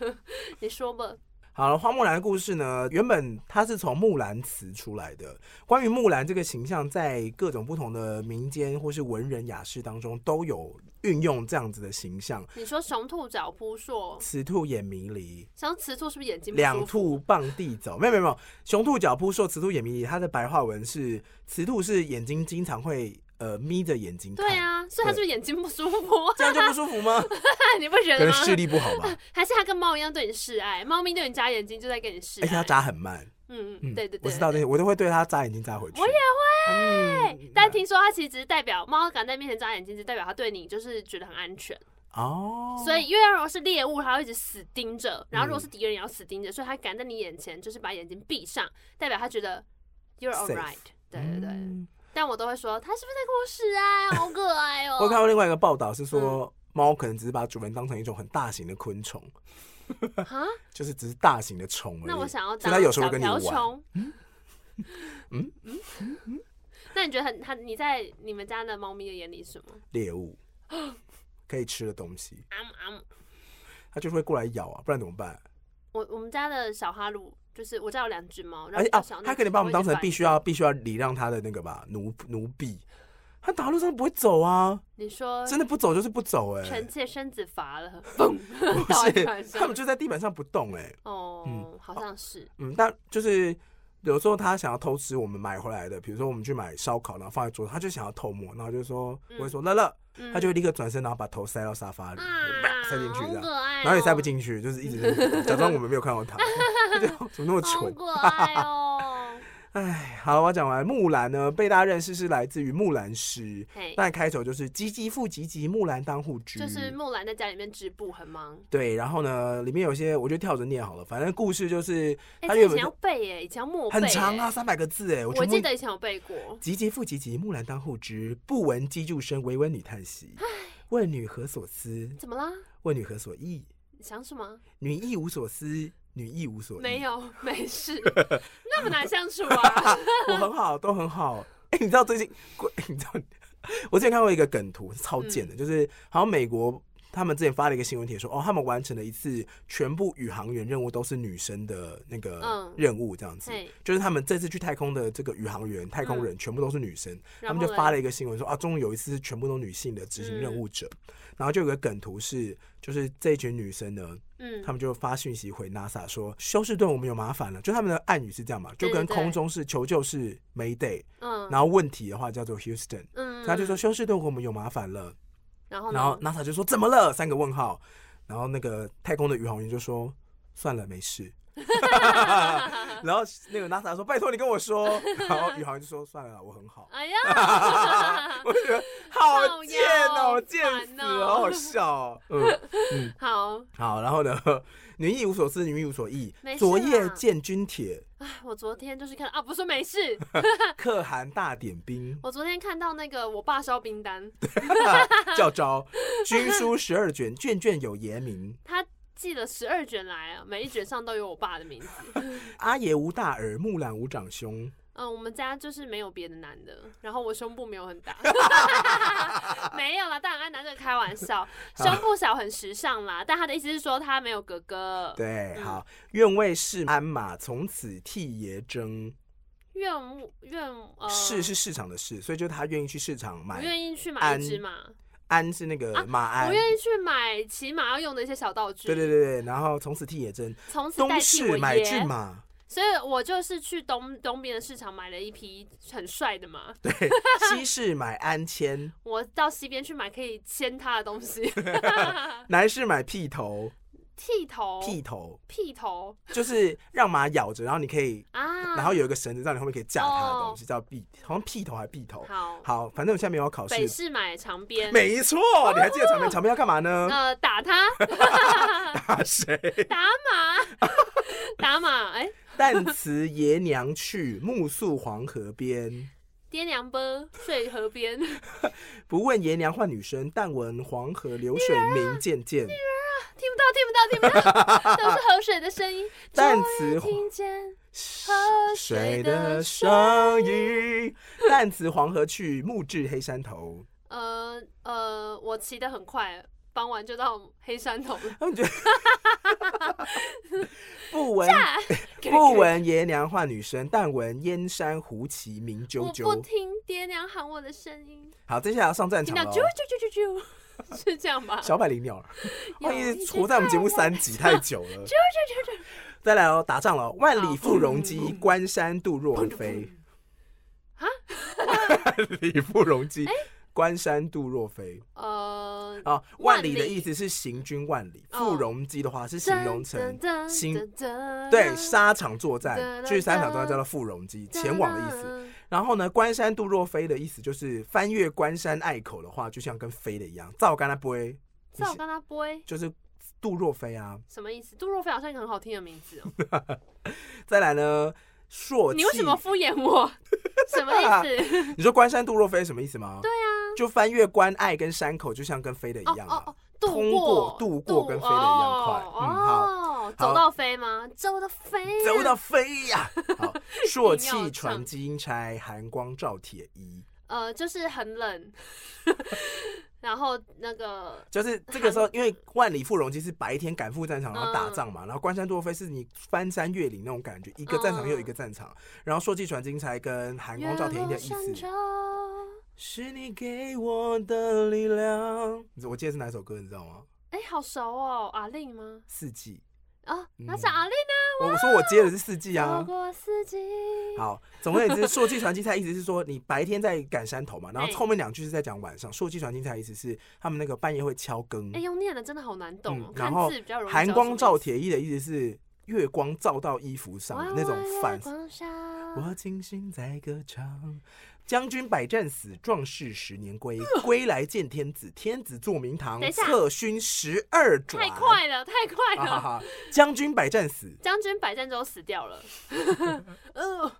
Speaker 2: 你说吧。
Speaker 1: 好了，花木兰的故事呢，原本它是从木兰辞出来的。关于木兰这个形象，在各种不同的民间或是文人雅士当中，都有运用这样子的形象。
Speaker 2: 你说雄兔脚扑朔，
Speaker 1: 雌兔眼迷离，
Speaker 2: 像雌兔是不是眼睛不
Speaker 1: 两
Speaker 2: 舒服
Speaker 1: 兔傍地走。没有没有没有，雄兔脚扑朔，雌兔眼迷离。它的白话文是：雌兔是眼睛经常会呃眯着眼睛看，
Speaker 2: 对，啊，所以它是不是眼睛不舒服？
Speaker 1: 这样就不舒服吗？
Speaker 2: 你不觉
Speaker 1: 可
Speaker 2: 得
Speaker 1: 能
Speaker 2: 吗？
Speaker 1: 视力不好 吧，
Speaker 2: 还是它跟猫一样对你示爱，猫咪对你眨眼睛就在跟你示
Speaker 1: 而且
Speaker 2: 爱
Speaker 1: 它。哎眨很慢。
Speaker 2: 嗯嗯，
Speaker 1: 嗯，
Speaker 2: 对对对，
Speaker 1: 我知道这些，我都会对它眨眼睛眨回去。嗯
Speaker 2: 我也
Speaker 1: 会
Speaker 2: 对。哎但听说它其实只是代表猫敢在面前眨眼睛，只代表它对你就是觉得很安全。
Speaker 1: 哦，
Speaker 2: 所以，因为如果是猎物，它会一直死盯着；然后如
Speaker 1: 嗯
Speaker 2: 果是敌人，也要死盯着。所以它敢在你眼前，就是把眼睛闭上，代表它觉得 you're
Speaker 1: Safe
Speaker 2: alright。对对对。
Speaker 1: 嗯
Speaker 2: 但我都会说，它是不是在跟我示爱？好可爱哦、嗯
Speaker 1: 我看到另外一个报道是说，猫可能只是把主人当成一种很大型的昆虫，
Speaker 2: 啊，
Speaker 1: 就是只是大型的虫而已。
Speaker 2: 那我想要
Speaker 1: 所
Speaker 2: 当
Speaker 1: 以它有时候
Speaker 2: 小
Speaker 1: 会跟你
Speaker 2: 瓢
Speaker 1: 玩。
Speaker 2: 虫。 嗯那你觉得很它你在你们家的猫咪的眼里是什么？
Speaker 1: 猎 物，可以吃的东西，
Speaker 2: 啊姆啊姆
Speaker 1: 它就是会过来咬啊，不然怎么办？
Speaker 2: 我我们家的小哈鲁就是我家有两只猫，然
Speaker 1: 而
Speaker 2: 后
Speaker 1: 且
Speaker 2: 比
Speaker 1: 啊
Speaker 2: 较小，那
Speaker 1: 它
Speaker 2: 只
Speaker 1: 可能把我们当成
Speaker 2: 会一
Speaker 1: 必
Speaker 2: 直
Speaker 1: 须要必须要礼让它的那个吧奴奴婢，它打路上不会走啊，
Speaker 2: 翻你说
Speaker 1: 真的不走就是不走哎、
Speaker 2: 臣妾身子 乏了，嘣，
Speaker 1: 不
Speaker 2: 倒在地
Speaker 1: 是，
Speaker 2: 上
Speaker 1: 他们就在地板上不动哎、
Speaker 2: 哦
Speaker 1: 嗯，
Speaker 2: 好像是
Speaker 1: 嗯，但就是有时候他想要偷吃我们买回来的，比如说我们去买烧烤，然后放在桌上，他就想要偷摸，然后就说我
Speaker 2: 嗯
Speaker 1: 会说乐乐，他就会立刻转身，然后把头塞到沙发里，
Speaker 2: 啊，
Speaker 1: 塞进去
Speaker 2: 好
Speaker 1: 这
Speaker 2: 可
Speaker 1: 样。
Speaker 2: 爱，哦
Speaker 1: 然后也塞不，进去，就是一直在 那边假装我们没有看到他， 就怎么那么
Speaker 2: 好
Speaker 1: 蠢？
Speaker 2: 可爱哦。
Speaker 1: 哎，好，我讲完木兰呢，被大家认识是来自于木兰诗
Speaker 2: 嘿，
Speaker 1: 那开头就是“唧唧复唧唧，木兰当户织”，
Speaker 2: 就是木兰在家里面织布很忙，
Speaker 1: 对。然后呢，里面有些我就跳着念好了，反正故事就是
Speaker 2: 哎，
Speaker 1: 它
Speaker 2: 这以
Speaker 1: 原
Speaker 2: 前
Speaker 1: 本
Speaker 2: 要
Speaker 1: 就
Speaker 2: 背耶，以前要默背耶，
Speaker 1: 很长啊，三百个字哎，我
Speaker 2: 欸我
Speaker 1: 全部
Speaker 2: 记得以前有背过，
Speaker 1: 急急复急急，木兰当户织。不闻机杼声，惟闻女叹息。问女何所思？
Speaker 2: 怎么啦？
Speaker 1: 问女何所忆？
Speaker 2: 你想什么？
Speaker 1: 女亦无所思，女亦无所忆。
Speaker 2: 没，有，没事，那么难相处啊？
Speaker 1: 我很好，都很好。哎、你知道最近，过你知道，我之前看过一个梗图，超贱的，
Speaker 2: 嗯
Speaker 1: 就是好像美国。他们之前发了一个新闻帖说，哦，他们完成了一次全部宇航员任务都是女生的那个
Speaker 2: 嗯
Speaker 1: 任务，这样子，
Speaker 2: 嘿嗯
Speaker 1: 就是他们这次去太空的这个宇航员、太空人全部都是女生，他
Speaker 2: 然
Speaker 1: 们
Speaker 2: 后
Speaker 1: 就
Speaker 2: 嘞嗯
Speaker 1: 发了一个新闻说啊，终于有一次是全部都女性的执行任务者，然后就有个梗图是，就是这一群女生呢，
Speaker 2: 嗯
Speaker 1: 她，们就发讯息回 NASA 说，休斯顿我们有麻烦了，就他们的暗语是这样嘛，就
Speaker 2: 对对
Speaker 1: 跟
Speaker 2: 对
Speaker 1: 空中是求救是 Mayday，
Speaker 2: 嗯，
Speaker 1: 然后问题的话叫做 Houston，
Speaker 2: 嗯，哦
Speaker 1: 他就说，休斯顿我们有麻烦了，
Speaker 2: 然后呢
Speaker 1: 然后 NASA 就说怎么了三个问号，然后那个太空的宇航员就说算了没 事。然后那个 NASA 说：“拜托你跟我 说。”然后宇航员就说：“算了，我很好。”
Speaker 2: 哎呀，
Speaker 1: 我就觉得好
Speaker 2: 靠
Speaker 1: 贱
Speaker 2: 腰
Speaker 1: 哦，贱死
Speaker 2: 烦哦
Speaker 1: 了，好好笑哦。嗯，
Speaker 2: 好，啊
Speaker 1: 好，然后呢， 女亦无所思，女亦无所忆
Speaker 2: 没。事啊
Speaker 1: 昨夜
Speaker 2: 啦
Speaker 1: 见军帖，
Speaker 2: 哎，我昨天就是看啊，不是没事，
Speaker 1: 可汗大点兵，
Speaker 2: 我昨天看到那个我爸烧冰单，
Speaker 1: 教招军书十二卷，卷卷有爷名。
Speaker 2: 他寄了十二卷来啊，每一卷上都有我爸的名字。
Speaker 1: 阿爷无大耳，木兰无长兄。
Speaker 2: 嗯，我们家就是没有别的男的，然后我胸部没有很 大， 没有啦，当然爱拿这个开玩笑，胸部小很时尚啦，但他的意思是说他没有哥哥。
Speaker 1: 对，好，愿为市鞍马，从此替爷征。
Speaker 2: 愿勿愿呃，
Speaker 1: 市是市场的市，所以就是他愿意去市场
Speaker 2: 我
Speaker 1: 买。
Speaker 2: 愿意去买
Speaker 1: 鞍
Speaker 2: 一只马，
Speaker 1: 鞍是那个马鞍
Speaker 2: 我。愿意去买骑马要用的一些小道具。
Speaker 1: 对对对对，然后从此替爷征。
Speaker 2: 从此代
Speaker 1: 东
Speaker 2: 替我
Speaker 1: 市买骏
Speaker 2: 爷，
Speaker 1: 马，
Speaker 2: 所以我就是去东东边的市场买了一匹很帅的马，
Speaker 1: 对，西市买鞍签，
Speaker 2: 我到西边去买可以牵它的 东西，
Speaker 1: 南市买屁头，
Speaker 2: 剃头，
Speaker 1: 屁头
Speaker 2: 剃头
Speaker 1: 就是让马咬着，然后你可以，
Speaker 2: 啊，
Speaker 1: 然后有一个绳子让你后面可以架它的东西，叫屁，好像屁头还屁头。
Speaker 2: 哦好，
Speaker 1: 好，反正我现在没有要考试
Speaker 2: 北，市哦 买长鞭，
Speaker 1: 没错，你还记得场面？场面要干嘛呢？
Speaker 2: 呃，打他，
Speaker 1: 打谁？
Speaker 2: 打马，打马，哎、
Speaker 1: 旦辞爷娘去，暮宿黄河边。
Speaker 2: 爹娘波睡河边，听
Speaker 1: 不问爷娘唤女声，但闻黄河流水鸣溅 溅。
Speaker 2: 不到，听不到，听不到，都是河水的声 音，
Speaker 1: 旦
Speaker 2: 终于
Speaker 1: 辞
Speaker 2: 听见，
Speaker 1: 河水的声音。旦辞黄河去，暮至黑山头。
Speaker 2: 呃呃，我骑得很快，傍晚就到黑山头了。
Speaker 1: 他们觉得 不闻不闻爷娘唤女声，但闻燕山胡骑鸣啾
Speaker 2: 我不
Speaker 1: 啾。
Speaker 2: 听爹娘喊我的声音，
Speaker 1: 好，接下来要上战
Speaker 2: 听
Speaker 1: 场
Speaker 2: 到
Speaker 1: 了
Speaker 2: 啾
Speaker 1: 哦。
Speaker 2: 啾啾啾啾， 是这样吧？
Speaker 1: 小百灵鸟了，
Speaker 2: 有
Speaker 1: 万一
Speaker 2: 一只
Speaker 1: 活在我们节目三集太久了。再来哦，打仗了，万里赴戎
Speaker 2: 嗯
Speaker 1: 机，关山度若飞。 万里赴戎
Speaker 2: 哎
Speaker 1: 机，关山度若飞。
Speaker 2: 呃，
Speaker 1: 啊，
Speaker 2: 万
Speaker 1: 万里的
Speaker 2: 里
Speaker 1: 意思是行军万里，
Speaker 2: 哦
Speaker 1: 赴戎机的话是形容成行
Speaker 2: 行
Speaker 1: 对，沙场作战，
Speaker 2: 噔
Speaker 1: 去沙场作战
Speaker 2: 噔
Speaker 1: 叫做赴戎机，前往的意思。。然后呢，关山度若飞的意思就是翻越关山隘口的话，就像跟飞的一样，照干它不会，
Speaker 2: 这我跟他播
Speaker 1: 就是度若飞啊。
Speaker 2: 什么意思？杜若飞好像一个很好听的名字 哦，
Speaker 1: 再来呢，朔气。
Speaker 2: 你为什么敷衍我？什么意 思？
Speaker 1: 你说关山度若飞什么意思吗？对啊，就翻越关隘跟山口，就像跟飞的一
Speaker 2: 哦
Speaker 1: 样、啊。
Speaker 2: 哦哦，
Speaker 1: 通过度过跟飞的一样快。
Speaker 2: 哦、
Speaker 1: 嗯，好。
Speaker 2: 哦走到飞吗？走到飞、
Speaker 1: 走到飞呀、 好，朔
Speaker 2: 一定
Speaker 1: 气
Speaker 2: 要
Speaker 1: 传
Speaker 2: 唱
Speaker 1: 金钗，寒光照铁衣。
Speaker 2: 呃，就是很冷， 然后那个
Speaker 1: 就是这个时候，因为万里赴戎机是白天赶赴战场，然后打仗嘛，
Speaker 2: 嗯
Speaker 1: 然后关山多飞是你翻山越岭那种感觉，一个战场又一个战场，然后朔气传金钗跟寒光照铁衣的意
Speaker 2: 嗯月落山
Speaker 1: 思
Speaker 2: 丘
Speaker 1: 是你给我的力量。你知我记得是哪首歌，你知道吗？
Speaker 2: 哎、好熟哦，阿令吗？
Speaker 1: 四季。
Speaker 2: 啊，那
Speaker 1: 嗯
Speaker 2: 是阿令
Speaker 1: 我我说我接的是四季
Speaker 2: 啊。走
Speaker 1: 啊。
Speaker 2: 过四季。
Speaker 1: 好，总而言之，朔气传金钗意思是说你白天在赶山头嘛，然后
Speaker 2: 哎
Speaker 1: 后面两句是在讲晚上。朔气传金钗意思是他们那个半夜会敲更
Speaker 2: 哎、，用念的真的好难懂、哦
Speaker 1: 嗯，然
Speaker 2: 看
Speaker 1: 后
Speaker 2: 字比较容易。
Speaker 1: 寒光照，铁衣的意思是月光照到衣服上
Speaker 2: 弯
Speaker 1: 那种
Speaker 2: 弯月
Speaker 1: 反。
Speaker 2: 光下
Speaker 1: 我尽心在歌唱，将军百战死，壮士十年归。归来见天子，天子坐明堂
Speaker 2: 呃等，一下
Speaker 1: 策勋十二转。
Speaker 2: 太快了，太
Speaker 1: 啊哈
Speaker 2: 快了！
Speaker 1: 哈！将军百战死，
Speaker 2: 将军百战之后死掉 了，呃，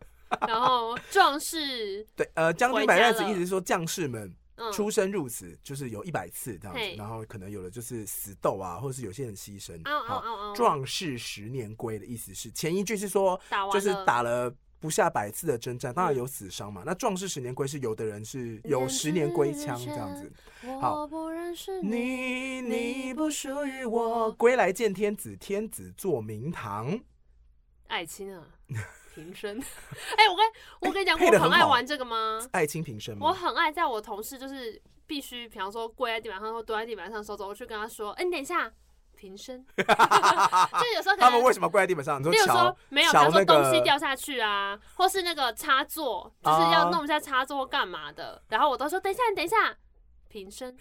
Speaker 2: 然后壮士，
Speaker 1: 对，呃，将军
Speaker 2: 回
Speaker 1: 百
Speaker 2: 家
Speaker 1: 战死
Speaker 2: 了
Speaker 1: 意思是说将士们
Speaker 2: 嗯，
Speaker 1: 出生入死，就是有一百次这样
Speaker 2: 嘿
Speaker 1: 子，然后可能有的就是死斗啊，或者是有些人牺牲。
Speaker 2: 嗷嗷
Speaker 1: 好
Speaker 2: 嗷嗷，
Speaker 1: 壮士十年归的意思是，前一句是说
Speaker 2: 打完
Speaker 1: 就是
Speaker 2: 了嗯
Speaker 1: 打了不下百次的征战，当然有死伤嘛。那壮士十年归是有的人是有十年归枪这样子。好
Speaker 2: 我不认识
Speaker 1: 你
Speaker 2: 你，
Speaker 1: 你不属于我，归来见天子，天子坐明堂。
Speaker 2: 爱卿 啊，平生。 哎、我跟我跟你讲，
Speaker 1: 配
Speaker 2: 我
Speaker 1: 得
Speaker 2: 很
Speaker 1: 很
Speaker 2: 爱
Speaker 1: 好
Speaker 2: 玩这个吗？
Speaker 1: 爱卿平身
Speaker 2: 嗯我
Speaker 1: 吗？
Speaker 2: 很爱在我同事就是必须，比方说跪在地板上或蹲在地板上的时候走过去跟他说：“哎、你等一下，平身。” 就有时候可能
Speaker 1: 他们为什么跪在地板上？你说
Speaker 2: 例如
Speaker 1: 瞧
Speaker 2: 说没有，比
Speaker 1: 瞧
Speaker 2: 方说
Speaker 1: 那
Speaker 2: 东西掉
Speaker 1: 个
Speaker 2: 下去啊，或是那个插座，就是要
Speaker 1: 啊
Speaker 2: 弄一下插座干嘛的，然后我都说等一下，你等一下，平身。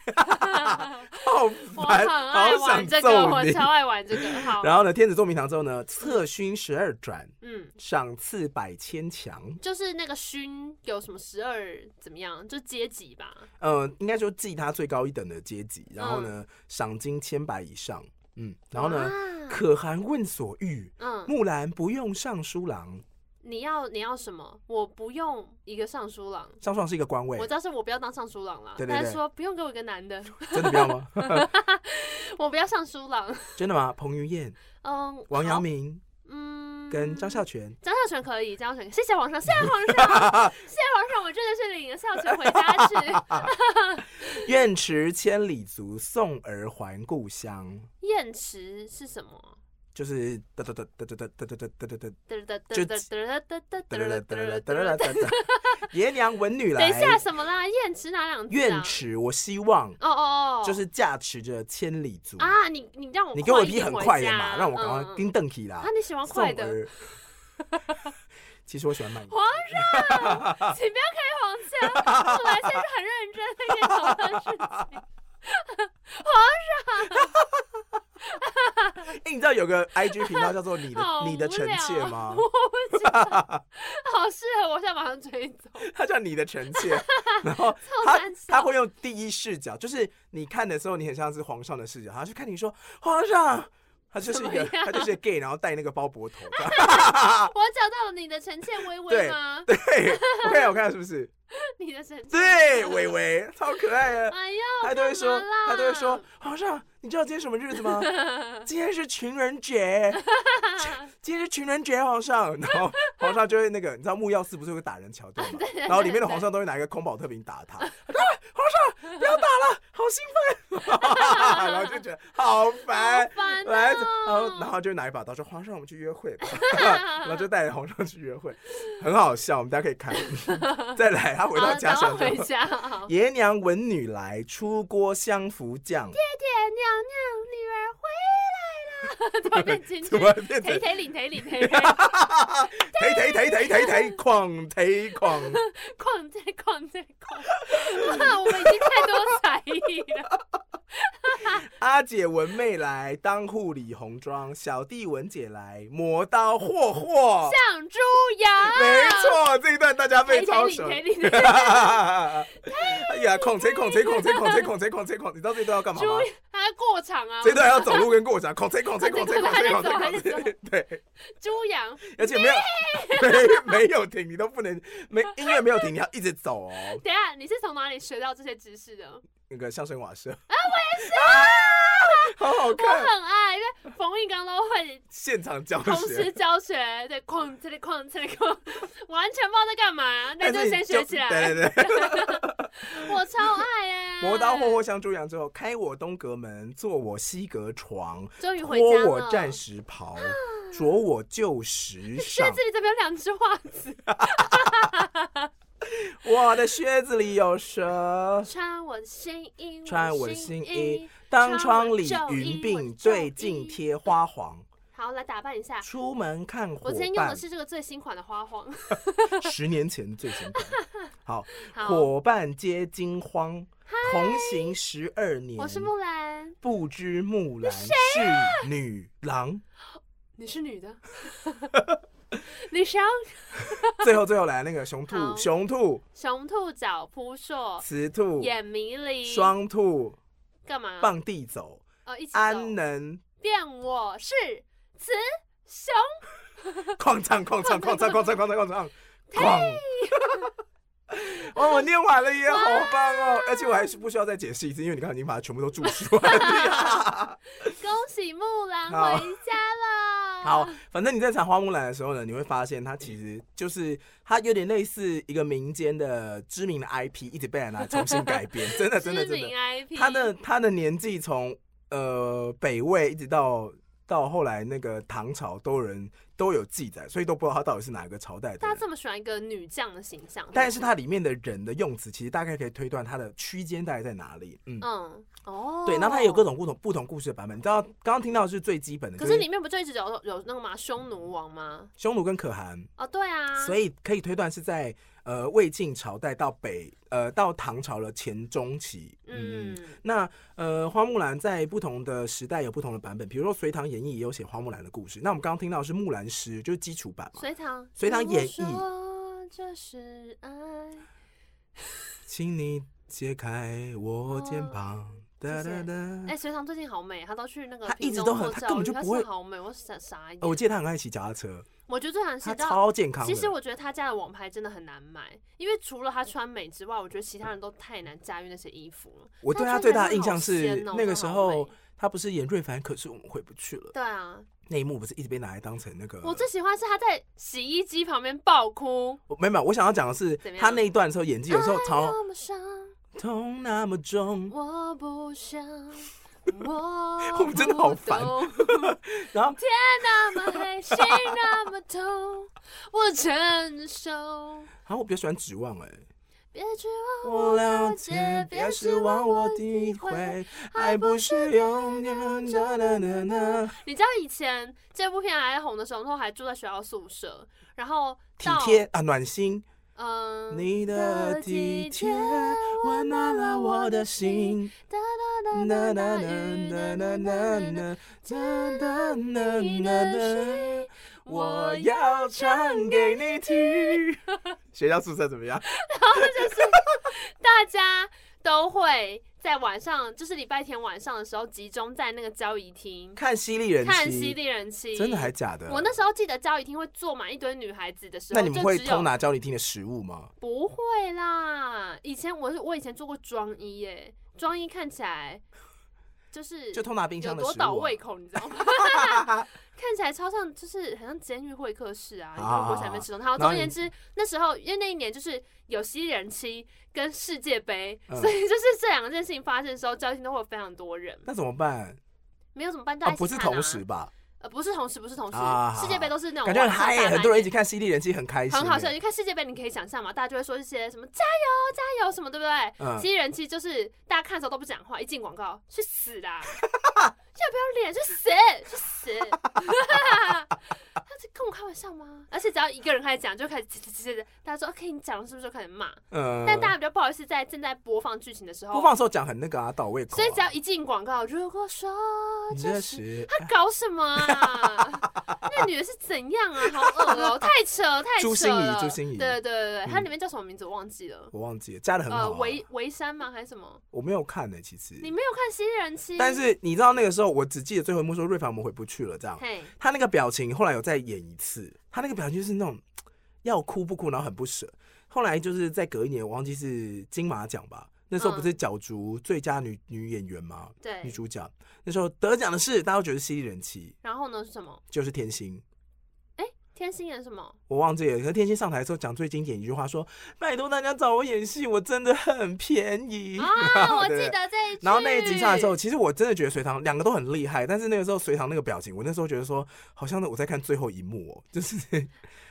Speaker 1: 好
Speaker 2: 我
Speaker 1: 烦，
Speaker 2: 很爱
Speaker 1: 好
Speaker 2: 玩
Speaker 1: 想
Speaker 2: 这个，
Speaker 1: 揍
Speaker 2: 我
Speaker 1: 你。
Speaker 2: 超爱玩这个。好，
Speaker 1: 然后呢，天子坐明堂之后呢，策勋十二转，
Speaker 2: 嗯，
Speaker 1: 赏赐百千强。
Speaker 2: 就是那个勋有什么十二怎么样，就阶级吧。
Speaker 1: 呃，应该说记他最高一等的阶级，然后呢，赏金千百以上，嗯，然后呢，
Speaker 2: 嗯哇？
Speaker 1: 可汗问所欲，
Speaker 2: 嗯，
Speaker 1: 木兰不用尚书郎，
Speaker 2: 你要你要什么？我不用一个尚书郎，
Speaker 1: 尚书郎是一个官位
Speaker 2: 我，知道是我不要当尚书郎了。
Speaker 1: 对对
Speaker 2: 他
Speaker 1: 对
Speaker 2: 说不用给我一个男的，
Speaker 1: 真的不要吗？
Speaker 2: 我不要尚书郎。
Speaker 1: 真的吗？彭于晏、
Speaker 2: 嗯，
Speaker 1: 王
Speaker 2: 好
Speaker 1: 阳，明
Speaker 2: 嗯，
Speaker 1: 跟张孝全，
Speaker 2: 张孝全可以，张孝全，谢谢皇上，谢谢皇上，谢谢皇上，我真的是领了孝全回 家去。
Speaker 1: 愿驰千里足，送儿还故乡，
Speaker 2: 燕池是什么？
Speaker 1: 就是哒哒哒哒哒哒哒哒哒哒哒
Speaker 2: 嘚嘚
Speaker 1: 就
Speaker 2: 嘚嘚嘚嘚嘚
Speaker 1: 哒哒哒
Speaker 2: 嘚
Speaker 1: 哒
Speaker 2: 嘚
Speaker 1: 哒哒
Speaker 2: 嘚嘚。
Speaker 1: 哒哒，爷娘闻女
Speaker 2: 等一下，
Speaker 1: 来，
Speaker 2: 什么啦？燕池哪两字
Speaker 1: 愿
Speaker 2: 啊？
Speaker 1: 驰，我希望
Speaker 2: 哦哦哦，
Speaker 1: 就是驾驰着千里足
Speaker 2: 啊，你你让我
Speaker 1: 你给我
Speaker 2: 快
Speaker 1: 一
Speaker 2: 一
Speaker 1: 匹
Speaker 2: 点
Speaker 1: 很
Speaker 2: 回
Speaker 1: 快的
Speaker 2: 家
Speaker 1: 马，让我赶快
Speaker 2: 嗯嗯
Speaker 1: 跟邓起啦
Speaker 2: 啊，。你喜欢快的，
Speaker 1: 儿。其实我喜欢慢歌
Speaker 2: 皇， 请不要开黄腔，我完全是很认真在跟你讨论事情。
Speaker 1: 哎、你知道有个 IG 频道叫做“你的
Speaker 2: 好
Speaker 1: 你的臣妾”
Speaker 2: 无
Speaker 1: 吗
Speaker 2: 聊？哦我不知道，好适合我，现在马上追踪。
Speaker 1: 它叫“你的臣 妾”，然后
Speaker 2: 超
Speaker 1: 它
Speaker 2: 难笑
Speaker 1: 它会用第一视角，就是你看的时候，你很像是皇上的视角，他就看你说皇上，他就是一个
Speaker 2: 怎么样
Speaker 1: 他就是一个 gay，然后戴那个包脖头，这样
Speaker 2: 我找到了你的臣妾微微
Speaker 1: 对
Speaker 2: 吗？
Speaker 1: 对，我看我看是不是？
Speaker 2: 你的臣妾，
Speaker 1: 对，伟伟超可爱的，
Speaker 2: 哎呦，
Speaker 1: 他都会说
Speaker 2: 干嘛啦，
Speaker 1: 他都会说，皇上，你知道今天什么日子 吗？今天是情人节，今天是情人节，皇上。然后皇上就会那个，你知道木曜寺不是有个打人桥段 吗？然后里面的皇上都会拿一个空宝特瓶打他，啊皇上不要打了，好兴奋， 然后就觉得好烦。
Speaker 2: 烦哦
Speaker 1: 来，然后然后就拿一把刀说：“皇上，我们去约会吧。” 然后就带着皇上去约会，很好笑，我们大家可以看。 再来，他回
Speaker 2: 好
Speaker 1: 到
Speaker 2: 了
Speaker 1: 家
Speaker 2: 赶
Speaker 1: 乡
Speaker 2: 快
Speaker 1: 之后
Speaker 2: 回家啊好
Speaker 1: 爷娘闻女来，出锅相扶将。
Speaker 2: 爹娘娘，女儿 回来啦！怎么变京剧
Speaker 1: 怎？么变成
Speaker 2: 腿腿 领腿领腿腿，
Speaker 1: 抬抬抬抬抬抬，狂抬狂？
Speaker 2: 逛在逛在逛。 哇，我们已经太多才艺了。
Speaker 1: 阿姐闻妹来，当户理红妆；小弟闻姐来，磨刀霍霍。
Speaker 2: 像猪羊，
Speaker 1: 没错，这一段大家背
Speaker 2: 腿腿
Speaker 1: 超
Speaker 2: 领
Speaker 1: 熟。
Speaker 2: 腿领腿。
Speaker 1: 有屁啊！孔贼孔贼孔贼孔贼孔贼孔贼孔，你知道这一段要干嘛
Speaker 2: 注
Speaker 1: 吗？
Speaker 2: 意，他在过场啊，
Speaker 1: 这一段要走路跟过讲，孔贼孔贼孔贼孔贼孔
Speaker 2: 还在
Speaker 1: 贼
Speaker 2: 走还
Speaker 1: 孔
Speaker 2: 在
Speaker 1: 贼，对，
Speaker 2: 猪羊，
Speaker 1: 而且没有没没有停，你都不能没音乐没有停，你要一直走哦。
Speaker 2: 等一下你是从哪里学到这些知识的？
Speaker 1: 那个相声瓦舍啊， 我也是，好好
Speaker 2: 我
Speaker 1: 看，
Speaker 2: 很爱，因为冯玉刚都会
Speaker 1: 现场教
Speaker 2: 同时
Speaker 1: 学。
Speaker 2: 教学，对，哐这里哐这里哐， 完全不知道在干嘛，
Speaker 1: 但
Speaker 2: 那就
Speaker 1: 哎
Speaker 2: 是
Speaker 1: 你
Speaker 2: 先学起来。
Speaker 1: 对对对，
Speaker 2: 我超爱啊耶！
Speaker 1: 磨刀
Speaker 2: 嗯
Speaker 1: 霍霍向猪羊之后，开我东阁门，坐我西阁床，
Speaker 2: 终于
Speaker 1: 脱
Speaker 2: 回家了。啊
Speaker 1: 我战时袍，着我旧时
Speaker 2: 靴
Speaker 1: 裳。
Speaker 2: 子里怎么有两只袜子？
Speaker 1: 我的靴子里有蛇，
Speaker 2: 穿我的新衣，
Speaker 1: 穿我的
Speaker 2: 的
Speaker 1: 新衣
Speaker 2: 衣。。
Speaker 1: 当窗里
Speaker 2: 穿我的旧衣
Speaker 1: 云
Speaker 2: 我的
Speaker 1: 鬓，
Speaker 2: 旧
Speaker 1: 对镜
Speaker 2: 衣
Speaker 1: 贴花黄。
Speaker 2: 好，来打扮一下。
Speaker 1: 出门看
Speaker 2: 我
Speaker 1: 伙
Speaker 2: 今天用的
Speaker 1: 伴，
Speaker 2: 是这个最新款的花黄。
Speaker 1: 十年前最新版。 好，
Speaker 2: 好，
Speaker 1: 伙伴皆惊慌，同行十二年。
Speaker 2: 我是木啊兰，
Speaker 1: 不知木兰是女郎。
Speaker 2: 你是女 的，李翔。
Speaker 1: 最后最后来那个雄兔，
Speaker 2: 好
Speaker 1: 雄兔、
Speaker 2: 雄兔脚扑朔，
Speaker 1: 雌兔、
Speaker 2: 眼迷离。
Speaker 1: 双兔
Speaker 2: 干嘛？
Speaker 1: 傍地走，
Speaker 2: 哦，一起走
Speaker 1: 安。能
Speaker 2: 变我是雌雄。
Speaker 1: 哐唱哐唱哐唱哐唱哐唱哐唱哐。哦，我念完了耶，好棒哦！而且我还是不需要再解释一次，因为你刚刚已经把它全部都注释完 了。
Speaker 2: 恭喜木兰
Speaker 1: 好
Speaker 2: 回家 了。
Speaker 1: 好，反正你在查花木兰的时候呢，你会发现它其实就是它有点类似一个民间的知名的 IP，一直被人拿重新改编，真的
Speaker 2: 知
Speaker 1: 真的真
Speaker 2: 名
Speaker 1: 的。
Speaker 2: IP。
Speaker 1: 他的他的年纪从呃北魏一直到到后来那个唐朝，都有人都有记载，所以都不知道他到底是哪个朝代的
Speaker 2: 大家
Speaker 1: 人。
Speaker 2: 这么喜欢一个女将的形象，
Speaker 1: 但是它里面的人的用词，其实大概可以推断它的区间大概在哪里。嗯，
Speaker 2: 嗯哦，
Speaker 1: 对。那它有各。种不同不同故事的版本。你知道刚刚听到的是最基本的，
Speaker 2: 可
Speaker 1: 就是
Speaker 2: 里面不就一直有有那个吗？匈奴王吗？
Speaker 1: 匈奴跟可汗，
Speaker 2: 哦，对啊，
Speaker 1: 所以可以推断是在呃魏晋朝代到北呃到唐朝的前中期。嗯
Speaker 2: 嗯，
Speaker 1: 那呃，花木兰在不同的时代有不同的版本，比如说《隋唐演义》也有写花木兰的故事。那我们刚刚听到的是木兰诗，就是基础版嘛。
Speaker 2: 隋唐，
Speaker 1: 隋唐演义
Speaker 2: 如果说这是爱，
Speaker 1: 请你解开我肩膀，哒哒哒。
Speaker 2: 哦哎，隋唐最近好美，她都去那个
Speaker 1: 她
Speaker 2: 屏
Speaker 1: 一直
Speaker 2: 东
Speaker 1: 都很
Speaker 2: 做
Speaker 1: 她根本
Speaker 2: 教育
Speaker 1: 就不会
Speaker 2: 她是好美，我傻傻眼
Speaker 1: 呃。我记得她很爱骑脚踏车，
Speaker 2: 我觉得最难
Speaker 1: 她
Speaker 2: 知道。
Speaker 1: 超健康的。嗯
Speaker 2: 其实我觉得他家的网拍真的很难买，因为除了他穿美之外，我觉得其他人都太难驾驭那些衣服了。
Speaker 1: 我对她
Speaker 2: 她
Speaker 1: 最
Speaker 2: 穿起
Speaker 1: 大
Speaker 2: 来
Speaker 1: 的
Speaker 2: 真
Speaker 1: 印象
Speaker 2: 好
Speaker 1: 是
Speaker 2: 仙哦
Speaker 1: 那个
Speaker 2: 真
Speaker 1: 时
Speaker 2: 好
Speaker 1: 候
Speaker 2: 美
Speaker 1: 她不是演瑞凡，可是我们回不去了。
Speaker 2: 对啊，
Speaker 1: 那一幕不是一直被拿来当成那个？
Speaker 2: 我最喜欢是他在洗衣机旁边爆哭，
Speaker 1: 我没有，没有我想要讲的是
Speaker 2: 怎么，样
Speaker 1: 她那一段的时候演技有时候常
Speaker 2: 那么伤，
Speaker 1: 痛那么重，
Speaker 2: 我不想，我
Speaker 1: 我们真的好烦
Speaker 2: 不懂
Speaker 1: 然后
Speaker 2: 那么黑，心那么痛，我承受。
Speaker 1: 然后我比较喜欢《指望》哎。
Speaker 2: 别指望
Speaker 1: 我
Speaker 2: 我
Speaker 1: 了
Speaker 2: 了
Speaker 1: 解
Speaker 2: 解，，
Speaker 1: 别
Speaker 2: 别
Speaker 1: 指
Speaker 2: 指
Speaker 1: 望
Speaker 2: 望
Speaker 1: 我
Speaker 2: 我
Speaker 1: 体
Speaker 2: 体
Speaker 1: 会
Speaker 2: 会。，
Speaker 1: 爱不是永远的啦啦啦。
Speaker 2: 你知道以前这部片还红的时候，然后还住在学校宿舍，然后
Speaker 1: 体
Speaker 2: 到
Speaker 1: 贴啊，暖心。
Speaker 2: 嗯，
Speaker 1: 你的体贴温暖了我的心。
Speaker 2: 哒哒
Speaker 1: 呐
Speaker 2: 哒
Speaker 1: 呐
Speaker 2: 哒
Speaker 1: 呐呐
Speaker 2: 哒
Speaker 1: 呐
Speaker 2: 哒
Speaker 1: 呐
Speaker 2: 哒
Speaker 1: 呐
Speaker 2: 哒，
Speaker 1: 呐呐呐呐呐，我要唱给你听。学校宿舍怎么样？
Speaker 2: 大家都会在晚上，就是礼拜天晚上的时候，集中在那个交谊厅
Speaker 1: 看犀利人妻，
Speaker 2: 看犀利人妻，
Speaker 1: 真的还假的？
Speaker 2: 我那时候记得交谊厅会坐满一堆女孩子的时候，
Speaker 1: 那你们会
Speaker 2: 就只有
Speaker 1: 偷拿教你听的食物吗？
Speaker 2: 不会啦，以前我是我以前做过装衣耶，装衣看起 来就是
Speaker 1: 就偷拿冰
Speaker 2: 有
Speaker 1: 箱的
Speaker 2: 多
Speaker 1: 食
Speaker 2: 倒
Speaker 1: 物啊、
Speaker 2: 胃口，你知 道吗？看起来超像，就是很像监狱会客室啊，你
Speaker 1: 啊
Speaker 2: 就过去那边吃东西。好，
Speaker 1: 然后
Speaker 2: 总而
Speaker 1: 你
Speaker 2: 言之，那时候因为那一年就是有西人期跟世界杯，
Speaker 1: 嗯
Speaker 2: 所以就是这两件事情发生的时候，交易厅都会有非常多人，
Speaker 1: 那怎么办？
Speaker 2: 没有怎么办？大
Speaker 1: 啊
Speaker 2: 家，一起
Speaker 1: 不是
Speaker 2: 看啊
Speaker 1: 同时吧？
Speaker 2: 呃，不是同时，不是同时，
Speaker 1: 啊
Speaker 2: 世界杯都是那种
Speaker 1: 感觉很
Speaker 2: 晚上
Speaker 1: 嗨耶，
Speaker 2: 大
Speaker 1: 很多人一
Speaker 2: 半夜
Speaker 1: 起看 CD 人气很开心，欸
Speaker 2: 很好笑。。你看世界杯，你可以想象嘛，大家就会说一些什么加油加油什么，对不对？
Speaker 1: 嗯
Speaker 2: 其实人气就是大家看的时候都不讲话，一进广告去 死啦，要不要脸？去死去死！ 他是跟我开玩笑吗？而且只要一个人开始讲，就开始嘖嘖嘖嘖大家说 OK，你讲了是不是就开始骂？
Speaker 1: 嗯，
Speaker 2: 但大家比较不好意思，在正在播放剧情的时候，
Speaker 1: 播放的时候讲很那个啊，到胃口啊。
Speaker 2: 所以只要一进广告，如果说
Speaker 1: 你
Speaker 2: 这
Speaker 1: 这
Speaker 2: 是
Speaker 1: 是
Speaker 2: 他搞什 么啊？那女的是怎样啊？好恶哦、太扯，太扯了。
Speaker 1: 朱心怡朱心怡
Speaker 2: 对对对对，对，它里面叫什么名字我忘记了，
Speaker 1: 我忘记了，加的很好、
Speaker 2: 呃，
Speaker 1: 啊。
Speaker 2: 维维山吗还是什么？
Speaker 1: 我没有看呢、其实。
Speaker 2: 你没有看《新人期》？
Speaker 1: 但是你知道那个时候，我只记得最后一幕说瑞凡我们回不去了这样。
Speaker 2: 嘿，
Speaker 1: 他那个表情后来有再演一次，他那个表情就是那种要哭不哭，然后很不舍。后来就是再隔一年，我忘记是金马奖吧，那时候不是角逐最佳女、女演员吗？女
Speaker 2: 嗯对。
Speaker 1: 主角那时候得奖的是大家都觉得犀利人气，
Speaker 2: 然后呢是什么？
Speaker 1: 就是天心。
Speaker 2: 天心演什么？
Speaker 1: 我忘记了，可是天心上台的时候讲最经典一句话说：“拜托大家找我演戏，我真的很便宜。
Speaker 2: 啊，我
Speaker 1: 对
Speaker 2: 记得这一句。
Speaker 1: 然后那一集上的时候，，其实我真的觉得隋唐两个都很厉害，但是那个时候隋唐那个表情，我那时候觉得说，好像我在看最后一幕哦，就是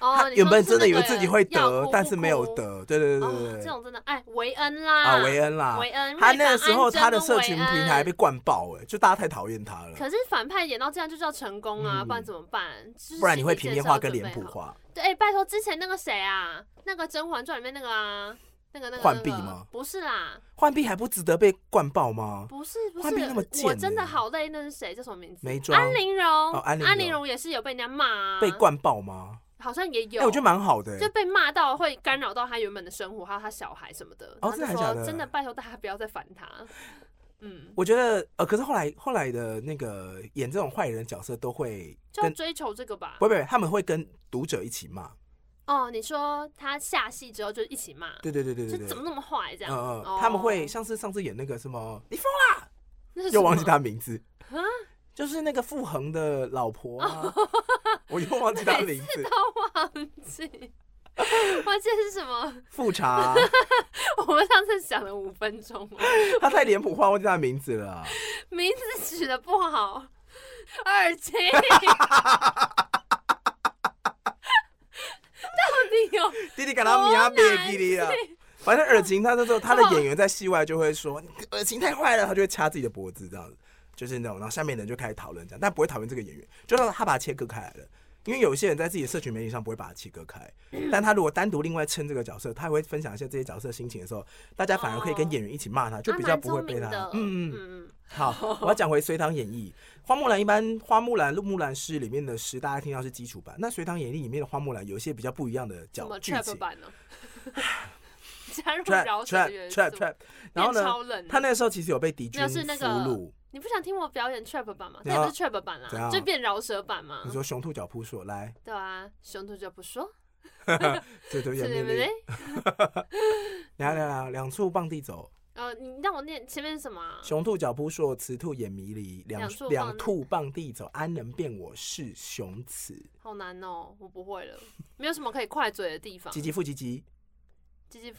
Speaker 2: 哦
Speaker 1: 他，
Speaker 2: 你
Speaker 1: 原本
Speaker 2: 说
Speaker 1: 真的
Speaker 2: 的是
Speaker 1: 以为
Speaker 2: 那个
Speaker 1: 自己会
Speaker 2: 要哭
Speaker 1: 得，但是没有
Speaker 2: 不哭。
Speaker 1: 得。对对对对
Speaker 2: 哦，
Speaker 1: 对
Speaker 2: 这
Speaker 1: 对，
Speaker 2: 种真的，哎，维恩啦，
Speaker 1: 啊，维恩啦
Speaker 2: 维，恩，
Speaker 1: 他
Speaker 2: 瑞
Speaker 1: 那个
Speaker 2: 凡
Speaker 1: 时候
Speaker 2: 安贞
Speaker 1: 他的
Speaker 2: 跟
Speaker 1: 社
Speaker 2: 维
Speaker 1: 群
Speaker 2: 恩
Speaker 1: 平台被灌爆，哎，就大家太讨厌他了，
Speaker 2: 可是反派演到这样就叫成功啊，
Speaker 1: 嗯
Speaker 2: 不然怎么办？就是
Speaker 1: 不然你会平
Speaker 2: 心理
Speaker 1: 面
Speaker 2: 建设
Speaker 1: 化跟
Speaker 2: 准
Speaker 1: 脸
Speaker 2: 备
Speaker 1: 谱
Speaker 2: 好。
Speaker 1: 化。
Speaker 2: 对，哎、拜托，之前那个谁啊，那个《甄嬛传》里面那个啊，那个那个
Speaker 1: 浣碧
Speaker 2: 那个
Speaker 1: 吗
Speaker 2: 不是啦，
Speaker 1: 浣碧还不值得被灌爆吗？
Speaker 2: 不是不
Speaker 1: 浣碧
Speaker 2: 是，
Speaker 1: 那么贱
Speaker 2: 我
Speaker 1: 呢
Speaker 2: 真的好累。那是谁？叫什么名字？
Speaker 1: 眉庄哦
Speaker 2: 安陵容，
Speaker 1: 安陵容
Speaker 2: 容也是有被人家骂、啊，
Speaker 1: 被灌爆吗？
Speaker 2: 好像也有。
Speaker 1: 哎，我觉得蛮好的，
Speaker 2: 就
Speaker 1: 哎
Speaker 2: 被骂到会干扰到他原本的生活，还有他小孩什么的。然后
Speaker 1: 哦真的
Speaker 2: 就
Speaker 1: 还假
Speaker 2: 说
Speaker 1: 的
Speaker 2: 真的，拜托大家不要再烦他。嗯，
Speaker 1: 我觉得呃，可是后来后来的那个演这种坏人的角色都会
Speaker 2: 就要
Speaker 1: 跟
Speaker 2: 追求这个吧。
Speaker 1: 不不，他们会跟读者一起骂。
Speaker 2: 哦，你说他下戏之后就一起骂，
Speaker 1: 对对对对对
Speaker 2: 就
Speaker 1: 对
Speaker 2: 怎。么那么坏这样？
Speaker 1: 嗯
Speaker 2: 哦
Speaker 1: 嗯，他们会像是上次演那个什么，你疯了，
Speaker 2: 那是什
Speaker 1: 又
Speaker 2: 么
Speaker 1: 忘记他名字
Speaker 2: 啊哦
Speaker 1: 就是那个傅恒的老婆啊，我又忘记他名字，
Speaker 2: 都忘记， 忘记是什么？
Speaker 1: 富察，
Speaker 2: 我们上次想了五 分钟哦，
Speaker 1: 他太脸谱化，忘记他的名字了。啊
Speaker 2: 名字取得不好，耳机。 到底有
Speaker 1: 弟弟感到米亚贝吉利啊
Speaker 2: 多难，
Speaker 1: 反正尔晴他那时候他的演员在戏外就会说你尔晴太坏了，他就会掐自己的脖子这样子，就是那种，然后下面的人就开始讨论这样，但不会讨论这个演员，就让他把他切割开来了。因为有一些人在自己的社群媒体上不会把它切割开，
Speaker 2: 嗯
Speaker 1: 但他如果单独另外称这个角色，他也会分享一下这些角色的心情的时候，大家反而可以跟演员一起骂他，就比较不会被他
Speaker 2: 还蛮聪明
Speaker 1: 嗯嗯
Speaker 2: 的。嗯。嗯
Speaker 1: 嗯好，我要讲回《隋
Speaker 2: 哦
Speaker 1: 唐演义》。花木兰一般，花木兰、陆木兰诗里面的诗，大家听到是基础版。那《隋唐演义》里面的花木兰有一些比较不一样的
Speaker 2: 什
Speaker 1: 角
Speaker 2: 么
Speaker 1: 剧
Speaker 2: trap
Speaker 1: 情
Speaker 2: 版呢？ 加入
Speaker 1: trap
Speaker 2: 饶舌
Speaker 1: trap
Speaker 2: 元素
Speaker 1: trap trap。然后
Speaker 2: 变
Speaker 1: 呢，
Speaker 2: 超冷。
Speaker 1: 他那个时候其实有被敌军
Speaker 2: 没有
Speaker 1: 俘
Speaker 2: 是那个
Speaker 1: 虏。
Speaker 2: 你不想听我表演 trap 版吗？
Speaker 1: 你
Speaker 2: 那
Speaker 1: 要
Speaker 2: 也不是 trap 版
Speaker 1: 怎
Speaker 2: 啦，
Speaker 1: 样
Speaker 2: 就变饶舌版嘛
Speaker 1: 你。说雄兔脚扑朔，来，
Speaker 2: 对啊，雄兔就不说，
Speaker 1: 对对
Speaker 2: 是
Speaker 1: 对
Speaker 2: 对
Speaker 1: 对
Speaker 2: 不对
Speaker 1: 对，？来来来，两处傍地走，
Speaker 2: 呃，你让我念前面是什么啊？
Speaker 1: 雄兔脚扑朔，雌兔眼迷离，两
Speaker 2: 两处
Speaker 1: 两
Speaker 2: 傍
Speaker 1: 兔傍地走，安能辨我是雄雌？
Speaker 2: 好难哦，我不会了，没有什么可以快嘴的地方。
Speaker 1: 唧唧复唧唧，
Speaker 2: 唧唧，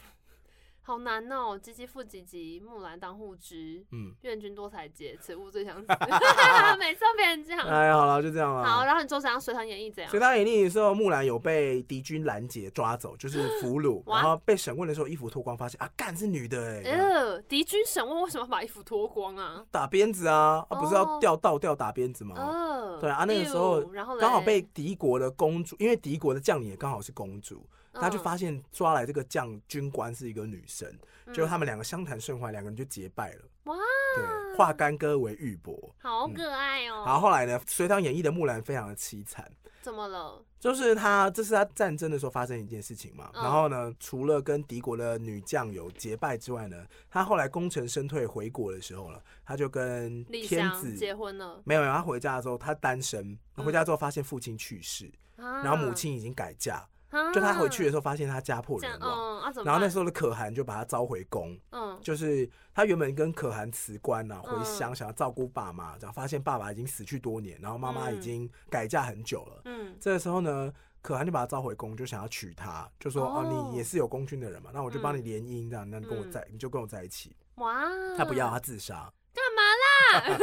Speaker 2: 好难哦，唧唧复唧唧，木兰当户织，
Speaker 1: 嗯，
Speaker 2: 愿君多采撷，此物最相 似。 每次都别人这样。
Speaker 1: 哎呀，好了，就这样了。
Speaker 2: 好，然后你做怎样随堂演绎怎样
Speaker 1: 所？以他演历的时候，木兰有被敌军拦截抓走，就是俘虏，
Speaker 2: 哇
Speaker 1: 然后被审问的时候，衣服脱光，发现啊，干是女的哎、欸，
Speaker 2: 呃，敌军审问为什么把衣服脱光啊？
Speaker 1: 打鞭子啊，啊不是要
Speaker 2: 哦
Speaker 1: 吊倒吊打鞭子吗？
Speaker 2: 呃，
Speaker 1: 对啊那个时候
Speaker 2: 呦然后嘞
Speaker 1: 刚好被敌国的公主，因为敌国的将领也刚好是公主，他就发现抓来这个将军官是一个女生，
Speaker 2: 嗯
Speaker 1: 结果他们两个相谈甚欢，两个人就结拜了。
Speaker 2: 哇，哦
Speaker 1: 对，化干戈为玉帛。
Speaker 2: 好可爱哦。
Speaker 1: 然后后来呢，《隋唐演义》的木兰非常的凄惨，
Speaker 2: 怎么了？
Speaker 1: 就是他，这是他战争的时候发生一件事情嘛。
Speaker 2: 嗯
Speaker 1: 然后呢，除了跟敌国的女将有结拜之外呢，他后来功成身退回国的时候了，他就跟
Speaker 2: 丽
Speaker 1: 天
Speaker 2: 香
Speaker 1: 子
Speaker 2: 结婚了
Speaker 1: 没有没有，他回家的时候他单身，回家之后发现父亲去世，
Speaker 2: 啊，
Speaker 1: 然后母亲已经改嫁，
Speaker 2: 啊
Speaker 1: 就他回去的时候发现他家破
Speaker 2: 这样
Speaker 1: 人，亡。
Speaker 2: 嗯啊怎么办？
Speaker 1: 然后那时候的可汗就把他招回宫，
Speaker 2: 嗯
Speaker 1: 就是他原本跟可汗辞官啊，回
Speaker 2: 嗯
Speaker 1: 乡想要照顾爸妈，然后发现爸爸已经死去多年，然后妈妈已
Speaker 2: 嗯
Speaker 1: 经改嫁很久了，
Speaker 2: 嗯
Speaker 1: 这个时候呢，可汗就把他召回宫，就想要娶她，就说哦、
Speaker 2: 哦
Speaker 1: 你也是有功勋的人嘛，那我就帮
Speaker 2: 嗯
Speaker 1: 你联姻，这样，那你跟我在，你就跟我在一起。
Speaker 2: 哇，哦
Speaker 1: 他不
Speaker 2: 嗯
Speaker 1: 要，他自杀。
Speaker 2: 干嘛啦？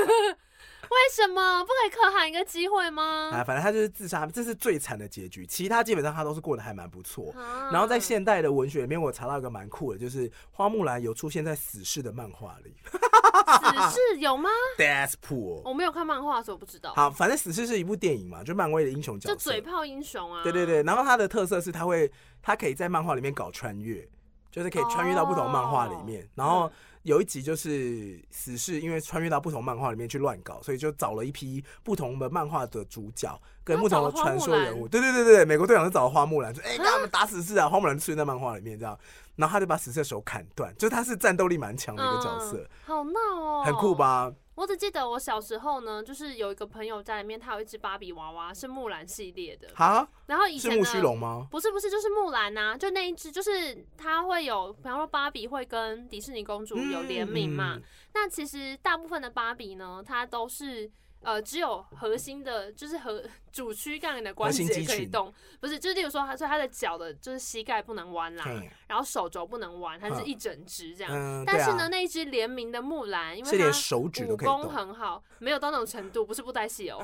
Speaker 2: 为什么不可以可喊一个机会
Speaker 1: 啊，
Speaker 2: 吗？
Speaker 1: 反正他就是自杀，这是最惨的结局。其他基本上他都是过得还蛮不错。
Speaker 2: 然
Speaker 1: 然后在现代的文学里面，我查到一个蛮酷的，就是花木兰有出现在死侍的漫画里
Speaker 2: 只是有吗？
Speaker 1: ，Deathpool。
Speaker 2: 我没有看漫画，所以我不知道。
Speaker 1: 好，反正死侍是一部电影嘛，就漫威的英雄角
Speaker 2: 就
Speaker 1: 色。
Speaker 2: 嘴炮英雄啊，
Speaker 1: 对对对，然后它的特色是它会，它可以在漫画里面搞穿越，就是可以穿越到不同漫画里
Speaker 2: 哦
Speaker 1: 面。然后有一集就是死侍，因为穿越到不同漫画里面去乱搞，所以就找了一批不同的漫画的主角跟不同的传说人物。对对对对，美国队长就找了花木 兰，说：“哎、让他们打死侍啊！”花木兰出现在漫画里面这样，然后他就把死侍的手砍断，就是他是战斗力蛮强的一个角色，
Speaker 2: 好闹哦，
Speaker 1: 很酷？吧？
Speaker 2: 我只记得我小时候呢，就是有一个朋友家里面，他有一只芭比娃娃，是木兰系列的。
Speaker 1: 哈，
Speaker 2: 然后以
Speaker 1: 是
Speaker 2: 前
Speaker 1: 木
Speaker 2: 呢
Speaker 1: 须龙吗？
Speaker 2: 不是不是，就是木兰呐、就那一只，就是它会有，比方说芭比会跟迪士尼公主有联名嘛。
Speaker 1: 嗯
Speaker 2: 那其实大部分的芭比呢，它都是呃只有核心的，就是核主躯干的关
Speaker 1: 核心
Speaker 2: 节
Speaker 1: 肌
Speaker 2: 可以
Speaker 1: 群
Speaker 2: 动，不是，就是例如说它，所以它的脚的就是膝盖不能弯啦，
Speaker 1: 嘿
Speaker 2: 然后手肘不能弯，它是
Speaker 1: 嗯
Speaker 2: 一整只这样。
Speaker 1: 嗯，
Speaker 2: 但
Speaker 1: 对
Speaker 2: 是呢，
Speaker 1: 啊，
Speaker 2: 那一只联名的木兰，因为
Speaker 1: 是连
Speaker 2: 它
Speaker 1: 手指都
Speaker 2: 武
Speaker 1: 可以动
Speaker 2: 功。很好，没有到那种程度，不是布袋戏 哦，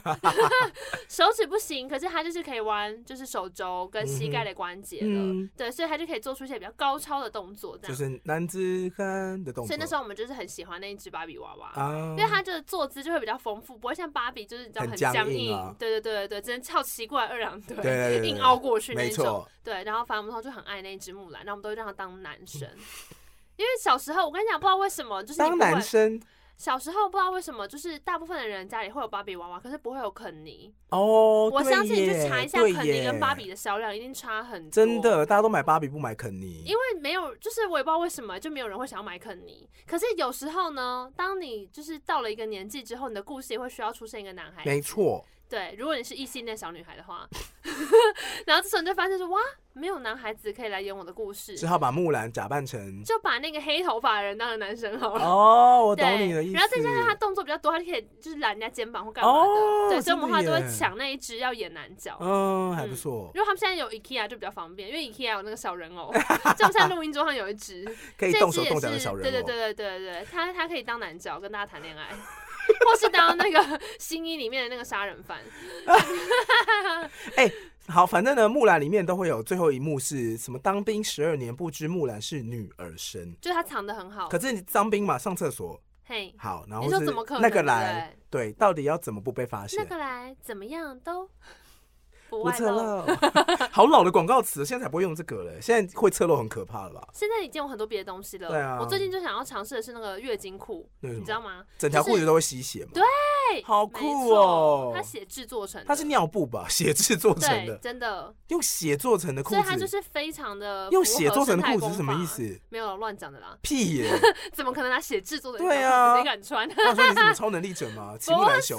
Speaker 2: 手指不行，可是他就是可以玩，就是手肘跟膝盖的关节了，
Speaker 1: 嗯哼
Speaker 2: 对，所以他就可以做出一些比较高超的动作，这样。
Speaker 1: 就是男子汉的动作。
Speaker 2: 所以那时候我们就是很喜欢那一只芭比娃娃。
Speaker 1: 啊，
Speaker 2: 因为它的坐姿就会比较丰富，不会像芭比就是你知道
Speaker 1: 很
Speaker 2: 很
Speaker 1: 僵
Speaker 2: 僵
Speaker 1: 硬
Speaker 2: 硬，
Speaker 1: 啊
Speaker 2: 对对对对对，只能翘起过来二郎腿，
Speaker 1: 对对对对
Speaker 2: 硬凹过去那
Speaker 1: 没
Speaker 2: 一种。
Speaker 1: 错，
Speaker 2: 对，然后反正我们同学就很爱那一只木兰，然后我们都会让它当男生。因为小时候我跟你讲，不知道为什么，就是你
Speaker 1: 当
Speaker 2: 不会
Speaker 1: 男生
Speaker 2: 小时候不知道为什么，就是大部分的人家里会有芭比娃娃，可是不会有肯尼。
Speaker 1: 哦，
Speaker 2: 我
Speaker 1: 对
Speaker 2: 相信你去
Speaker 1: 耶
Speaker 2: 查一下
Speaker 1: 对
Speaker 2: 肯尼跟芭
Speaker 1: 耶
Speaker 2: 比的销量一定差很多。
Speaker 1: 真，的，大家都买芭比不买肯尼
Speaker 2: 因，为没有，就是我也不知道为什么，就没有人会想要买肯尼。可是有时候呢，当你就是到了一个年纪之后，你的故事也会需要出现一个男孩子。
Speaker 1: 没错，
Speaker 2: 对，如果你是异性恋小女孩的话， 然后这时候你就发现说，哇，没有男孩子可以来演我的故事
Speaker 1: 只，好把木兰假扮成
Speaker 2: 就把那个黑头发的人当成男生好了。
Speaker 1: 哦，我
Speaker 2: 对，
Speaker 1: 懂你的意思。
Speaker 2: 然后再加上他动作比较多，他就可以就是揽人家肩膀或干嘛的。
Speaker 1: 哦
Speaker 2: 对，所以我们后来都
Speaker 1: 真的
Speaker 2: 会
Speaker 1: 耶
Speaker 2: 抢那一只要演男角。
Speaker 1: 嗯，还不错，
Speaker 2: 如果他们现在有 IKEA 就比较方便，因为 IKEA 有那个小人偶，就我们现在录音桌上有一只，
Speaker 1: 可以
Speaker 2: 这
Speaker 1: 动
Speaker 2: 一只
Speaker 1: 手
Speaker 2: 也
Speaker 1: 动
Speaker 2: 是，
Speaker 1: 脚的小人哦
Speaker 2: 对对
Speaker 1: 偶。
Speaker 2: 对对对对，他他可以当男角跟大家谈恋爱，或是当 那个新一里面的那个杀人犯。
Speaker 1: 好，反正呢，木兰里面都会有最后一幕是什么？当兵十二年，不知木兰是女儿身。
Speaker 2: 就是他藏得很好，
Speaker 1: 可是你当兵嘛，上厕所
Speaker 2: 嘿，
Speaker 1: 好，然后
Speaker 2: 哦你说
Speaker 1: 是
Speaker 2: 怎么可能
Speaker 1: 那个来，对，到底要怎么不被发
Speaker 2: 那
Speaker 1: 现？
Speaker 2: 个来怎么样都不
Speaker 1: 我
Speaker 2: 外
Speaker 1: 侧
Speaker 2: 露。
Speaker 1: 漏， 好老的广告词，现在才不会用这个嘞。现在会侧漏很可怕了吧？
Speaker 2: 现在已经有很多别的东西了，
Speaker 1: 对啊
Speaker 2: 我最近就想要尝试的是那个月经裤，
Speaker 1: 那
Speaker 2: 你
Speaker 1: 是
Speaker 2: 知
Speaker 1: 什
Speaker 2: 道
Speaker 1: 么？
Speaker 2: 吗？
Speaker 1: 整条
Speaker 2: 就是
Speaker 1: 裤子都会吸血嘛？
Speaker 2: 对，
Speaker 1: 好
Speaker 2: 没
Speaker 1: 酷
Speaker 2: 错
Speaker 1: 哦
Speaker 2: 它写制作成的，
Speaker 1: 它是尿布吧？ 血制做成
Speaker 2: 对，
Speaker 1: 的，
Speaker 2: 真的，
Speaker 1: 用血做成的裤
Speaker 2: 所以它
Speaker 1: 子，
Speaker 2: 就是非常的
Speaker 1: 用
Speaker 2: 符合
Speaker 1: 血做成的
Speaker 2: 生态
Speaker 1: 裤子是什么
Speaker 2: 工
Speaker 1: 意
Speaker 2: 法？
Speaker 1: 思？
Speaker 2: 没有乱讲的啦，
Speaker 1: 屁耶！
Speaker 2: 怎么可能拿血制作的？
Speaker 1: 对啊
Speaker 2: 谁敢穿？
Speaker 1: 我想说你是什么超能力者吗？骑木兰熊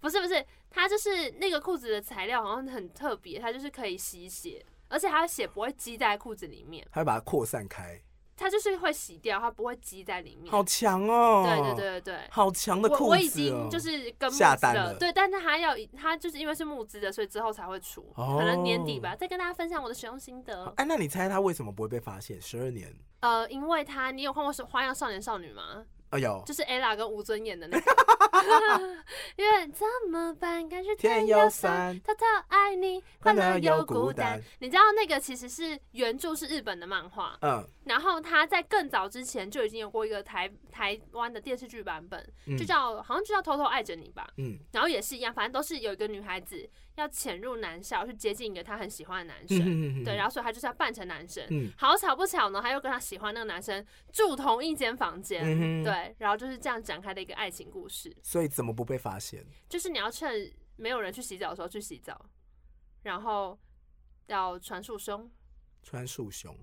Speaker 2: 不是不是，它就是那个裤子的材料好像很特别，它就是可以吸血，而且它的血不会积在裤子里面，
Speaker 1: 还会把它扩散开，
Speaker 2: 它就是会洗掉，它不会积在里面。
Speaker 1: 好强哦！
Speaker 2: 嗯对对，对对对。
Speaker 1: 好强的裤子
Speaker 2: 我
Speaker 1: 哦！
Speaker 2: 我已经就是跟募
Speaker 1: 下
Speaker 2: 资
Speaker 1: 单
Speaker 2: 了，
Speaker 1: 了
Speaker 2: 对，但是他要他就是因为是募资的，所以之后才会出，
Speaker 1: 哦
Speaker 2: 可能年底吧。再跟大家分享我的使用心得。
Speaker 1: 哎，那你猜他为什么不会被发现？十二年，
Speaker 2: 呃，因为他你有看过《花样少年少女》吗？
Speaker 1: 哎呦，
Speaker 2: 就是 Ella 跟吴尊演的那 个。因为怎么办？感觉天
Speaker 1: 天
Speaker 2: 要
Speaker 1: 要
Speaker 2: 散，
Speaker 1: 散，
Speaker 2: 偷偷爱你，
Speaker 1: 快
Speaker 2: 快乐
Speaker 1: 乐
Speaker 2: 又
Speaker 1: 又
Speaker 2: 孤
Speaker 1: 孤
Speaker 2: 单
Speaker 1: 单。
Speaker 2: 你知道那个其实是原著是日本的漫画，
Speaker 1: 嗯，
Speaker 2: 然后他在更早之前就已经有过一个台台湾的电视剧版本，
Speaker 1: 嗯
Speaker 2: 就叫好像就叫《偷偷爱着你》吧。
Speaker 1: 嗯
Speaker 2: 然后也是一样，反正都是有一个女孩子要潜入男校去接近一个她很喜欢的男
Speaker 1: 嗯
Speaker 2: 生，
Speaker 1: 嗯嗯
Speaker 2: 对，然后所以她就是要扮成男生。
Speaker 1: 嗯
Speaker 2: 好巧不巧呢，她又跟她喜欢那个男生住同一间房间，
Speaker 1: 嗯哼，，
Speaker 2: 对，然后就是这样展开的一个爱情故事，
Speaker 1: 所以怎么不被发现？
Speaker 2: 就是你要趁没有人去洗澡的时候去洗澡，然后要传束胸，
Speaker 1: 穿束胸。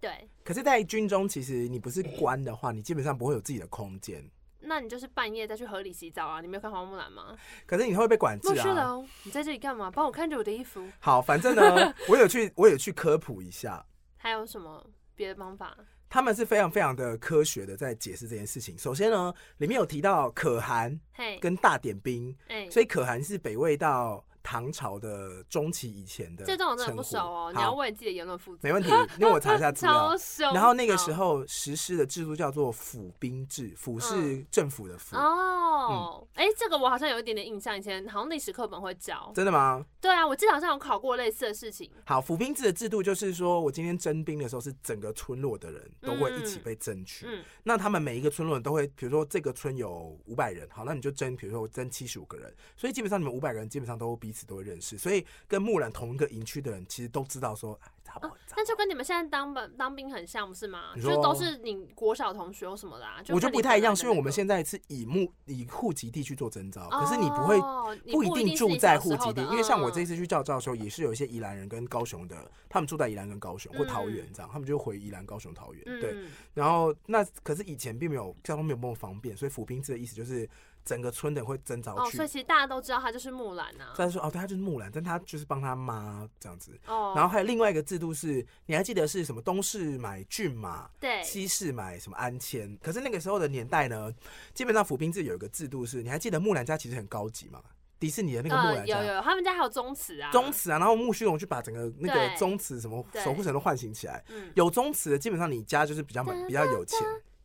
Speaker 2: 对，
Speaker 1: 可是，在军中，其实你不是官的话，你基本上不会有自己的空间。
Speaker 2: 那你就是半夜再去河里洗澡啊？你没有看花木兰吗？
Speaker 1: 可是你会被管制
Speaker 2: 莫须
Speaker 1: 啊。
Speaker 2: 龙，你在这里干嘛？帮我看着我的衣服，
Speaker 1: 好，反正呢，我有去，我有去科普一下，
Speaker 2: 还有什么别的方法？
Speaker 1: 他们是非常非常的科学的在解释这件事情。首先呢，里面有提到可汗
Speaker 2: 嘿，
Speaker 1: 跟大点兵，
Speaker 2: 哎、
Speaker 1: 所以可汗是北魏到唐朝的中期以前的
Speaker 2: 这段我真的不
Speaker 1: 称
Speaker 2: 熟
Speaker 1: 呼
Speaker 2: 哦，你要
Speaker 1: 好，
Speaker 2: 为你自己的言论负责。
Speaker 1: 没问题，因为我查一下资料
Speaker 2: 超。凶。
Speaker 1: 然后那个时候实施的制度叫做府兵制，府
Speaker 2: 嗯
Speaker 1: 是政府的府，
Speaker 2: 哦，
Speaker 1: 嗯
Speaker 2: 哎、这个我好像有一点点印象，以前好像历史课本会教。
Speaker 1: 真的吗？
Speaker 2: 对啊，我记得好像有考过类似的事情。
Speaker 1: 好，府兵制的制度就是说，我今天征兵的时候，是整个村落的人都会一起被征去。
Speaker 2: 嗯，
Speaker 1: 那他们每一个村落人都会，比如说这个村有五百人，好，那你就征，比如说我征七十五个人，所以基本上你们五百人基本上都彼彼此都会认识，所以跟木兰同一个营区的人，其实都知道说，哎，他不
Speaker 2: 啊
Speaker 1: 会这样。
Speaker 2: 那就跟你们现在当本当兵很像，不是吗？
Speaker 1: 你
Speaker 2: 就
Speaker 1: 说
Speaker 2: 是都是你国小同学或什么的、啊，
Speaker 1: 我就
Speaker 2: 就
Speaker 1: 不太一样，是因为我们
Speaker 2: 在，
Speaker 1: 现在是以目以户籍地去做征招，可是你不会
Speaker 2: 哦你
Speaker 1: 不一定住在户籍
Speaker 2: 啊
Speaker 1: 地，因为像我这
Speaker 2: 次，
Speaker 1: 次去教招的时候，也是有一些宜兰人跟高雄的，他们住在宜兰跟高雄或桃园这样，他们就回宜兰、高雄、桃园。
Speaker 2: 嗯
Speaker 1: 对，，然后那可是以前并没有交通没有那么方便，所以府兵制的意思就是整个村的人会征召
Speaker 2: 哦，
Speaker 1: 去
Speaker 2: 所以。其实大家都知道他就是木兰啊。
Speaker 1: 再说哦，对，他就是木兰，但他就是帮他妈这样子。
Speaker 2: 哦，
Speaker 1: 然后还有另外一个制度是，你还记得是什么？东市买骏马，
Speaker 2: 对，
Speaker 1: 西市买什么鞍鞯？可是那个时候的年代呢，基本上府兵制有一个制度是，你还记得木兰家其实很高级嘛？迪士尼的那个木
Speaker 2: 呃，
Speaker 1: 兰
Speaker 2: 有
Speaker 1: 家，
Speaker 2: 有，他们家还有宗祠啊，
Speaker 1: 宗，祠啊，然后木须龙去把整个那个
Speaker 2: 对
Speaker 1: 宗祠什么
Speaker 2: 对
Speaker 1: 守护神都唤醒起来。
Speaker 2: 嗯，
Speaker 1: 有宗祠的，基本上你家就是比较
Speaker 2: 哒
Speaker 1: 比较有钱。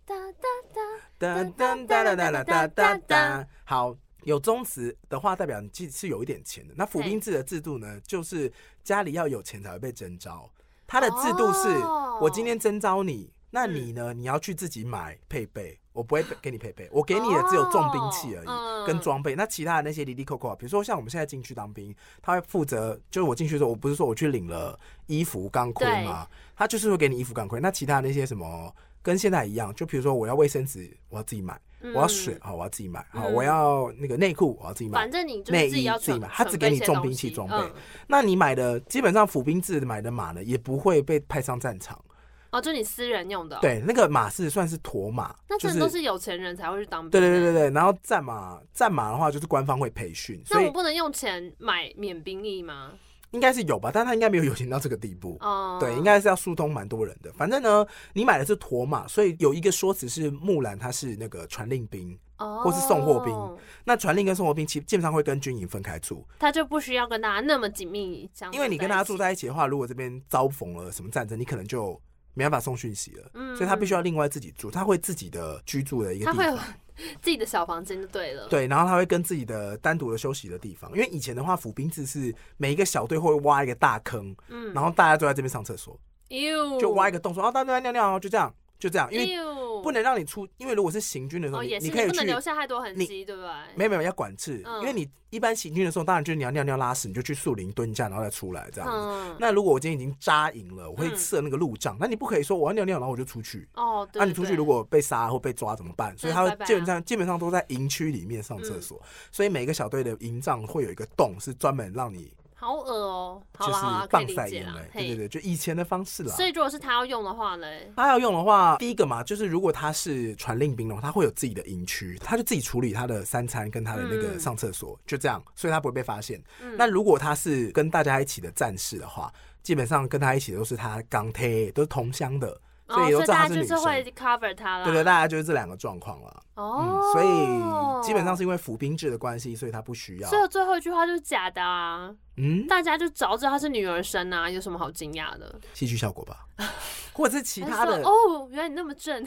Speaker 2: 哒哒哒，
Speaker 1: 噔噔哒哒哒哒哒哒哒。好，有宗祠的话，代表你其实是有一点钱的。那府兵制的制度呢，就是家里要有钱才会被征召。它的制度是
Speaker 2: 哦嗯
Speaker 1: 我今天征召你，那你呢？你要去自己买配备，我 不会给你配备，我给你的只有重兵器而
Speaker 2: 哦嗯
Speaker 1: 已，跟装备。那其他的那些滴滴扣扣啊，比如说像我们现在进去当兵，他会负责，就是我进去的时候，我不是说我去领了衣服钢盔嘛，他就是会给你衣服钢盔。那其他的那些什么，跟现在一样，就比如说我要卫生纸，我要自己买；我要水，
Speaker 2: 嗯，
Speaker 1: 好，我要自己买；好，
Speaker 2: 嗯
Speaker 1: 我要那个内裤，我要自己买
Speaker 2: 反。正你就是
Speaker 1: 内
Speaker 2: 自己
Speaker 1: 衣
Speaker 2: 要
Speaker 1: 自己
Speaker 2: 准
Speaker 1: 买，他只
Speaker 2: 准
Speaker 1: 给
Speaker 2: 备
Speaker 1: 你
Speaker 2: 一些
Speaker 1: 重
Speaker 2: 东
Speaker 1: 兵器
Speaker 2: 西
Speaker 1: 装备
Speaker 2: 嗯
Speaker 1: 那你买的基本上府兵制买的马呢，也不会被派上战场。
Speaker 2: 哦，就你私人用的哦，
Speaker 1: 对，那个马是算是驮马，
Speaker 2: 那
Speaker 1: 就
Speaker 2: 真
Speaker 1: 是
Speaker 2: 的都是有钱人才会去当兵，欸
Speaker 1: 对对对对。对。然后战马，战马的话就是官方会培训，所
Speaker 2: 那我
Speaker 1: 以
Speaker 2: 不能用钱买免兵役吗？
Speaker 1: 应该是有吧，但他应该没有有钱到这个地步。
Speaker 2: 哦，
Speaker 1: 对，应该是要疏通蛮多人的。反正呢，你买的是驮马，所以有一个说辞是木兰他是那个传令兵，
Speaker 2: 哦，
Speaker 1: 或是送货兵那传令跟送货兵其实基本上会跟军营分开住，
Speaker 2: 他就不需要跟大家那么紧密相处在一起，
Speaker 1: 因为你跟他住在一起的话，如果这边遭逢了什么战争，你可能就没办法送讯息了，
Speaker 2: 嗯，嗯嗯
Speaker 1: 所以他必须要另外自己住，他会自己的居住的一个
Speaker 2: 他
Speaker 1: 地
Speaker 2: 会有
Speaker 1: 方。
Speaker 2: 自己的小房间就对了，，
Speaker 1: 对，然后他会跟自己的单独的休息的地方，因为以前的话，府兵制是每一个小队会挖一个大坑，
Speaker 2: 嗯，哦
Speaker 1: 然后大家都在这边上厕所，
Speaker 2: 呦，
Speaker 1: 就挖一个洞说啊，大家都在尿尿哦，就这样，就这样，因为
Speaker 2: 呦
Speaker 1: 不能让你出，因为如果是行军的时候，
Speaker 2: 哦，也
Speaker 1: 你
Speaker 2: 是
Speaker 1: 你可以
Speaker 2: 不能
Speaker 1: 去，
Speaker 2: 留下太多痕
Speaker 1: 你
Speaker 2: 迹，对不对？
Speaker 1: 没有没有要管制，
Speaker 2: 嗯
Speaker 1: 因为你一般行军的时候，当然就是你要尿尿拉屎，你就去树林蹲下，然后再出来这样子。
Speaker 2: 嗯，
Speaker 1: 那如果我今天已经扎营了，我会
Speaker 2: 嗯
Speaker 1: 设那个路障，那你不可以说我要尿尿，然后我就出去。啊
Speaker 2: 哦，对，
Speaker 1: 那、你出
Speaker 2: 对
Speaker 1: 去如果被杀或被抓怎么办？所以
Speaker 2: 嗯
Speaker 1: 他会
Speaker 2: 拜拜啊嗯
Speaker 1: 基本上、基本上都在营区里面上厕所，所以每个小队的营帐会有一个洞，是专门让你
Speaker 2: 好恶哦，
Speaker 1: 就
Speaker 2: 好
Speaker 1: 是
Speaker 2: 啦好啦，可以
Speaker 1: 放
Speaker 2: 理
Speaker 1: 晒
Speaker 2: 解
Speaker 1: 盐
Speaker 2: 啦
Speaker 1: 嘞，，对
Speaker 2: 嘿
Speaker 1: 对啊对，就以前的方式啦。
Speaker 2: 所以如果是他要用的话呢，
Speaker 1: 他要用的话，第一个嘛，就是如果他是传令兵的话，他会有自己的营区，他就自己处理他的三餐跟他的那个
Speaker 2: 嗯
Speaker 1: 上厕所，就这样，所以他不会被发现。
Speaker 2: 嗯
Speaker 1: 那如果他是跟大家一起的战士的话，基本上跟他一起都是他钢铁，都是同乡的，所
Speaker 2: 哦，
Speaker 1: 以都
Speaker 2: 所以
Speaker 1: 知道
Speaker 2: 大
Speaker 1: 他
Speaker 2: 家
Speaker 1: 是
Speaker 2: 就
Speaker 1: 女
Speaker 2: 是
Speaker 1: 生。
Speaker 2: 会 cover 他啦，
Speaker 1: 对对，大家就是这两个状况了。嗯
Speaker 2: 哦，，
Speaker 1: 所以基本上是因为府兵制的关系，所以他不需要
Speaker 2: 所。以最后一句话就是假的啊，
Speaker 1: 嗯，
Speaker 2: 大家就早知道她是女儿身啊，有什么好惊讶的？
Speaker 1: 戏剧效果吧， 或者是其
Speaker 2: 她就
Speaker 1: 他的
Speaker 2: 说，哦，原来你那么 正，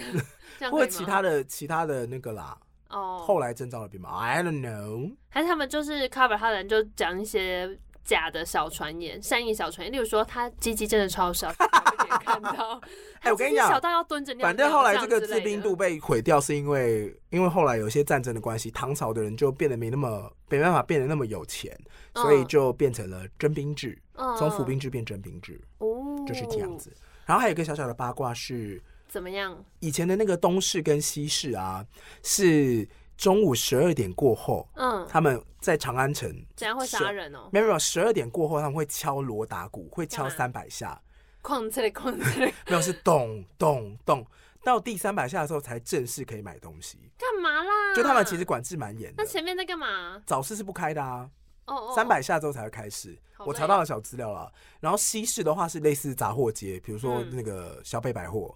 Speaker 2: 这样
Speaker 1: 或
Speaker 2: 可以
Speaker 1: 者
Speaker 2: 吗
Speaker 1: 其他的其他的那个啦，
Speaker 2: 哦，
Speaker 1: 后来征召的兵嘛，I don't know。
Speaker 2: 还是他们就是 cover 他的人就讲一些假的小传言、善意小传言，例如说他鸡鸡真的 超小，有一点看到，
Speaker 1: 哎我跟你
Speaker 2: 她鸡鸡
Speaker 1: 讲
Speaker 2: 小到要蹲着尿尿，
Speaker 1: 反正后来这个
Speaker 2: 样之
Speaker 1: 自
Speaker 2: 类的
Speaker 1: 兵度被毁掉，是因为因为后来有一些战争的关系，唐朝的人就变得没那么没办法变得那么有钱，
Speaker 2: 嗯
Speaker 1: 所以就变成了征兵制，
Speaker 2: 嗯
Speaker 1: 从府兵制变征兵制，
Speaker 2: 哦
Speaker 1: 就是这样，子。然后还有一个小小的八卦是，
Speaker 2: 怎么样？
Speaker 1: 以前的那个东市跟西市啊，是中午十二点过后，
Speaker 2: 嗯，
Speaker 1: 他们在长安城。
Speaker 2: 怎样会杀人 哦？
Speaker 1: 没有没有，十二点过后他们会敲锣打鼓，会敲
Speaker 2: 干
Speaker 1: 三百下，
Speaker 2: 逛这里逛这里，
Speaker 1: 没有是咚咚咚，到第三百下的时候才正式可以买东西。
Speaker 2: 干嘛啦？
Speaker 1: 就他们其实管制蛮严的
Speaker 2: 嗯那，前面在干嘛？
Speaker 1: 早市是不开的啊，
Speaker 2: 哦哦，
Speaker 1: 三百下周才会开市。
Speaker 2: 好
Speaker 1: 我
Speaker 2: 累哦
Speaker 1: 查到了小资料了，然后西市的话是类似杂货街，比如说
Speaker 2: 嗯
Speaker 1: 那个小北百 货，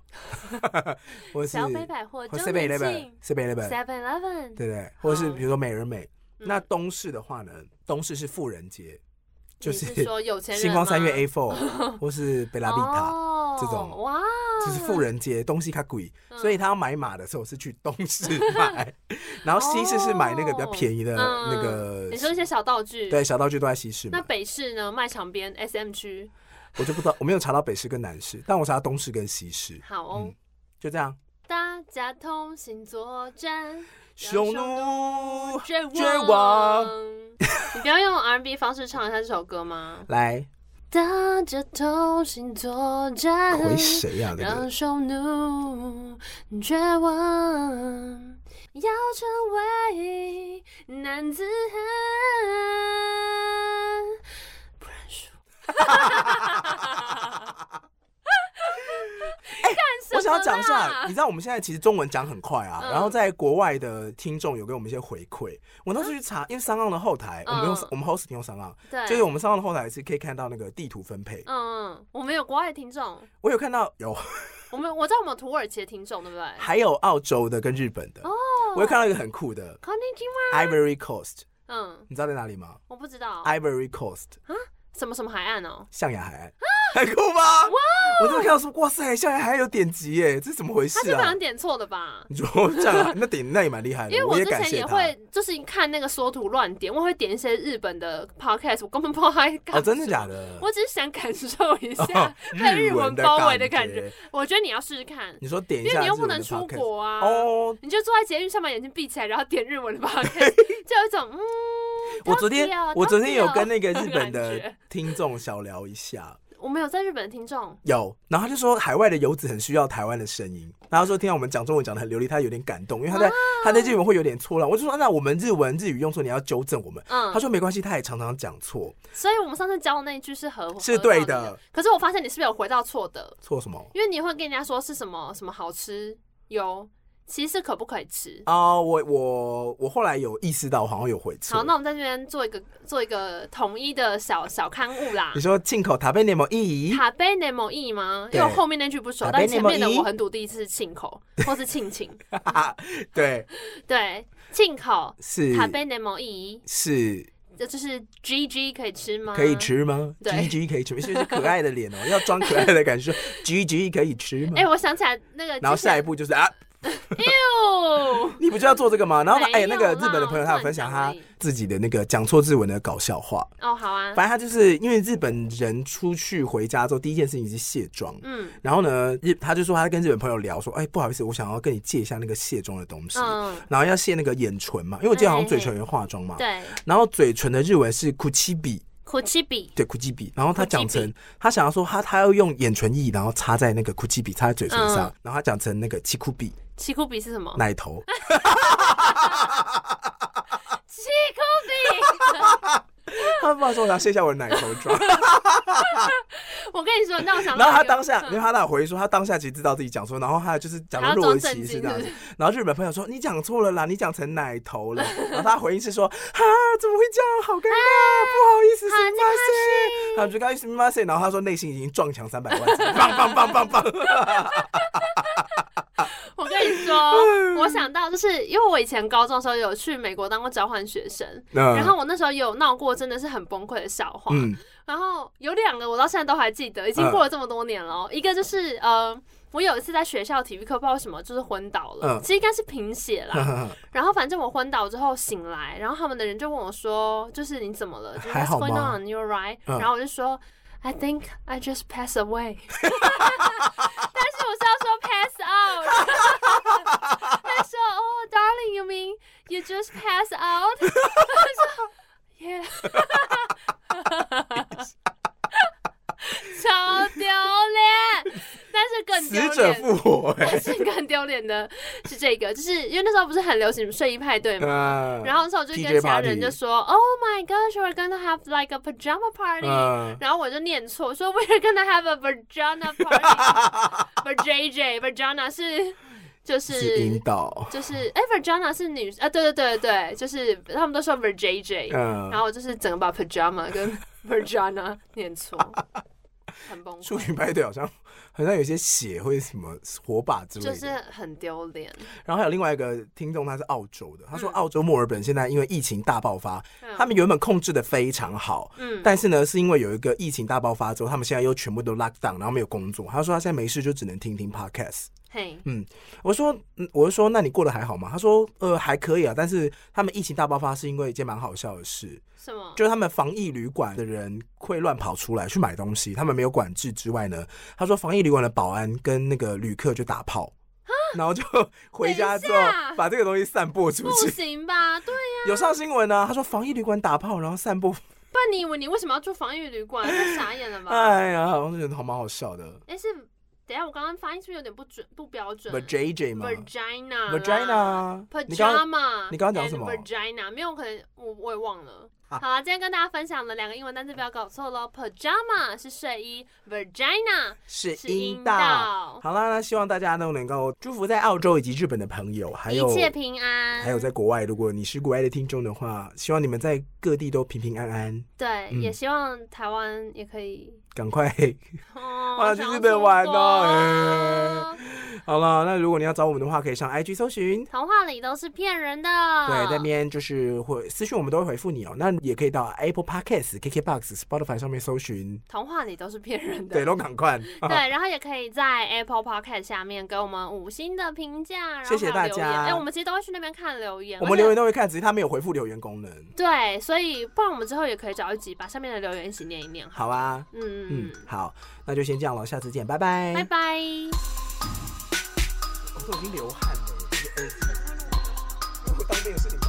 Speaker 1: 或者是
Speaker 2: 小北百货、
Speaker 1: 或
Speaker 2: 中
Speaker 1: 者 Seven
Speaker 2: 永
Speaker 1: Eleven、
Speaker 2: 庆、
Speaker 1: Seven Eleven，
Speaker 2: Seven Eleven，
Speaker 1: 对不对？或者是
Speaker 2: 好
Speaker 1: 比如说美人美。
Speaker 2: 嗯
Speaker 1: 那东市的话呢，东市是富人街，就
Speaker 2: 你是说有钱人
Speaker 1: 星光三月
Speaker 2: 吗
Speaker 1: A Four 或是贝拉利塔，
Speaker 2: 哦
Speaker 1: 这种
Speaker 2: 哇，
Speaker 1: 就是富人街，东西它贵，
Speaker 2: 嗯
Speaker 1: 所以他要买马的时候是去东市 买，然后西市是买那个比较便宜的
Speaker 2: 哦
Speaker 1: 那个
Speaker 2: 你说一些小道具，
Speaker 1: 对，小道具都在西市
Speaker 2: 那
Speaker 1: 嘛，
Speaker 2: 北市呢？卖场边 S M 区，
Speaker 1: 我就不知道，我没有查到北市跟南市，但我查到东市跟西市，
Speaker 2: 好哦
Speaker 1: 嗯，就这样。
Speaker 2: 哒家同行作战，
Speaker 1: 匈奴
Speaker 2: 绝
Speaker 1: 绝
Speaker 2: 望
Speaker 1: 望。
Speaker 2: 你不要用 R&B 方式唱一下这首歌吗？
Speaker 1: 来
Speaker 2: 大家同行作战，
Speaker 1: 回谁呀、这
Speaker 2: 让
Speaker 1: 个
Speaker 2: 匈奴绝望，要成为男子汉，不认输。
Speaker 1: 我
Speaker 2: 干什
Speaker 1: 想
Speaker 2: 么
Speaker 1: 要讲一下，
Speaker 2: 啦
Speaker 1: 你知道我们现在其实中文讲很快啊，
Speaker 2: 嗯
Speaker 1: 然后在国外的听众有给我们一些回馈。我当时去查，因为商岸的后台，我们用
Speaker 2: 啊嗯
Speaker 1: 我们 hosting 用商岸，
Speaker 2: 对，
Speaker 1: 就是我们商岸的后台是可以看到那个地图分配。
Speaker 2: 嗯，我们有国外的听众，
Speaker 1: 我有看到有，
Speaker 2: 我们我知道我们有土耳其的听众，对不对？
Speaker 1: 还有澳洲的跟日本
Speaker 2: 哦
Speaker 1: 的， 我有看到一个很酷的
Speaker 2: c o n n i c h i
Speaker 1: Ivory Coast，
Speaker 2: 哦嗯，
Speaker 1: 你知道在哪里吗
Speaker 2: 我不知道
Speaker 1: ？Ivory Coast
Speaker 2: 啊什么什么海岸哦，
Speaker 1: 象牙海岸，
Speaker 2: 啊
Speaker 1: 很酷吧？我真的看到说，哇塞，象牙海岸有点级耶，这是怎么回事
Speaker 2: 他基本
Speaker 1: 啊
Speaker 2: 上？点错的吧？
Speaker 1: 你说这样啊，那点那也蛮厉害
Speaker 2: 因为
Speaker 1: 的，
Speaker 2: 我
Speaker 1: 也
Speaker 2: 之
Speaker 1: 感
Speaker 2: 前
Speaker 1: 谢
Speaker 2: 也
Speaker 1: 他。哦
Speaker 2: 会就是看那个缩图乱点，我会点一些日本的 podcast，我根本不知道他在干
Speaker 1: 哦，真的
Speaker 2: 什么
Speaker 1: 假的？ 哦
Speaker 2: 我只是想感受一下
Speaker 1: 日
Speaker 2: 被日文
Speaker 1: 文的
Speaker 2: 包围的感
Speaker 1: 感
Speaker 2: 觉。我觉得你要试试看，
Speaker 1: 你说点一
Speaker 2: 因
Speaker 1: 下，
Speaker 2: 为你又不能出国啊。
Speaker 1: 哦。
Speaker 2: 你就坐在捷运上，把眼睛闭起来，然后点日文 的 podcast，就有一种嗯。
Speaker 1: 我昨天
Speaker 2: Tokyo，
Speaker 1: 我昨天有跟
Speaker 2: Tokyo
Speaker 1: 那个日本
Speaker 2: 的
Speaker 1: 的
Speaker 2: 啊感
Speaker 1: 听众小聊一下，
Speaker 2: 我们有在日本的听众，
Speaker 1: 有，然后他就说海外的游子很需要台湾的声音，然后他说听到我们讲中文讲的很流利，他有点感动，因为他在他在日文会有点错乱，我就说那我们日文日语用错，你要纠正我们。
Speaker 2: 嗯，
Speaker 1: 他说没关系，他也常常讲错，
Speaker 2: 所以我们上次教的那一句是合
Speaker 1: 是对
Speaker 2: 合到你
Speaker 1: 的。
Speaker 2: 可是我发现你是不是有回到错的？
Speaker 1: 错什么？
Speaker 2: 因为你会跟人家说是什么什么好吃有，其实可不可以吃？
Speaker 1: 啊、我我我后来有意识到，好像有回错。
Speaker 2: 好，那我们在这边做一个做一个统一的小小刊物啦
Speaker 1: 你。说进口塔贝内蒙意
Speaker 2: 塔贝内某意吗？因
Speaker 1: 对
Speaker 2: 为我后面那句不熟，
Speaker 1: 塔贝
Speaker 2: 但
Speaker 1: 内
Speaker 2: 前面的
Speaker 1: 某意
Speaker 2: 我很笃定是 庆口或是庆庆。
Speaker 1: 对，
Speaker 2: 对，庆口
Speaker 1: 是
Speaker 2: 塔贝内某意，
Speaker 1: 是
Speaker 2: 这就是 G G 可以吃吗？
Speaker 1: 可以。吃吗
Speaker 2: 嗯对
Speaker 1: ？G G 可以吃吗， 是不是可爱的脸哦，要装可爱的感觉。G G 可以吃吗
Speaker 2: 哎、？我想起来那个之前，
Speaker 1: 然后下一步就是啊，
Speaker 2: 哟，
Speaker 1: 你不就要做这个吗？然后
Speaker 2: 没
Speaker 1: 哎、
Speaker 2: 有啊
Speaker 1: 那个
Speaker 2: 啦
Speaker 1: 日本的朋友他有分享他自己的那个讲错日文的搞笑话。
Speaker 2: 哦，好啊，
Speaker 1: 反正他就是因为日本人出去回家之后，第一件事情是卸妆。
Speaker 2: 嗯
Speaker 1: 然后呢，日他就说他跟日本朋友聊说，哎、不好意思，我想要跟你借一下那个卸妆的东西，
Speaker 2: 嗯，
Speaker 1: 然后要卸那个眼唇嘛，因为我记得好像嘴唇有化妆嘛，
Speaker 2: 对，
Speaker 1: 然后嘴唇的日文是 kuchibi，
Speaker 2: 苦七比，
Speaker 1: 对 kuchibi，然后他讲成他想要说他他要用眼唇液，然后擦在那个 kuchibi 擦在嘴唇上，
Speaker 2: 嗯
Speaker 1: 然后他讲成那个 chikubi
Speaker 2: 七苦比是什么？
Speaker 1: 奶头，
Speaker 2: 七苦
Speaker 1: 他爸说我要卸下我的奶头 妆，
Speaker 2: 比，我跟你说，让我想到一个，
Speaker 1: 然后他当下，因为
Speaker 2: 嗯
Speaker 1: 他那回忆说他当下其实知道自己讲错，然后他就是讲的若无其事这样子，然后日本朋友说你讲错了啦，你讲成奶 头了，然后他回应是说哈怎么会这样，好尴尬，不好意思，
Speaker 2: 好
Speaker 1: すみません，他就刚すみません，然后他说内心已经撞墙三百万 次，棒棒棒棒棒，
Speaker 2: 我跟你说，
Speaker 1: 嗯
Speaker 2: 我想到就是因为我以前高中的时候有去美国当过交换学生，
Speaker 1: 嗯
Speaker 2: 然后我那时候也有闹过真的是很崩溃的笑话，
Speaker 1: 嗯
Speaker 2: 然后有两个我到现在都还记得，已经过了这么多年了哦。一个就是呃，我有一次在学校体育课，不知道为什么就是昏倒了，
Speaker 1: 嗯
Speaker 2: 其实应该是贫血啦。然后反正我昏倒之后醒来，然后他们的人就问我说，就是你怎么了？就是
Speaker 1: 还
Speaker 2: What's
Speaker 1: 好吗
Speaker 2: going on? You're right？、
Speaker 1: 嗯
Speaker 2: 然后我就说。I think I just pass away，但是我是要说 pass out。他说哦、d a r l i n g you mean you just pass out？我说 Yeah，超丢脸，但是更丢
Speaker 1: 死
Speaker 2: 脸。
Speaker 1: 者复活，哎
Speaker 2: 但，是更丢脸的是这个，就是因为那时候不是很流行睡衣派对嘛。
Speaker 1: 嗯
Speaker 2: 然后那时候我就
Speaker 1: PJ
Speaker 2: 跟其他人
Speaker 1: party
Speaker 2: 就说，Oh my gosh, we're gonna have like a pajama party、
Speaker 1: 嗯
Speaker 2: 然后我就念错，说 We're gonna have a vagina party。v J J vagina 是就是
Speaker 1: 是引导，
Speaker 2: 就是哎、v a g i n a 是女啊，对对对对，就是他们都说 v J J，、
Speaker 1: 嗯
Speaker 2: 然，后我就是整个把 pajama 跟 vagina 念错，很崩
Speaker 1: 处
Speaker 2: 溃，
Speaker 1: 女派对好像好像有些血或者什么火把之类
Speaker 2: 就
Speaker 1: 的，
Speaker 2: 是很丢脸。
Speaker 1: 然后还有另外一个听众，他是澳洲的，他说
Speaker 2: 嗯
Speaker 1: 澳洲墨尔本现在因为疫情大爆发，
Speaker 2: 嗯
Speaker 1: 他们原本控制的非常好，
Speaker 2: 嗯
Speaker 1: 但是呢，是因为有一个疫情大爆发之后，他们现在又全部都 lock down，然后没有工作。他说他现在没事就只能听听 podcast。
Speaker 2: 嘿，
Speaker 1: 我说，嗯我就说那你过得还好吗？他说，呃，还可以啊，但是他们疫情大爆发是因为一件蛮好笑的事，
Speaker 2: 什么？
Speaker 1: 就是他们防疫旅馆的人会乱跑出来去买东
Speaker 2: 啊
Speaker 1: 西，他们没有管制之外呢，他说防疫旅馆的保安跟那个旅客就打炮。然后就回家之后
Speaker 2: 等一下
Speaker 1: 把这个东西散播出
Speaker 2: 不
Speaker 1: 去。
Speaker 2: 行吧？对呀、
Speaker 1: 有上新闻呢、啊他说防疫旅馆打炮，然后散布。
Speaker 2: 不然你以为你为什么要住防疫旅馆？太傻眼了 吧？
Speaker 1: 哎呀，我就觉得好蛮好笑的。
Speaker 2: 哎、是，等一下我刚刚发音是不是有点不准不标准
Speaker 1: v i j j 嘛
Speaker 2: Virginia 啦
Speaker 1: ，vagina，你刚刚
Speaker 2: Pajama，
Speaker 1: 你刚刚讲什
Speaker 2: and
Speaker 1: 么
Speaker 2: Vagina 没有，可能我我也忘了。
Speaker 1: 啊
Speaker 2: 好了，今天跟大家分享了两个英文单词，不要搞错喽。Pajama 是睡衣，Vagina
Speaker 1: 是
Speaker 2: 是
Speaker 1: 阴
Speaker 2: 阴
Speaker 1: 道。
Speaker 2: 道。
Speaker 1: 好啦，那希望大家都能够祝福在澳洲以及日本的朋友，还有
Speaker 2: 一切平安。
Speaker 1: 还有在国外，如果你是国外的听众的话，希望你们在各地都平平安安，
Speaker 2: 对，
Speaker 1: 嗯
Speaker 2: 也希望台湾也可以。
Speaker 1: 赶快。
Speaker 2: 哦，
Speaker 1: 我要去
Speaker 2: 想
Speaker 1: 日本玩
Speaker 2: 出
Speaker 1: 哦哎
Speaker 2: 国啊
Speaker 1: 好了，那如果你要找我们的话，可以上 IG 搜寻。
Speaker 2: 童话里都是骗人的。
Speaker 1: 对，在那边就是会私讯，我们都会回复你哦。那也可以到 Apple Podcast、KKBox、Spotify 上面搜寻。
Speaker 2: 童话里都是骗人的。
Speaker 1: 对，都赶快。啊
Speaker 2: 对，然后也可以在 Apple Podcast 下面给我们五星的评价，然
Speaker 1: 谢
Speaker 2: 后
Speaker 1: 谢
Speaker 2: 还
Speaker 1: 大
Speaker 2: 有
Speaker 1: 家
Speaker 2: 留言哎，我们其实都会去那边看留言，
Speaker 1: 我
Speaker 2: 而
Speaker 1: 们
Speaker 2: 且
Speaker 1: 留言都会看，只是它没有回复留言功能。
Speaker 2: 对，所以不然我们之后也可以找一集把上面的留言一起念一念哈。
Speaker 1: 好啊，
Speaker 2: 嗯
Speaker 1: 嗯，，好，那就先这样了，下次见，拜拜。哦
Speaker 2: 拜拜。
Speaker 1: 我都已经流汗了，我的耳机我当面有事情。